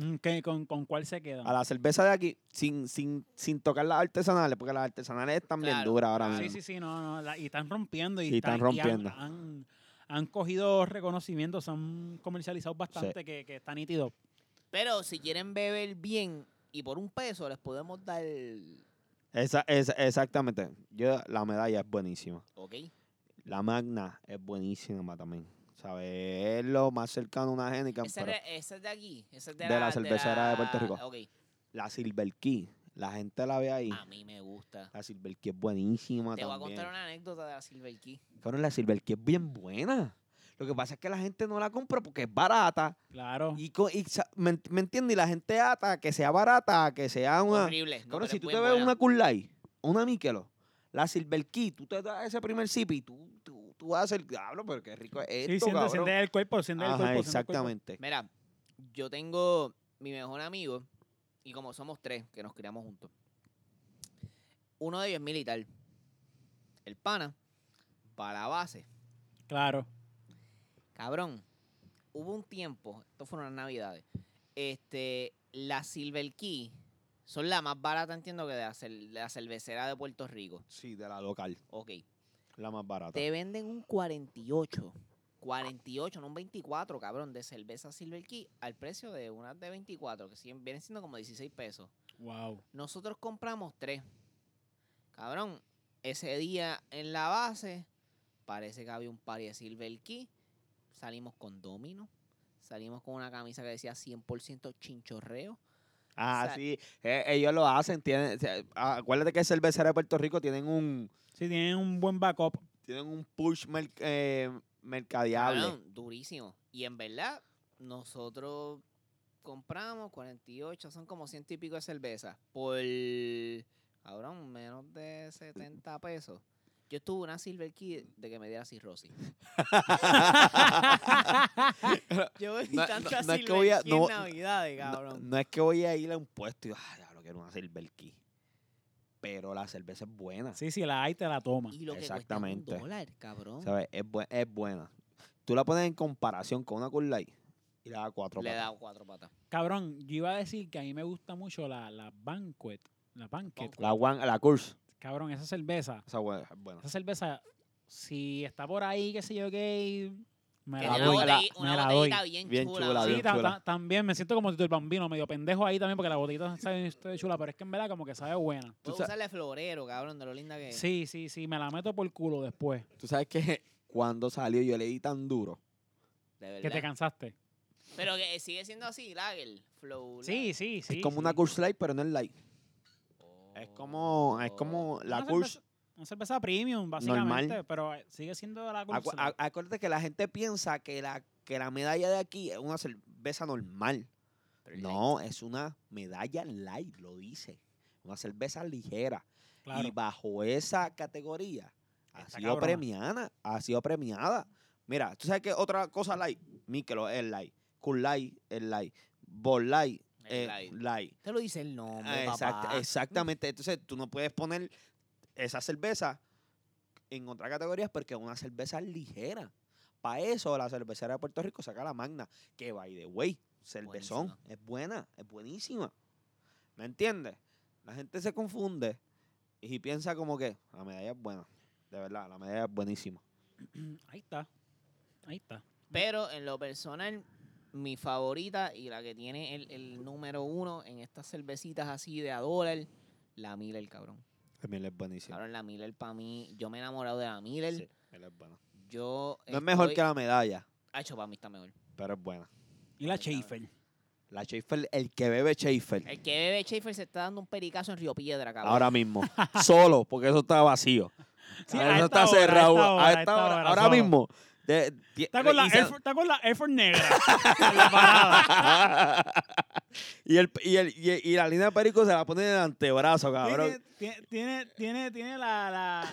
Mm, ¿qué- con, ¿Con cuál se quedan?
A la cerveza de aquí, sin, sin, sin tocar las artesanales, porque las artesanales están bien
Claro,
duras ahora
claro.
mismo.
Sí, sí, sí, no, no, la- y están rompiendo. Y,
Y están
y han-
rompiendo.
han, han cogido reconocimientos, han comercializado bastante, que, que está nítido.
Pero si quieren beber bien y por un peso, les podemos dar.
Esa, esa- exactamente. Yo, la medalla es buenísima.
¿Ok?
La magna es buenísima también. ¿Sabes? Es lo más cercano a una Heineken,
Esa,
pero
es de- esa es de aquí. Esa es de,
De la cervecera de Puerto Rico.
Ok.
la Silver Key, la gente la ve ahí.
A mí me gusta.
La Silver Key es buenísima
Ah. Te voy a
Ah, también.
contar una anécdota de la Silver Key.
Cabrón, la Silver Key es bien buena. Lo que pasa es que la gente no la compra porque es barata.
Claro.
Y, co- y sa- ¿me, ent- me entiendes? Y la gente ata a que sea barata, a que sea una...
Horrible. No,
Cabrón,
pero
si
es
tú
muy
te ves
buena.
una Cool Light, una Michelob, la Silver Key, tú te das ese primer sip y tú, tú, tú vas a hacer, diablo, pero qué rico es esto,
Sí, siente,
cabrón".
siente el cuerpo, siente el
Ajá,
cuerpo. siente el cuerpo.
exactamente.
Mira, yo tengo mi mejor amigo y como somos tres que nos criamos juntos, uno de ellos es militar. El pana, para la base.
Claro.
Cabrón, hubo un tiempo, esto fueron las navidades, este, la Silver Key son la más barata, entiendo, que de la, cel- de la cervecera de Puerto Rico.
Sí, de la local,
Ok.
la más barata.
Te venden un 48. 48, no un 24, cabrón, de cerveza Silver Key al precio de unas de 24, que siguen- vienen siendo como 16 pesos.
Wow.
Nosotros compramos tres. Cabrón, ese día en la base parece que había un par de Silver Key. Salimos con Domino. Salimos con una camisa que decía 100% chinchorreo.
ah,
sa-
sí, eh, ellos lo hacen. Tienen, se- ah, acuérdate que Cervecera de Puerto Rico tienen un,
Sí, tienen un buen backup.
tienen un push merc- eh, mercadeable.
Cabrón, durísimo. Y en verdad, nosotros compramos 48, son como ciento y pico de cerveza. Por, cabrón, menos de 70 pesos. Yo estuve una Silver Key de que me diera cirrosis. Yo bebí
No, no,
tanta
no es que
Silver
voy a-
Key en
no,
Navidades,
no,
cabrón.
no es que voy a ir a un puesto y, ah, diablo, quiero una Silver Key. Pero la cerveza es buena.
Sí, sí, la hay, te la toma.
y lo que cuesta es un
exactamente.
dólar, cabrón.
¿Sabes? Es, bue- es buena. Tú la pones en comparación con una Cool Light y la da cuatro
Le he
patas.
dado cuatro patas.
Cabrón, yo iba a decir que a mí me gusta mucho la, la Banquet. La Banquet.
La, one, la Curse.
Cabrón, esa cerveza.
Esa buena, es buena.
Esa cerveza, si está por ahí, qué sé yo qué, me
Que
la
tiene
doy.
una, botell-
me
una
la doy.
botellita bien,
Bien
chula.
chula,
¿no?
Sí,
bien
ta-
chula.
ta- también me siento como Tito el Bambino, medio pendejo ahí también porque la botellita sabe sabe chula, pero es que en verdad como que sabe buena.
Tú
Puedes
sa-
usarle florero, cabrón, de lo linda que es.
Sí, sí, sí, me la meto por culo después,
Tú sabes que cuando salió yo leí tan duro.
De verdad.
que te cansaste.
Pero que sigue siendo así, Lager, Flow.
Sí, sí, sí.
es como
sí.
una Curse Light, pero no es light.
Lager.
Es como, es como
Una
la
cerveza-
Curse,
Una cerveza premium, básicamente,
Normal.
pero eh, sigue siendo de la
Acu-
Goldstein.
a- acuérdate que la gente piensa que la, que la medalla de aquí es una cerveza normal. No, es una medalla light, lo dice. Una cerveza ligera.
Claro.
Y bajo esa categoría ha
Está
sido
cabrona.
premiada. Ha sido premiada. Mira, ¿tú sabes qué otra cosa light? Mikel es light. Cool light es light. Ball light
Es
es
light.
light.
eh, Te lo dice el nombre,
Ah, exact-
papá.
exactamente. Entonces, tú no puedes poner esa cerveza en otra categoría porque es una cerveza ligera. Para eso, la cervecera de Puerto Rico saca la magna, que by the way, cervezón.
Buenísima.
Es buena, es buenísima. ¿Me entiendes? La gente se confunde y piensa como que la medalla es buena. De verdad, la medalla es buenísima.
Ahí está. Ahí está.
Pero en lo personal, mi favorita y la que tiene el, el número uno en estas cervecitas así de a dólar, la Miller, cabrón.
También es buenísima.
Cabrón, la Miller para mí, yo me he enamorado de la Miller.
Sí, él es buena.
Yo
No es mejor
estoy-
que la medalla,
Ah, hecho para mí está mejor.
pero es buena.
Y la
Ahí está,
Schaefer.
La Schaefer, el que bebe Schaefer.
El que bebe Schaefer se está dando un pericazo en Río Piedra, cabrón.
ahora mismo, solo, porque eso está vacío.
Sí,
Ahora
a
eso
esta
está
hora, a esta
cerrado.
hora,
A
a
esta
esta
hora,
hora,
ahora
solo.
mismo. De- ti-
Está con, la
y se-
Air, Force- está con la Air Force negra. en la parada.
y, el, y, el, y, el- y la línea de perico se la pone en el antebrazo, cabrón.
Tiene, tiene, tiene, tiene la,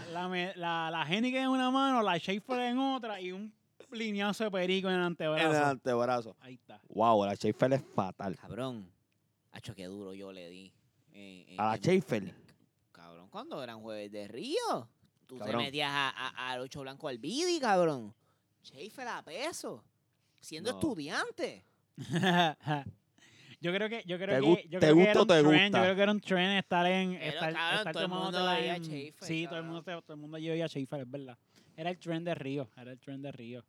la, la, me- la, la Heineken en una mano, la Schaefer en otra y un lineazo de perico en el
En el
antebrazo.
antebrazo.
Ahí está.
Wow, la Schaefer es fatal.
Cabrón. Hacho, qué duro yo le di. en- en-
A la
en-
Schaefer.
Cabrón, cuando eran jueves de Río, tú
Cabrón.
te metías a- a- al ocho blanco al bidi, cabrón. Schaefer a peso. Siendo
No.
estudiante.
yo creo que, yo
¿Te
creo que,
gu-
yo
te
creo que
gusta
era
o
un
te
trend,
gusta?
yo creo que era un trend estar en,
Pero,
estar,
cabrón,
estar
todo el mundo
tomándotela
veía a
en-
Schaefer,
Sí, todo el
cabrón.
mundo, todo el mundo llevaba a Schaefer, es verdad. Era el trend de Río, era el trend de Río.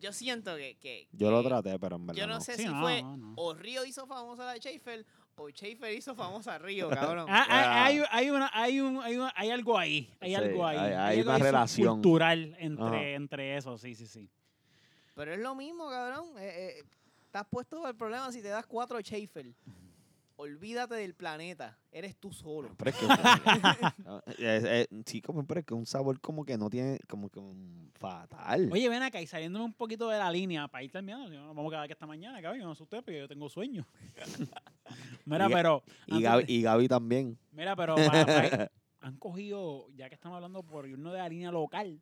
Yo siento que. que-
Yo lo
que
traté, pero en verdad.
Yo no
no.
sé
Sí,
si
no,
fue.
no, no.
O Río hizo famosa a la Schaefer, o Schaefer hizo famosa a Río, cabrón.
Ah,
Ah.
ah, Hay, hay, una- hay, un, hay, una- hay algo ahí, hay
Sí,
algo ahí.
hay- hay
algo
una
ahí
relación. Ah.
Cultural
Ajá.
entre, entre eso, sí, sí, sí.
Pero es lo mismo, cabrón. Eh, eh, estás puesto al problema si te das cuatro Schaefer. Olvídate del planeta. Eres tú solo.
Pero es que- es- es- sí, como, pero es que un sabor como que no tiene, como que mm, fatal.
Oye, ven acá y saliéndome un poquito de la línea para ir terminando. si no, nos vamos a quedar aquí hasta mañana, cabrón. Yo no sé usted, pero yo tengo sueño. mira,
Y Ga-
pero.
y,
antes
Gaby,
de-
y Gaby también.
mira, pero. pa- pa- han cogido, ya que estamos hablando por uno de la línea local,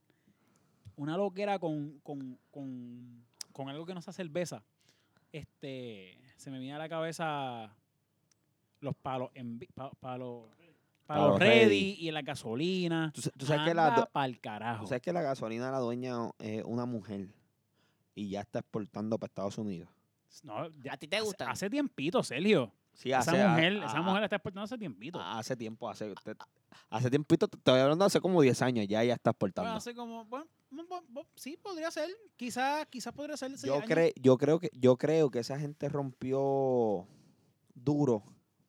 una loquera con, con, con, con algo que no sea cerveza. Este. Se me viene a la cabeza los palos. En, vi- pa- palos palos
Palos
ready,
ready.
y la gasolina.
Tú, sa- tú sabes que la, do-
Para el carajo.
Tú sabes que la gasolina la dueña es una mujer y ya está exportando para Estados Unidos.
No, ya-
¿A ti te
hace-
gusta?
hace tiempito, Sergio.
Sí,
Esa
hace- ah, a-
mujer,
a-
esa mujer la está exportando hace tiempito.
a- hace tiempo, hace, te- hace tiempito, te estoy hablando hace como 10 años, ya ya está
Bueno,
exportando.
Pues hace como, bueno, bu- bu- bu- sí, podría ser, quizás, quizás podría ser. seis
yo,
años.
cre- yo, creo que, yo creo que esa gente rompió duro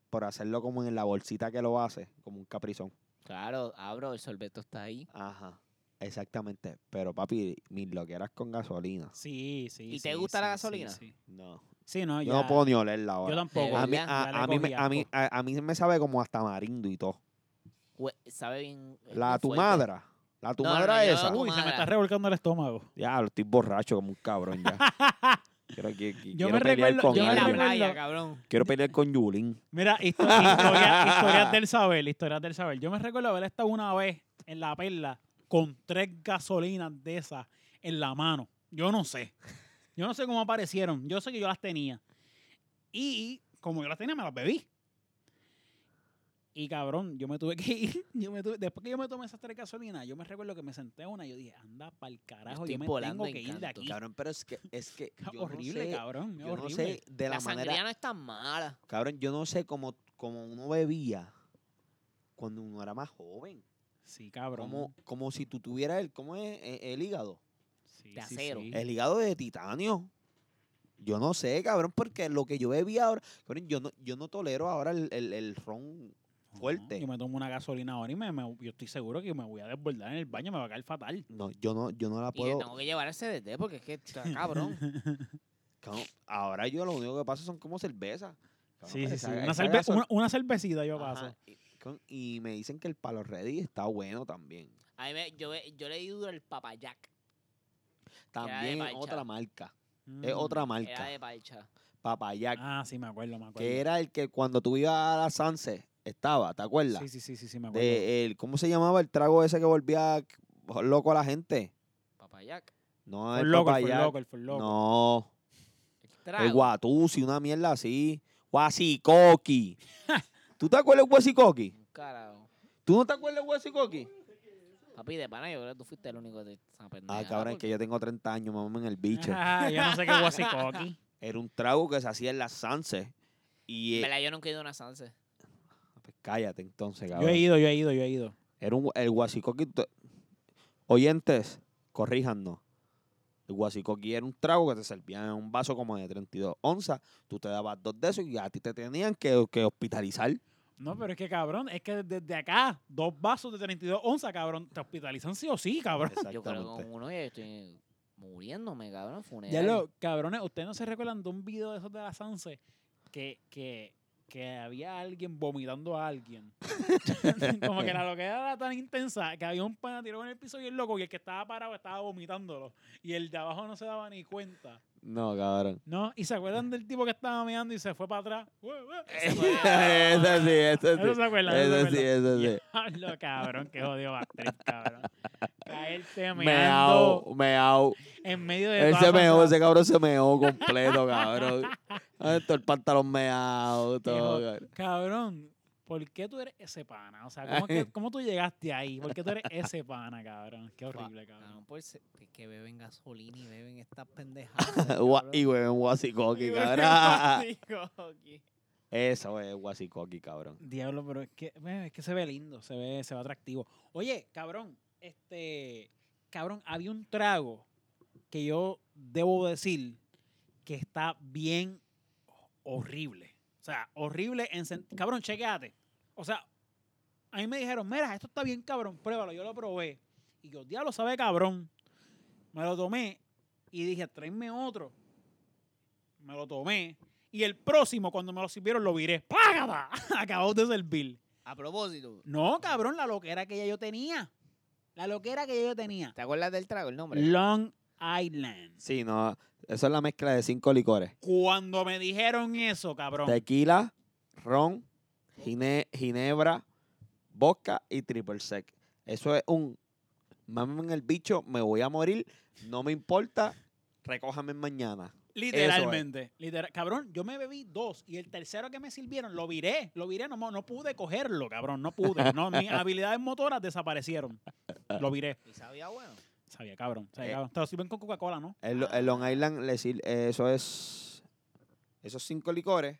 por hacerlo como en la bolsita que lo hace, como un caprizón.
Claro, abro, el sorbeto está ahí.
Ajá. Exactamente. Pero papi, mis loqueras con gasolina.
Sí, sí.
¿Y te
sí,
gusta la
sí,
gasolina?
Sí, sí.
No.
Sí, no,
Yo
ya.
no puedo ni olerla
Yo
ahora.
tampoco.
A mí,
Ya,
a,
ya le
a mí
cogí
me, a, mí,
asco.
a, a mí me sabe como hasta marindo y todo.
Jue- Sabe bien. eh,
La
bien
tu
fuerte.
madre. La tu
No, no,
madre
no, yo-
esa.
Uy, se
Tomara.
me está revolcando el estómago.
Ya, estoy borracho como un cabrón ya. quiero, qui- qui-
Yo
quiero
me
pelear
recuerdo-
con
yo me
En la
alguien.
recuerdo-
playa, cabrón.
Quiero pelear con Yulín.
Mira, histo- historia- historias del saber, historias del saber. Yo me recuerdo haber estado una vez en la perla con tres gasolinas de esas en la mano. Yo no sé. Yo no sé cómo aparecieron. Yo sé que yo las tenía. Y como yo las tenía, me las bebí. Y cabrón, yo me tuve que ir. Yo me tuve- después que yo me tomé esas tres gasolinas, yo me recuerdo que me senté una y yo dije, anda pa'l carajo, yo,
estoy
me
volando
tengo
en
que ir de
canto,
aquí.
Cabrón, pero es que es que
Ca- horrible, cabrón.
Yo no
horrible.
sé de la,
La,
manera,
sangría no es tan mala.
cabrón, yo no sé cómo cómo uno bebía cuando uno era más joven.
Sí, cabrón.
Como como si tú tuvieras el cómo es Eh, el hígado.
Sí,
De
sí,
acero.
sí.
El hígado de titanio. Yo no sé, cabrón, porque lo que yo bebía ahora, cabrón, yo no yo no tolero ahora el, el, el ron
No,
fuerte.
yo me tomo una gasolina ahora y me, me- yo estoy seguro que me voy a desbordar en el baño, me va a caer fatal.
No, yo no yo no la
Y le
puedo.
tengo que llevar ese DT porque es que está cabrón.
Cabrón, ahora yo lo único que paso son como cerveza. Cabrón,
sí,
pero
sí, sí.
pues, esa-
Una,
esa
cerve-
gasol-
una- una cervecita yo
Ajá,
paso.
y- Con- y me dicen que el palo ready está bueno también.
A mí me- yo, yo le di duro el papayac. era de
También es
parcha.
otra marca.
Mm.
Es otra
Era
marca.
de parcha.
Papayac.
Ah, sí, me acuerdo, me acuerdo.
que era el que cuando tú ibas a la Sanse estaba, ¿te acuerdas?
Sí, sí, sí, sí, sí, me acuerdo.
De el, ¿Cómo se llamaba el trago ese que volvía c- loco a la gente?
Papayac.
No,
Fue
el
loco, el fue
Papayac.
loco, el fue loco.
No,
El trago.
el Guatusi, una mierda así. Guasicoqui. ¿Tú te acuerdas de Guasicoqui?
Un Carajo.
¿Tú no te acuerdas de Guasicoqui?
Papi, de pana, yo creo que tú fuiste el único de esa pendeja.
Ah, cabrón, es que yo tengo 30 años, mamá, en el bicho.
Ah, yo no sé qué guasicoqui.
Era un trago que se hacía en la Sanse. Y eh,
Verdad, yo nunca he ido a una Sanse.
pues cállate entonces,
Yo
cabrón.
he ido, yo he ido, yo he ido.
Era un, el guasicoqui. t- Oyentes, corríjanos. El guasicoqui era un trago que te servían en un vaso como de 32 onzas. Tú te dabas dos de esos y a ti te tenían que, que hospitalizar.
No, pero es que cabrón, es que desde acá, dos vasos de 32 onzas, cabrón, te hospitalizan sí o sí, cabrón.
Yo creo que con
Exactamente.
uno ya estoy muriéndome, cabrón. Funeral.
Ya lo, cabrones, ustedes no se recuerdan de un video de esos de la Sanse que, que, que había alguien vomitando a alguien. Como que la loquera era tan intensa que había un pana tirado en el piso y el loco y el que estaba parado estaba vomitándolo. Y el de abajo no se daba ni cuenta.
No, cabrón.
¿No? Y se acuerdan del tipo que estaba meando y se fue para atrás. ¡Ué, ué!
ese sí, ese
Eso se
sí.
acuerdan, eso se
Ese sí,
acuerdan.
ese sí.
Diablo, cabrón, qué jodido actriz, cabrón. Caerte meando
Meao, meao.
en medio
Él
de toda
se
esa-
meó, ese cabrón se meó completo, cabrón. Ah, Todo el pantalón meado, todo.
Hijo,
cabrón.
Cabrón, ¿por qué tú eres ese pana? O sea, ¿cómo, es que- cómo tú llegaste ahí? ¿Por qué tú eres ese pana, cabrón? Qué horrible, cabrón.
Cabrón, por se- que beben gasolina y beben estas pendejadas.
Gua-
cabrón.
Y güey, un guasicoqui, cabrón.
Guasicoqui.
Eso es guasicoqui, cabrón.
Diablo, pero es que, eh, es que se ve lindo, se ve, se ve atractivo. Oye, cabrón, este, cabrón, había un trago que yo debo decir que está bien horrible. O sea, horrible en sen- Cabrón, chequeate. O sea, a mí me dijeron, mira, esto está bien, cabrón, pruébalo. Yo lo probé. Y yo, diablo, sabe, cabrón. Me lo tomé y dije, tráeme otro. Me lo tomé. Y el próximo, cuando me lo sirvieron, lo viré. ¡Págata! Acabó de servir.
A propósito,
No, cabrón, la loquera que ya yo tenía. La loquera que ya yo tenía.
¿te acuerdas del trago, el nombre?
Long Island.
Sí, no, eso es la mezcla de cinco licores.
Cuando me dijeron eso, cabrón.
Tequila, ron, gine- ginebra, vodka y triple sec. Eso es un mame en el bicho, me voy a morir, no me importa, recójame mañana.
Literalmente. Literal, cabrón, yo me bebí dos y el tercero que me sirvieron lo viré, lo viré, no, mo- no pude cogerlo, cabrón, no pude. No, mis habilidades motoras desaparecieron. Lo viré.
Y sabía bueno.
Sabía, cabrón. sabía,
Eh.
cabrón. Te lo sirven con Coca-Cola, ¿no?
El, lo- el Long Island, le sir- eh, eso es esos cinco licores,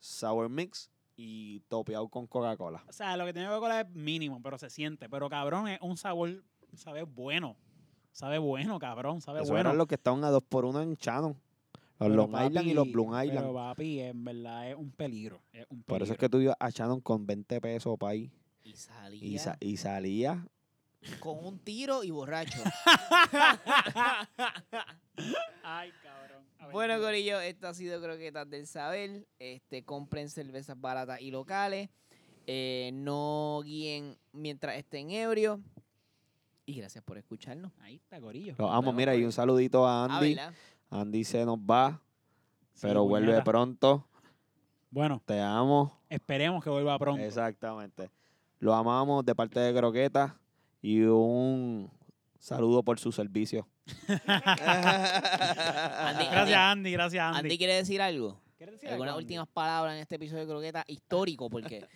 sour mix y topeado con Coca-Cola.
O sea, lo que tiene Coca-Cola es mínimo, pero se siente. Pero, cabrón, es un sabor, sabe bueno. Sabe bueno, cabrón, sabe
Eso
bueno.
eran los que estaban a dos por uno en Channel. Los
Pero,
Long Island y los
papi, eh.
Bloom Island.
Pero, papi, en verdad es un peligro. Es un peligro.
Por eso es que tú ibas a Shannon con 20 pesos para ahí
Y
y,
salía
sa- y salía.
con un tiro y borracho.
Ay, cabrón. Ah,
Bueno,
Aventura.
Corillo, esto ha sido Croquetas del Saber. Este, compren cervezas baratas y locales. Eh, no guíen mientras estén ebrios. Y gracias por escucharnos.
Ahí está, Corillo.
Los amo,
vemos,
mira, y
Corillo.
pues.
un saludito a
Ah,
Andy.
¿verdad?
Andy se nos va,
Sí,
pero vuelve
puñeta.
pronto.
Bueno,
Te amo.
esperemos que vuelva pronto.
Exactamente. Lo amamos de parte de Croqueta y un saludo por su servicio.
Gracias, Andy. Gracias, Andy.
Andy quiere decir algo.
¿Quieres decir algo,
Algunas
Andy?
últimas palabras en este episodio de Croquetas histórico, porque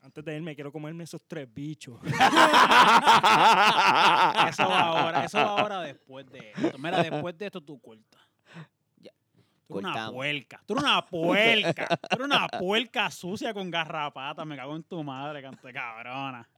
Antes de irme, quiero comerme esos tres bichos.
Ah, Eso va ahora, eso va ahora después de esto. Mira, después de esto tú cortas.
Ya.
Tú eres una
Cortamos.
puerca. Tú eres una puerca. Tú eres una puerca sucia con garrapata. Me cago en tu madre, cante cabrona.